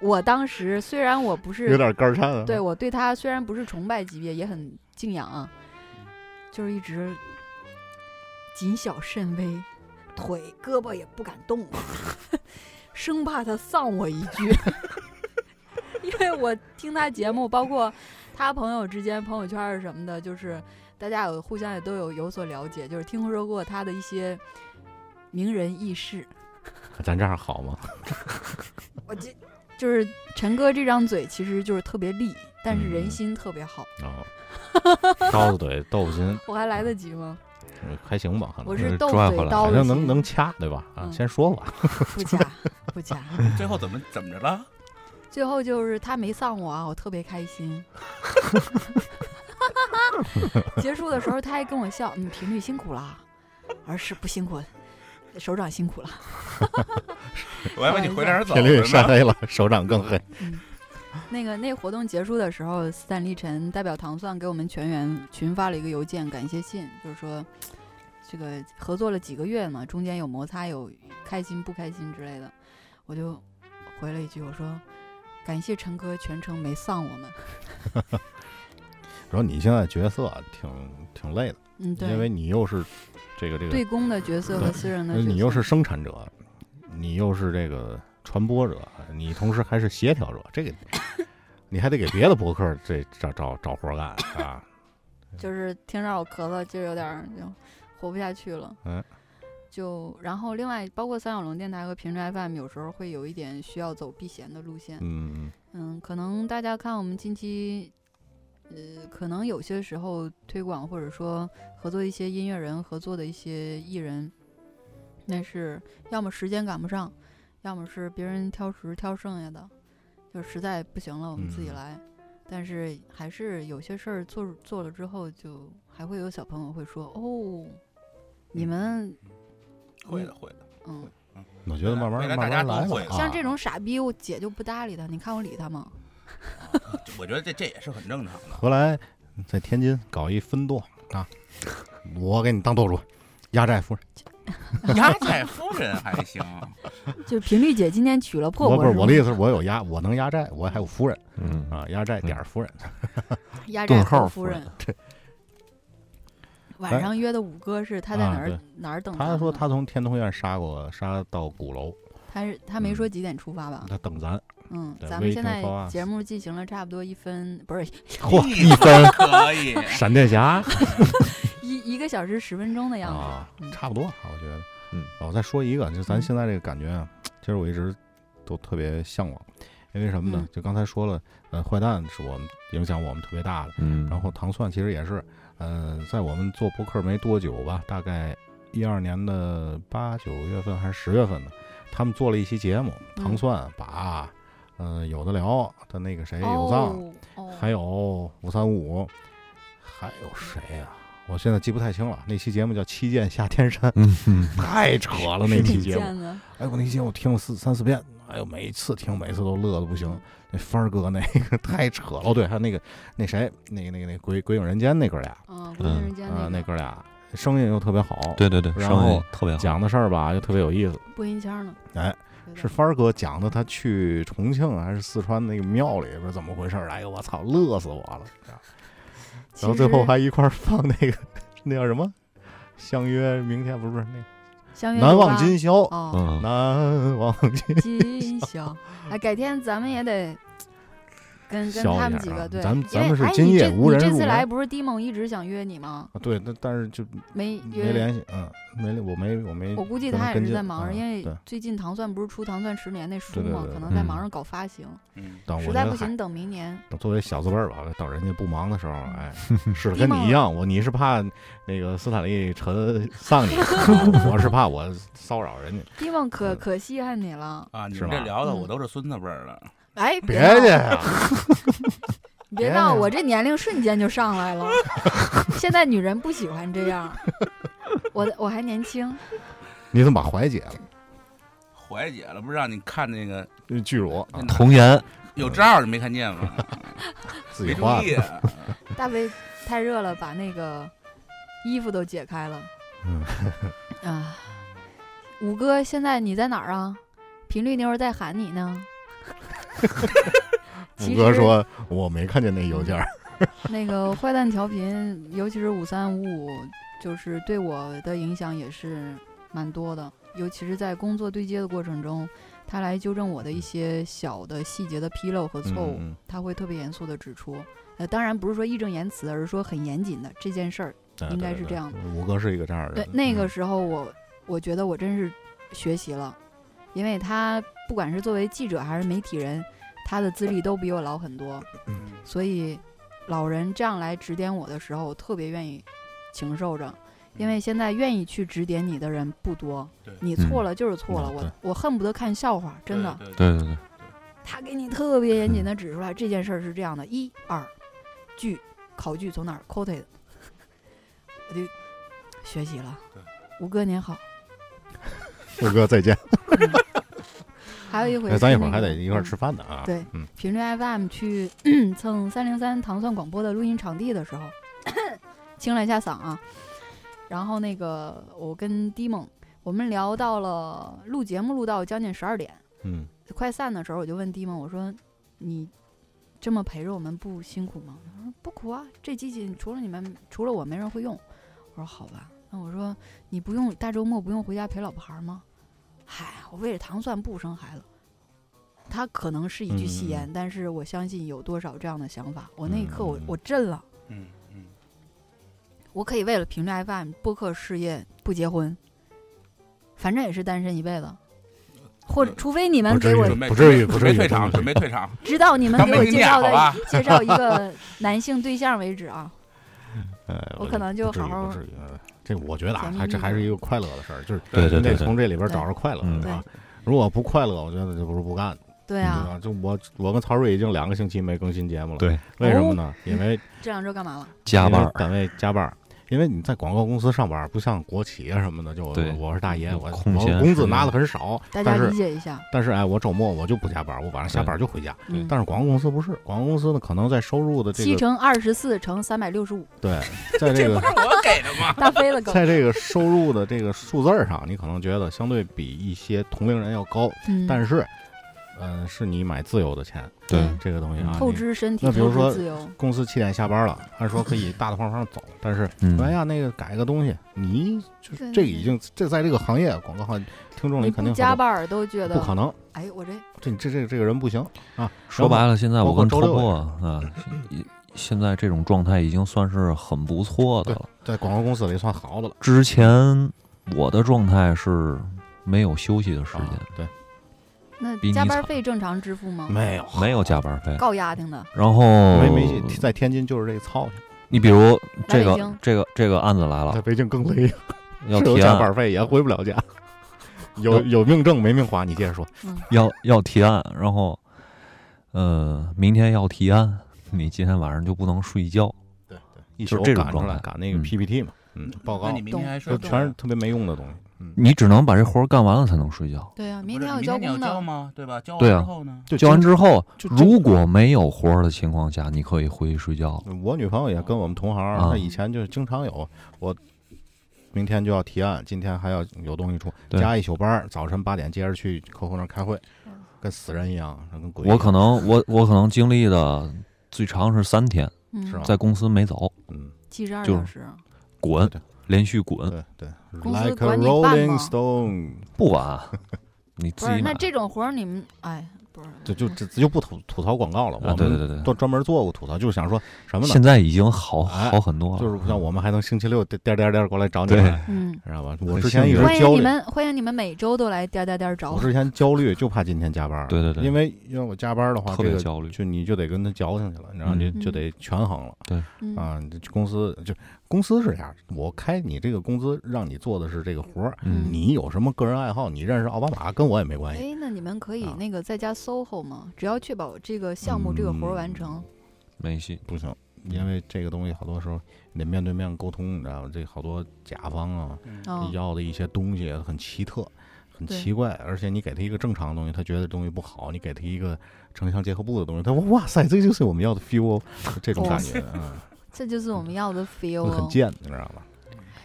Speaker 1: 我当时虽然我不
Speaker 2: 嗯，有
Speaker 1: 是
Speaker 2: 点肝儿颤啊。
Speaker 1: 对我对他虽然不是崇拜级别，也很敬仰啊，就是一直谨小慎微，腿胳膊也不敢动啊， [laughs] 生怕他丧我一句。 [laughs] 因为我听他节目，包括他朋友之间朋友圈儿什么的，就是大家有互相也都有有所了解，就是听说过他的一些名人轶事。
Speaker 2: [laughs] 咱这样好吗？
Speaker 1: 我这就是陈哥这张嘴，其实就是特别利，但是
Speaker 2: 嗯
Speaker 1: 人心特别好。
Speaker 2: 啊，刀子嘴豆腐心，
Speaker 1: 我还来得及吗？
Speaker 2: 呃还行吧，可能
Speaker 1: 我
Speaker 3: 是
Speaker 1: 是豆
Speaker 3: 转
Speaker 1: 嘴
Speaker 3: 回来
Speaker 1: 刀
Speaker 2: 反
Speaker 1: 子
Speaker 2: 正
Speaker 1: 心，
Speaker 2: 能能掐对吧？啊，
Speaker 1: 嗯
Speaker 2: 先说 [laughs] 吧。
Speaker 1: 不假不假。
Speaker 4: 最后怎么怎么着了？
Speaker 1: 最后就是他没丧我啊，我特别开心。结束的时候他还跟我笑，嗯，频率辛苦了，而是不辛苦，首长辛苦了。
Speaker 4: 我还以为你回哪儿走
Speaker 2: 频率
Speaker 4: 了
Speaker 2: 晒
Speaker 4: 呢。
Speaker 2: 黑了，手掌更黑。
Speaker 1: [laughs] 那个那活动结束的时候，斯坦利陈代表糖蒜给我们全员群发了一个邮件感谢信，就是说这个合作了几个月嘛，中间有摩擦，有开心不开心之类的，我就回了一句我说感谢陈哥全程没丧我们，
Speaker 2: 然后你现在角色啊挺挺累的，
Speaker 1: 嗯对，
Speaker 2: 因为你又是这个这个
Speaker 1: 对公的角色和私人的
Speaker 2: 呃
Speaker 1: 角色，
Speaker 2: 你又是生产者，你又是这个传播者，你同时还是协调者，这个你还得给别的博客这找找找活干啊。
Speaker 1: 就是听着我咳嗽，就有点儿就活不下去了。
Speaker 2: 嗯，
Speaker 1: 就然后另外包括三角龙电台和平时 FM 有时候会有一点需要走避嫌的路线。
Speaker 2: 嗯，
Speaker 1: 嗯，可能大家看我们近期，呃，可能有些时候推广或者说合作一些音乐人、合作的一些艺人，那是要么时间赶不上，要么是别人挑食挑剩下的，就实在不行了，我们自己
Speaker 2: 嗯
Speaker 1: 来。但是还是有些事儿做做了之后，就还会有小朋友会说：“哦，
Speaker 2: 嗯
Speaker 1: 你们
Speaker 4: 会的，会的。
Speaker 1: 嗯，
Speaker 2: 我觉得慢慢
Speaker 4: 未来
Speaker 2: 慢
Speaker 4: 大家
Speaker 2: 慢
Speaker 4: 都
Speaker 2: 来
Speaker 4: 会
Speaker 2: 吧。啊
Speaker 1: 像这种傻逼，我姐就不搭理他。你看我理他吗？
Speaker 4: 我觉得这这也是很正常的。
Speaker 2: 荷兰在天津搞一分舵啊，我给你当舵主，压寨夫
Speaker 1: [laughs]
Speaker 2: 人，
Speaker 4: 压寨夫人还行，
Speaker 1: 就频率姐今天娶了破
Speaker 2: 我不是
Speaker 1: 是
Speaker 2: 我的意思，是我有压，我能压寨，我还有夫人
Speaker 10: 嗯，
Speaker 2: 啊，压寨点儿夫人。
Speaker 1: 压
Speaker 10: 顿
Speaker 1: 寨
Speaker 10: 号
Speaker 1: 和
Speaker 10: 夫
Speaker 1: 夫
Speaker 10: 人
Speaker 1: 人。晚上约的五哥是他在哪
Speaker 2: 啊
Speaker 1: 儿、
Speaker 2: 对
Speaker 1: 哪儿等
Speaker 2: 他
Speaker 1: 们
Speaker 2: 说
Speaker 1: 呢
Speaker 2: 他从天通苑杀过，杀到鼓楼，
Speaker 1: 他是他没说
Speaker 2: 嗯
Speaker 1: 几点出发吧？
Speaker 2: 他等咱。
Speaker 1: 嗯，
Speaker 2: 对
Speaker 1: 咱
Speaker 2: 微
Speaker 1: 们现
Speaker 2: 信
Speaker 1: 在
Speaker 2: 号啊
Speaker 1: 节目进行了差不多一分不是
Speaker 2: [laughs] 嚯，
Speaker 4: 一
Speaker 2: 一分 [laughs]
Speaker 4: 可以。
Speaker 10: 闪电侠
Speaker 1: 一一个小时十分钟的样子。
Speaker 2: 啊
Speaker 1: 嗯，
Speaker 2: 差不多，我觉得。
Speaker 10: 嗯，
Speaker 2: 我再说一个，就咱
Speaker 1: 嗯
Speaker 2: 现在这个感觉啊，其实我一直都特别向往，因为什么呢
Speaker 1: 嗯？
Speaker 2: 就刚才说了，呃，坏蛋是我们影响我们特别大的，
Speaker 10: 嗯，
Speaker 2: 然后糖蒜其实也是，呃，在我们做播客没多久吧，大概一二年的八九月份还是十月份呢，他们做了一期节目，
Speaker 1: 嗯
Speaker 2: 糖蒜把，呃，有的聊的那个谁哎有藏。
Speaker 1: 哦哦，
Speaker 2: 还有五三五，还有谁呀、我现在记不太清了。那期节目叫《七剑下天山》，
Speaker 10: 嗯嗯
Speaker 2: [laughs] 太扯了
Speaker 1: 是
Speaker 2: 那期
Speaker 1: 挺
Speaker 2: 节目。
Speaker 1: 贱的。
Speaker 2: 哎，我那期节目听了四三四遍，哎呦，每一次听，每一次都乐的不行。那帆儿哥那个太扯了，哦对，还有那个那谁，那个那个那个鬼鬼影人间那哥俩
Speaker 1: 嗯，无人间
Speaker 2: 啊、那
Speaker 1: 个
Speaker 2: 哥俩声音又特别好，
Speaker 3: 对对对，
Speaker 2: 然
Speaker 3: 声音
Speaker 2: 后
Speaker 3: 特别好。
Speaker 2: 讲的事儿吧又特别有意思。
Speaker 1: 播音腔呢？
Speaker 2: 哎
Speaker 1: 有点，
Speaker 2: 是帆儿哥讲的，他去重庆还是四川那个庙里边怎么回事儿？哎呦，我操，乐死我了！
Speaker 1: 其
Speaker 2: 然后最后
Speaker 1: 实
Speaker 2: 还一块儿放那个那叫什么？相约明天不是那
Speaker 1: 相
Speaker 2: 个
Speaker 1: 约
Speaker 2: 难
Speaker 1: 六
Speaker 2: 忘
Speaker 1: 八
Speaker 2: 今宵，
Speaker 1: 哦，
Speaker 3: 嗯，
Speaker 2: 难忘 [laughs] 今
Speaker 1: 今宵。哎，改天咱们也
Speaker 2: [laughs]
Speaker 1: 得跟跟
Speaker 2: 宵
Speaker 1: 他们
Speaker 2: 一
Speaker 1: 几
Speaker 2: 下
Speaker 1: 个
Speaker 2: 啊。
Speaker 1: 对，
Speaker 2: 咱们
Speaker 1: 因
Speaker 2: 咱
Speaker 1: 为
Speaker 2: 们是
Speaker 1: 哎
Speaker 2: 今
Speaker 1: 你
Speaker 2: 夜
Speaker 1: 这
Speaker 2: 无人
Speaker 1: 你这
Speaker 2: 入
Speaker 1: 次
Speaker 2: 门。
Speaker 1: 来
Speaker 2: 啊
Speaker 1: 不是 Dimo 一直想约你吗？
Speaker 2: 对，但但是就
Speaker 1: 没约
Speaker 2: 没联系，嗯，没我没我没
Speaker 1: 我估计
Speaker 2: 跟
Speaker 1: 他也
Speaker 2: 跟
Speaker 1: 是
Speaker 2: 进
Speaker 1: 在忙着，
Speaker 2: 嗯
Speaker 1: 因为
Speaker 2: 对
Speaker 1: 最近糖蒜不是出《糖蒜十年》那书
Speaker 2: 对对
Speaker 1: 嘛，可
Speaker 2: 对对
Speaker 1: 能在忙
Speaker 10: 嗯
Speaker 1: 着搞发行，
Speaker 4: 嗯，
Speaker 2: 等我
Speaker 1: 实
Speaker 2: 觉
Speaker 1: 在
Speaker 2: 得
Speaker 1: 不
Speaker 2: 还
Speaker 1: 行等明年。
Speaker 2: 等作为小字辈儿吧，等人家不忙的时候，
Speaker 1: [laughs]
Speaker 2: 哎，是
Speaker 1: 地
Speaker 2: 跟
Speaker 1: 貌
Speaker 2: 你一样，我你是怕那个斯坦利
Speaker 1: [laughs]
Speaker 2: 陈丧你，啊我是怕我骚扰人家，
Speaker 1: d i m 可
Speaker 2: 嗯
Speaker 1: 可稀罕你了，
Speaker 4: 啊，你
Speaker 2: 是
Speaker 4: 们这
Speaker 2: 吗
Speaker 4: 聊的
Speaker 1: 嗯
Speaker 4: 我都是孙子辈儿了。
Speaker 1: 哎，
Speaker 2: 别
Speaker 1: 闹
Speaker 2: 介呀，
Speaker 1: 你别
Speaker 2: 别
Speaker 1: 闹，
Speaker 2: 介
Speaker 1: 我这年龄瞬间就上来了。 [laughs] 现在女人不喜欢这样， [laughs] 我我还年轻，
Speaker 2: 你怎么把怀解了？
Speaker 4: 怀姐了，不是让你看那个
Speaker 2: 这巨乳啊，
Speaker 3: 童颜，
Speaker 4: 有罩儿，你没看见吗？
Speaker 2: [laughs] 自己
Speaker 4: 没注
Speaker 2: 画
Speaker 4: 意
Speaker 2: 的，，
Speaker 1: 大卫太热了，把那个衣服都解开了。
Speaker 2: 嗯
Speaker 1: 啊，五哥，现在你在哪儿啊？频率妞儿在喊你呢。
Speaker 2: [laughs] 五
Speaker 1: 其
Speaker 2: 哥
Speaker 1: 实
Speaker 2: 说我没看见那邮件儿，
Speaker 1: 那个坏蛋调频，尤其是五三五五，就是对我的影响也是蛮多的。尤其是在工作对接的过程中，他来纠正我的一些小的细节的纰漏和错误，
Speaker 2: 嗯嗯
Speaker 1: 他会特别严肃的指出。呃，当然不是说义正言辞，而是说很严谨的这件事儿。
Speaker 2: 对
Speaker 1: 应该
Speaker 2: 对
Speaker 1: 是
Speaker 2: 对
Speaker 1: 这样的
Speaker 2: 五哥是一个这样的
Speaker 1: 对
Speaker 2: 人，，
Speaker 1: 那个
Speaker 2: 嗯
Speaker 1: 时候我我觉得我真是学习了，因为他不管是作为记者还是媒体人，他的资历都比我老很多。
Speaker 2: 嗯
Speaker 1: 所以老人这样来指点我的时候，我特别愿意承受着， [laughs] 因为现在愿意去指点你的人不多
Speaker 4: 嗯对，
Speaker 1: 你错了就是错了，
Speaker 2: 嗯对
Speaker 1: 我我恨不得看笑话，真的。
Speaker 4: 对，对
Speaker 3: 对对对，
Speaker 1: 他给你特别严
Speaker 2: 嗯
Speaker 1: 谨的指出来这件事儿是这样的，一二，句考据从哪儿 quoted，我就学习了
Speaker 4: 对。
Speaker 1: 吴哥您好，
Speaker 2: 五哥再见，
Speaker 1: 还有一回是那个，
Speaker 2: 那哎咱一会儿还得一块儿吃饭呢啊。
Speaker 1: 对
Speaker 2: 嗯，
Speaker 1: 频率 FM 去 [clears throat] 蹭三零三糖蒜广播的录音场地的时候， [clears throat] 清了一下嗓啊。然后那个我跟迪蒙，我们聊到了录节目录到将近十二点，
Speaker 2: 嗯，
Speaker 1: 快散的时候，我就问迪蒙，我说你这么陪着我们不辛苦吗？他说不苦啊，这机器除了你们除了我没人会用。我说好吧，那我说你不用大周末不用回家陪老婆孩儿吗？嗨，我为了糖蒜不生孩子。他可能是一句戏言，但是我相信有多少这样的想法。我那一刻我，我、
Speaker 2: 嗯嗯嗯嗯
Speaker 1: 震了，
Speaker 4: 嗯嗯，
Speaker 1: 我可以为了频率 FM 播客事业不结婚，反正也是单身一辈子，或者
Speaker 4: 呃
Speaker 1: 除非你们
Speaker 2: 不
Speaker 1: 给
Speaker 2: 至
Speaker 1: 我
Speaker 2: 于
Speaker 4: 准备
Speaker 2: 不至于不
Speaker 4: 准
Speaker 2: 至于
Speaker 4: 备退
Speaker 2: 不
Speaker 4: 场，
Speaker 2: 至
Speaker 4: 准备
Speaker 2: 于
Speaker 4: 退场。
Speaker 1: 直到你们
Speaker 4: 当
Speaker 1: 给
Speaker 4: 没
Speaker 1: 我
Speaker 4: 听
Speaker 1: 介
Speaker 4: 见
Speaker 1: 绍的
Speaker 4: 好吧
Speaker 1: [laughs] 介绍一个男性对象为止
Speaker 4: [laughs]
Speaker 1: 啊，
Speaker 2: 呃，
Speaker 1: 我可能就
Speaker 2: 不至于
Speaker 1: 好好
Speaker 2: 不至于。呃这我觉得啊
Speaker 1: 甜，蜜
Speaker 2: 还这
Speaker 1: 蜜
Speaker 2: 还
Speaker 1: 的
Speaker 2: 是一个快乐的事儿，就是
Speaker 3: 对对
Speaker 2: 你得
Speaker 3: 对对
Speaker 2: 从这里边找着快乐，
Speaker 3: 嗯
Speaker 2: 对吧？如果不快乐，我觉得这不是不干，
Speaker 1: 对
Speaker 2: 对
Speaker 1: 啊，
Speaker 2: 吧？就我我跟曹睿已经两个星期没更新节目了，
Speaker 10: 对，
Speaker 2: 为什
Speaker 1: 哦
Speaker 2: 么呢？因为
Speaker 1: 这两周干嘛了？
Speaker 3: [laughs] 加班
Speaker 2: 因为
Speaker 3: 儿，
Speaker 2: 单位加班儿。因为你在广告公司上班，不像国企啊什么的，就我
Speaker 3: 对
Speaker 2: 我是大爷，
Speaker 3: 有
Speaker 2: 我
Speaker 3: 空
Speaker 2: 我
Speaker 3: 闲
Speaker 2: 工资
Speaker 3: 时间
Speaker 2: 拿的很少，
Speaker 1: 大家
Speaker 2: 但
Speaker 1: 理
Speaker 2: 是
Speaker 1: 解一下，
Speaker 2: 但是哎，我周末我就不加班，我晚上下班就回家。
Speaker 1: 嗯，
Speaker 2: 但是广告公司不是，广告公司呢，可能在收入的这
Speaker 1: 七
Speaker 2: 个
Speaker 1: 乘二十四乘三百六
Speaker 2: [laughs]
Speaker 1: 十五，
Speaker 2: 对，
Speaker 1: [laughs]
Speaker 2: 在这个
Speaker 4: 不是 [laughs] 我给的吗？
Speaker 1: 大飞的
Speaker 2: [laughs]
Speaker 1: 梗，
Speaker 2: 在这个收入的这个数字儿上，你可能觉得相对比一些同龄人要高，
Speaker 1: 嗯，
Speaker 2: 但是，嗯、是你买自由的钱，
Speaker 1: 对
Speaker 2: 这个东西啊，
Speaker 1: [laughs] 透
Speaker 2: 你
Speaker 1: 支身体，
Speaker 2: 那比如
Speaker 1: 透
Speaker 2: 说
Speaker 1: 支自
Speaker 3: 嗯
Speaker 1: 由，
Speaker 2: 公司七点下班了，按说可以大大方方走，但是
Speaker 3: 嗯
Speaker 2: 说，哎呀，那个改个东西，你就
Speaker 1: 对
Speaker 2: 这个已经这在这个行业广告行业听众里
Speaker 1: 嗯你
Speaker 2: 肯
Speaker 1: 不
Speaker 2: 定
Speaker 1: 加
Speaker 2: 很多
Speaker 1: 班儿都觉
Speaker 2: 不可
Speaker 1: 得，
Speaker 2: 能，
Speaker 1: 哎，我这
Speaker 2: 这你这这这个人不行啊。
Speaker 3: 说白
Speaker 2: 了，
Speaker 3: 了，现在我
Speaker 2: 包括
Speaker 3: 跟
Speaker 2: 周
Speaker 3: 头
Speaker 2: 六
Speaker 3: 破啊，一现在这种状态已经算是很不错的
Speaker 2: 对
Speaker 3: 了。
Speaker 2: 在广告公司里算好的了，
Speaker 3: 之前我的状态是没有休息的时
Speaker 2: 啊
Speaker 3: 间，，
Speaker 2: 对，
Speaker 1: 那
Speaker 3: 比你
Speaker 1: 加班
Speaker 3: 惨
Speaker 1: 费正常支付吗？
Speaker 2: 没有
Speaker 3: 没有加班费。
Speaker 1: 告丫挺的，
Speaker 3: 然后
Speaker 2: 没没在天津就是这个操性，
Speaker 3: 你比如这
Speaker 1: 北京
Speaker 3: 个这个这个案子来
Speaker 2: 在
Speaker 3: 了，
Speaker 2: 北京更累，
Speaker 3: 啊要
Speaker 2: 是有
Speaker 3: 提
Speaker 2: 加
Speaker 3: 案
Speaker 2: 班费也回不了家。有有命挣没命花，你接着说。
Speaker 3: 要要提案，然后呃明天要提案，你今天晚上就不能睡觉。
Speaker 2: 对对，一
Speaker 3: 就
Speaker 2: 宿
Speaker 3: 是这种
Speaker 2: 赶出来
Speaker 3: 状态
Speaker 2: 赶那个
Speaker 3: 嗯
Speaker 2: PPT 嘛，嗯， [laughs] 报告
Speaker 4: 那你明天还
Speaker 2: 就
Speaker 4: 说
Speaker 2: 全是特别没用的东西。嗯，
Speaker 3: 你只能把这活儿干完了才能睡觉。
Speaker 1: 对啊，
Speaker 4: 不
Speaker 1: 明
Speaker 4: 是
Speaker 1: 天要
Speaker 4: 明
Speaker 1: 交
Speaker 4: 天你要
Speaker 1: 工
Speaker 4: 交
Speaker 1: 的，
Speaker 4: 吗？对吧？交完
Speaker 3: 对
Speaker 4: 之
Speaker 3: 啊
Speaker 4: 后呢？
Speaker 2: 就
Speaker 3: 交完之后，
Speaker 2: 就就
Speaker 3: 如果没有活儿的情况下，你可以回去睡觉了。
Speaker 2: 我女朋友也跟我们同行，
Speaker 3: 啊
Speaker 2: 她以前就是经常有我，明天就要提案，今天还要有东西出，
Speaker 3: 对
Speaker 2: 加一宿班儿，早晨八点接着去客户那儿开会，
Speaker 1: 嗯
Speaker 2: 跟死人一样，跟鬼一样。
Speaker 3: 我可能我我可能经历的最长是三天，
Speaker 2: 是
Speaker 1: 嗯
Speaker 2: 吧，
Speaker 3: 在公司没走，
Speaker 2: 嗯，
Speaker 1: 七十二
Speaker 3: 就
Speaker 1: 小时，
Speaker 3: 滚
Speaker 2: 对，
Speaker 3: 连续滚，
Speaker 2: 对对
Speaker 1: 公司
Speaker 2: ，like a
Speaker 1: 管你办吗
Speaker 2: rolling stone，
Speaker 3: 不管， [laughs] 你自
Speaker 1: 不是
Speaker 3: 己，
Speaker 1: 那
Speaker 3: 买。
Speaker 1: 这种活儿你们，哎，不是，
Speaker 2: 就就就就不吐吐槽广告了，
Speaker 3: 啊
Speaker 2: 我
Speaker 3: 对对
Speaker 2: 们
Speaker 3: 对对
Speaker 2: 都专门做过吐槽，就是想说什么呢
Speaker 3: 现？在已经好
Speaker 2: 哎
Speaker 3: 好很多了，
Speaker 2: 就是像我们还能星期六颠颠颠颠过来找你
Speaker 3: 对
Speaker 2: 来，
Speaker 1: 嗯，
Speaker 2: 知道吧？
Speaker 3: 很
Speaker 2: 我之前
Speaker 3: 幸
Speaker 2: 一
Speaker 3: 运
Speaker 2: 直
Speaker 1: 欢迎
Speaker 2: 焦
Speaker 1: 你
Speaker 2: 虑，
Speaker 1: 们，欢迎你们每周都来颠颠颠找
Speaker 2: 我
Speaker 1: 我，
Speaker 2: 之前焦虑就怕今天加班儿，
Speaker 3: 对对对，
Speaker 2: 因为要我加班儿的话，
Speaker 3: 特
Speaker 2: 这
Speaker 3: 别
Speaker 2: 个
Speaker 3: 焦虑，
Speaker 2: 就你就得跟他矫情去了，然后
Speaker 3: 嗯
Speaker 2: 你就得权衡了、
Speaker 1: 嗯
Speaker 2: 啊！你这公司就公司是这样，我开你这个工资，让你做的是这个活儿，
Speaker 3: 嗯，
Speaker 2: 你有什么个人爱好，你认识奥巴马跟我也没关系。
Speaker 1: 哎，那你们可以
Speaker 2: 啊
Speaker 1: 那个在家 SOHO 吗？只要确保这个项目、这个活儿
Speaker 2: 嗯
Speaker 1: 完成，
Speaker 3: 没戏，
Speaker 2: 不行，
Speaker 3: 嗯
Speaker 2: 因为这个东西好多时候你得面对面沟通，你知道吗？这好多甲方啊、
Speaker 1: 嗯，
Speaker 2: 要的一些东西很奇特。很
Speaker 1: 对
Speaker 2: 奇怪，而且你给他一个正常的东西，他觉得东西不好；你给他一个城乡结合部的东西，他说：“哇塞，这就是我们要的 feel，哦就这种感觉，嗯，
Speaker 1: [laughs] 这就是我们要的 feel，
Speaker 2: 会很
Speaker 1: 哦
Speaker 2: 贱，你知道吧？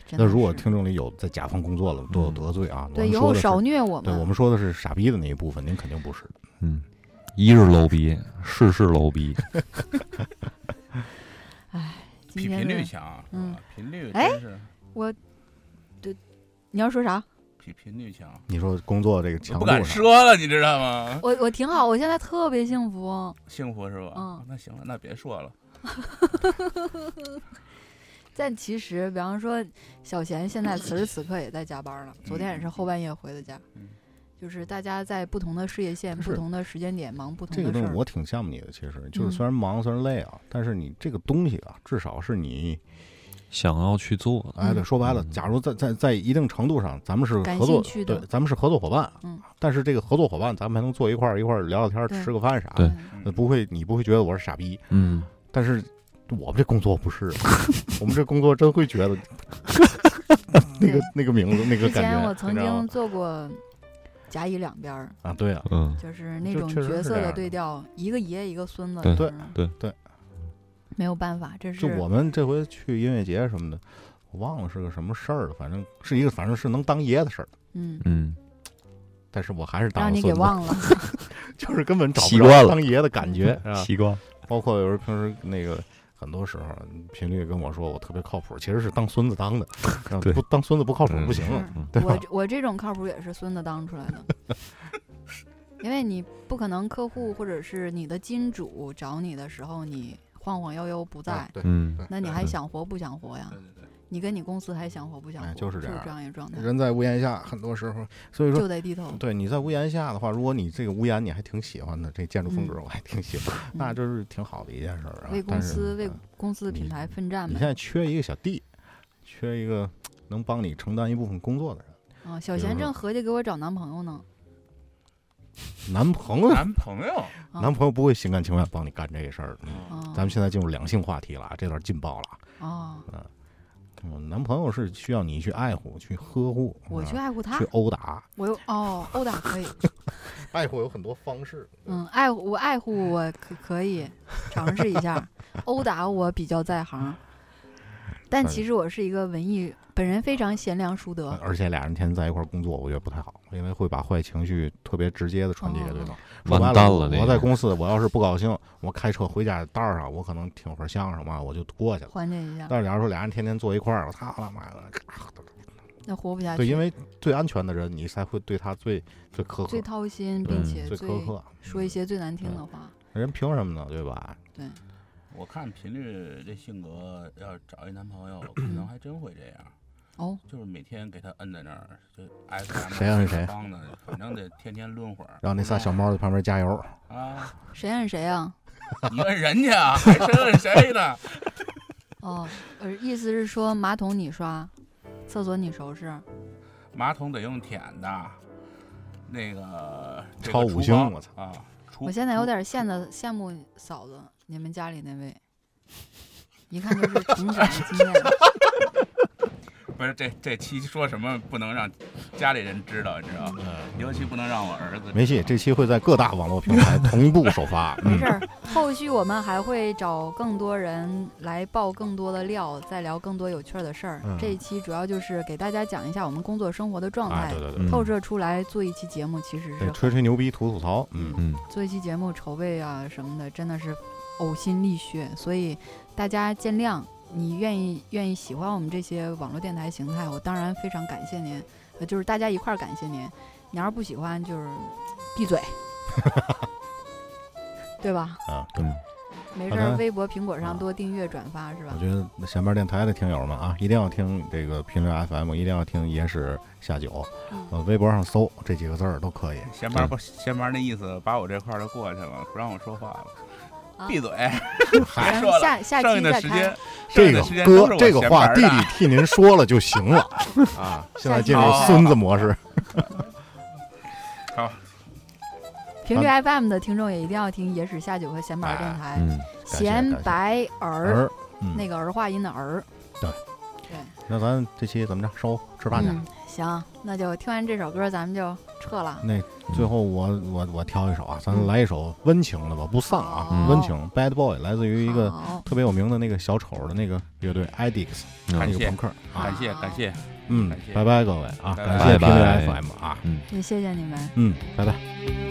Speaker 1: 真
Speaker 2: 那
Speaker 1: 的
Speaker 2: 如果
Speaker 1: 是
Speaker 2: 听众里有在甲方工作了，多有得罪啊！我
Speaker 1: 对
Speaker 2: 们
Speaker 1: 以
Speaker 2: 说
Speaker 1: 后
Speaker 2: 的是
Speaker 1: 少虐我
Speaker 2: 对
Speaker 1: 们，
Speaker 2: 我们说的是傻逼的那一部分，您肯定不是。
Speaker 3: 嗯，一是 low 逼，事事 low 逼，
Speaker 1: 今
Speaker 4: 频
Speaker 1: 天
Speaker 4: 频率
Speaker 1: 的
Speaker 4: 强，啊
Speaker 1: 嗯，
Speaker 4: 频率
Speaker 1: 哎
Speaker 4: 真是
Speaker 1: 你要说啥？
Speaker 4: 比频率强，
Speaker 2: [laughs] 你说工作这个
Speaker 4: 我
Speaker 2: 强
Speaker 4: 不
Speaker 2: 度
Speaker 4: 敢
Speaker 2: 上，
Speaker 4: 说了，你知道吗？
Speaker 1: 我我挺好，我现在特别幸
Speaker 2: [laughs]
Speaker 1: 福。
Speaker 4: 幸福是吧？
Speaker 1: 嗯，
Speaker 4: 那行了，那别说了。
Speaker 1: 但其实，比方说，小贤现在此时此刻也在加班了。昨天也是后半夜回的家
Speaker 4: 嗯，
Speaker 1: 就是大家在不同的事业线、
Speaker 2: 是
Speaker 1: 不同的时间点忙不同
Speaker 2: 这个
Speaker 1: 的
Speaker 2: 东
Speaker 1: 事
Speaker 2: 西
Speaker 1: 儿。
Speaker 2: 我挺羡慕你的。其实就是
Speaker 1: 嗯
Speaker 2: 虽然忙，虽然累啊，但是你这个东西啊，至少是你
Speaker 3: 想要去做的，
Speaker 2: 哎，对，说白了，
Speaker 3: 嗯
Speaker 2: 假如在在在一定程度上，咱们是
Speaker 1: 感
Speaker 2: 合作
Speaker 1: 兴趣，的
Speaker 2: 对，咱们是合作伙伴
Speaker 1: 嗯。
Speaker 2: 但是这个合作伙伴，咱们还能坐一块儿，一块儿聊聊天儿，
Speaker 1: 对
Speaker 2: 吃个饭啥
Speaker 3: 对
Speaker 2: 的，
Speaker 1: 嗯
Speaker 4: 嗯
Speaker 2: 那呃不会，你不会觉得我是傻逼。
Speaker 3: 嗯，
Speaker 2: 但是我们这工作
Speaker 1: [laughs]
Speaker 2: 不是，我们这工作真会觉得那个那个名字那个
Speaker 1: 之
Speaker 2: 感
Speaker 1: 前
Speaker 2: 觉。
Speaker 1: 我曾
Speaker 2: 你知道吗
Speaker 1: 经做过甲乙两边儿，
Speaker 2: 啊，对啊，
Speaker 10: 嗯，
Speaker 1: 就是那
Speaker 2: 就
Speaker 1: 种
Speaker 2: 确实
Speaker 1: 角
Speaker 2: 是
Speaker 1: 色
Speaker 2: 这样
Speaker 1: 的
Speaker 2: 的
Speaker 1: 对调，一个爷一个孙子，
Speaker 10: 对
Speaker 1: 就是
Speaker 10: 对
Speaker 2: 对，
Speaker 1: 没有办法，这是
Speaker 2: 就我们这回去音乐节什么的，我忘了是个什么事儿了，反正是一个反正是能当爷的事儿，
Speaker 1: 嗯，
Speaker 10: 嗯，
Speaker 2: 但是我还是当
Speaker 1: 让你给
Speaker 2: 孙子
Speaker 1: 忘了，
Speaker 2: 就是根本找
Speaker 10: 习
Speaker 2: 不
Speaker 10: 惯
Speaker 2: 着
Speaker 10: 了
Speaker 2: 当爷的
Speaker 10: [laughs]
Speaker 2: 感觉，是吧
Speaker 10: 习惯，
Speaker 2: 包括有时候平时那个很多时候频率跟我说我特别靠谱，其实是当孙子当的，啊
Speaker 10: 对
Speaker 2: 不当孙子不靠谱
Speaker 10: 嗯
Speaker 2: 不行了。
Speaker 1: 是
Speaker 10: 嗯
Speaker 2: [laughs] 对吧
Speaker 1: 我这我这种靠谱也是孙子当出来的， [laughs] 因为你不可能客户或者是你的金主找你的时候，你晃晃悠悠不在，
Speaker 2: 啊对，
Speaker 10: 嗯，
Speaker 1: 那你还
Speaker 10: 对
Speaker 1: 想活不想活呀？你跟你公司还想活不想活？
Speaker 2: 哎就是
Speaker 1: 这
Speaker 2: 这样
Speaker 1: 样一个状态，
Speaker 2: 人在屋檐下，很多时候，所以说
Speaker 1: 就得低头。
Speaker 2: 对，你在屋檐下的话，如果你这个屋檐你还挺喜欢的，这建筑风格我还挺喜欢，那
Speaker 1: 嗯
Speaker 2: 就是挺好的一件事儿啊。
Speaker 1: 为公
Speaker 2: 但是
Speaker 1: 司为
Speaker 2: 嗯
Speaker 1: 公司的品
Speaker 2: 你
Speaker 1: 牌奋战
Speaker 2: 你现
Speaker 1: 呗。
Speaker 2: 在缺一个小弟，缺一个能帮你承担一部分工作的人，
Speaker 1: 啊，小
Speaker 2: 比如
Speaker 1: 贤
Speaker 2: 说
Speaker 1: 正合计给我找男朋友呢。
Speaker 2: 男朋
Speaker 1: 嗯
Speaker 2: 友，
Speaker 8: 男朋友，
Speaker 1: 啊
Speaker 2: 男朋友不会心甘情愿帮你干这个事儿的。
Speaker 1: 啊，
Speaker 2: 咱们现在进入两性话题了，啊，这段劲爆了啊。
Speaker 1: 啊，
Speaker 2: 嗯，男朋友是需要你去爱护、去呵护，
Speaker 1: 我去
Speaker 2: 啊
Speaker 1: 爱护他
Speaker 2: 去，殴打。
Speaker 1: 我又哦殴打可以，
Speaker 2: [laughs]
Speaker 1: [laughs]
Speaker 2: 爱护有很多方式，
Speaker 1: 嗯，爱护我爱护我可可以尝试一下，殴打我比较在行，但其实我是一个文艺，本人非常贤良淑德。
Speaker 2: 呃而且俩人天天在一块儿工作，我觉得不太好，因为会把坏情绪特别直接的传递给对方。
Speaker 1: 哦
Speaker 2: 说白
Speaker 3: 完蛋
Speaker 2: 我
Speaker 3: 了这
Speaker 2: 我在
Speaker 3: 个
Speaker 2: 公司，我要是不高兴，我开车回家道儿上，我可能听会儿相声嘛，我就过去了。
Speaker 1: 缓解一下，
Speaker 2: 但是假如说俩人天天坐一块儿，我操他妈的！
Speaker 1: 啊那活不下去。
Speaker 2: 对，因为最安全的人，你才会对他最最苛刻
Speaker 1: 最，掏心，
Speaker 2: 对
Speaker 1: 并且
Speaker 2: 最
Speaker 1: 最
Speaker 2: 苛刻。嗯
Speaker 1: 说一些最难听的话。
Speaker 2: 人凭什么呢？对吧？
Speaker 4: 我看频率这性格，要是找一男朋友，可能还真会这样。
Speaker 1: 哦，
Speaker 4: 就是每天给他摁在那儿，就 S M
Speaker 2: 谁摁谁
Speaker 4: 帮的，反正得天天论会儿。
Speaker 2: 让那
Speaker 1: 哎
Speaker 2: 仨
Speaker 1: 嗯
Speaker 2: 小猫在旁边加油。
Speaker 4: 啊，
Speaker 1: 谁按谁啊？
Speaker 4: 你摁人家啊，还谁摁谁呢？
Speaker 1: 哦，呃，意思是说马桶你刷，厕所你收拾。
Speaker 4: 马桶得用舔的，那个这个
Speaker 2: 超五
Speaker 4: 厨
Speaker 2: 星
Speaker 4: 房
Speaker 2: 我操
Speaker 4: 啊！厨
Speaker 1: 我现在有
Speaker 4: 厨
Speaker 1: 点羡的羡慕嫂子你们家里那位，一看就是成长经验。
Speaker 4: 不是这这期说什么不能让家里人知道，你知道吗？尤其不能让我儿子
Speaker 2: 嗯没戏，这期会在各大网络平台同步首发。
Speaker 1: 没
Speaker 2: 嗯
Speaker 1: 事，儿，后续我们还会找更多人来爆更多的料，再聊更多有趣儿的事儿。
Speaker 2: 嗯
Speaker 1: 这一期主要就是给大家讲一下我们工作生活的状
Speaker 2: 啊，
Speaker 1: 态，
Speaker 2: 对对对，
Speaker 10: 嗯
Speaker 1: 透射出来做一期节目其实是
Speaker 2: 得吹吹牛逼，吐吐槽。嗯，
Speaker 10: 嗯，
Speaker 1: 做一期节目筹备啊什么的，真的是呕心沥血，所以大家见谅。你愿意愿意喜欢我们这些网络电台形态，我当然非常感谢您，呃，就是大家一块儿感谢您。你要是不喜欢，就是闭
Speaker 2: [laughs]
Speaker 1: 嘴，对吧？
Speaker 2: 啊，对。
Speaker 10: 嗯，
Speaker 1: 没
Speaker 2: 好
Speaker 1: 事
Speaker 2: 的
Speaker 1: 儿，微博、苹果上
Speaker 2: 啊
Speaker 1: 多订阅、转发是吧
Speaker 2: 我？觉得前面电台的听友们啊，一定要听这个评论 FM，一定要听野史下酒，
Speaker 1: 嗯
Speaker 2: 呃，微博上搜这几个字儿都可以。
Speaker 4: 闲班不闲班那意思，把我这块儿就过去了，不让我说话
Speaker 1: 啊
Speaker 4: 了，闭嘴。还
Speaker 1: 咱
Speaker 4: 说
Speaker 1: 们
Speaker 4: 了，
Speaker 1: 下下
Speaker 4: 剩
Speaker 1: 期
Speaker 4: 下的
Speaker 1: 再
Speaker 4: 时间
Speaker 1: 开。，
Speaker 2: 这
Speaker 4: 剩下
Speaker 2: 个
Speaker 4: 的时间都
Speaker 2: 哥
Speaker 4: 是，我
Speaker 2: 这个
Speaker 4: 闲
Speaker 2: 话
Speaker 4: 班
Speaker 2: 弟
Speaker 4: 的
Speaker 2: 弟替您说了就行了啊。现在进入
Speaker 4: 好
Speaker 2: 孙子模式，
Speaker 1: 频率 FM 的听众也一定要听野史下酒和闲白
Speaker 2: 哎
Speaker 1: 电台，
Speaker 10: 嗯，
Speaker 2: 谢
Speaker 1: 闲
Speaker 2: 感谢
Speaker 1: 白儿
Speaker 2: 儿，嗯，
Speaker 1: 那个儿化音的儿。
Speaker 2: 对
Speaker 1: 对。
Speaker 2: 那咱这期怎么着？收吃饭去。
Speaker 1: 嗯。行，那就听完这首歌，咱们就撤了。
Speaker 2: 那最后我我我挑一首啊，咱来一首温情的吧，不丧啊，
Speaker 1: 嗯
Speaker 2: 温情。Bad Boy 来自于嗯一个
Speaker 1: 好
Speaker 2: 特别有名的那个小丑的那个乐队 Idix，
Speaker 10: 嗯
Speaker 2: 那
Speaker 4: 感
Speaker 2: 个
Speaker 4: 谢
Speaker 2: 朋克啊。
Speaker 4: 感谢感谢。
Speaker 2: 嗯
Speaker 4: 感，谢
Speaker 2: 拜拜各位啊，
Speaker 4: 拜
Speaker 2: 感
Speaker 4: 拜
Speaker 2: 谢
Speaker 10: 拜
Speaker 2: 频率
Speaker 10: 拜
Speaker 2: FM 啊，
Speaker 1: 也谢谢你们。
Speaker 2: 嗯，拜
Speaker 1: 拜
Speaker 2: 拜。
Speaker 1: 拜。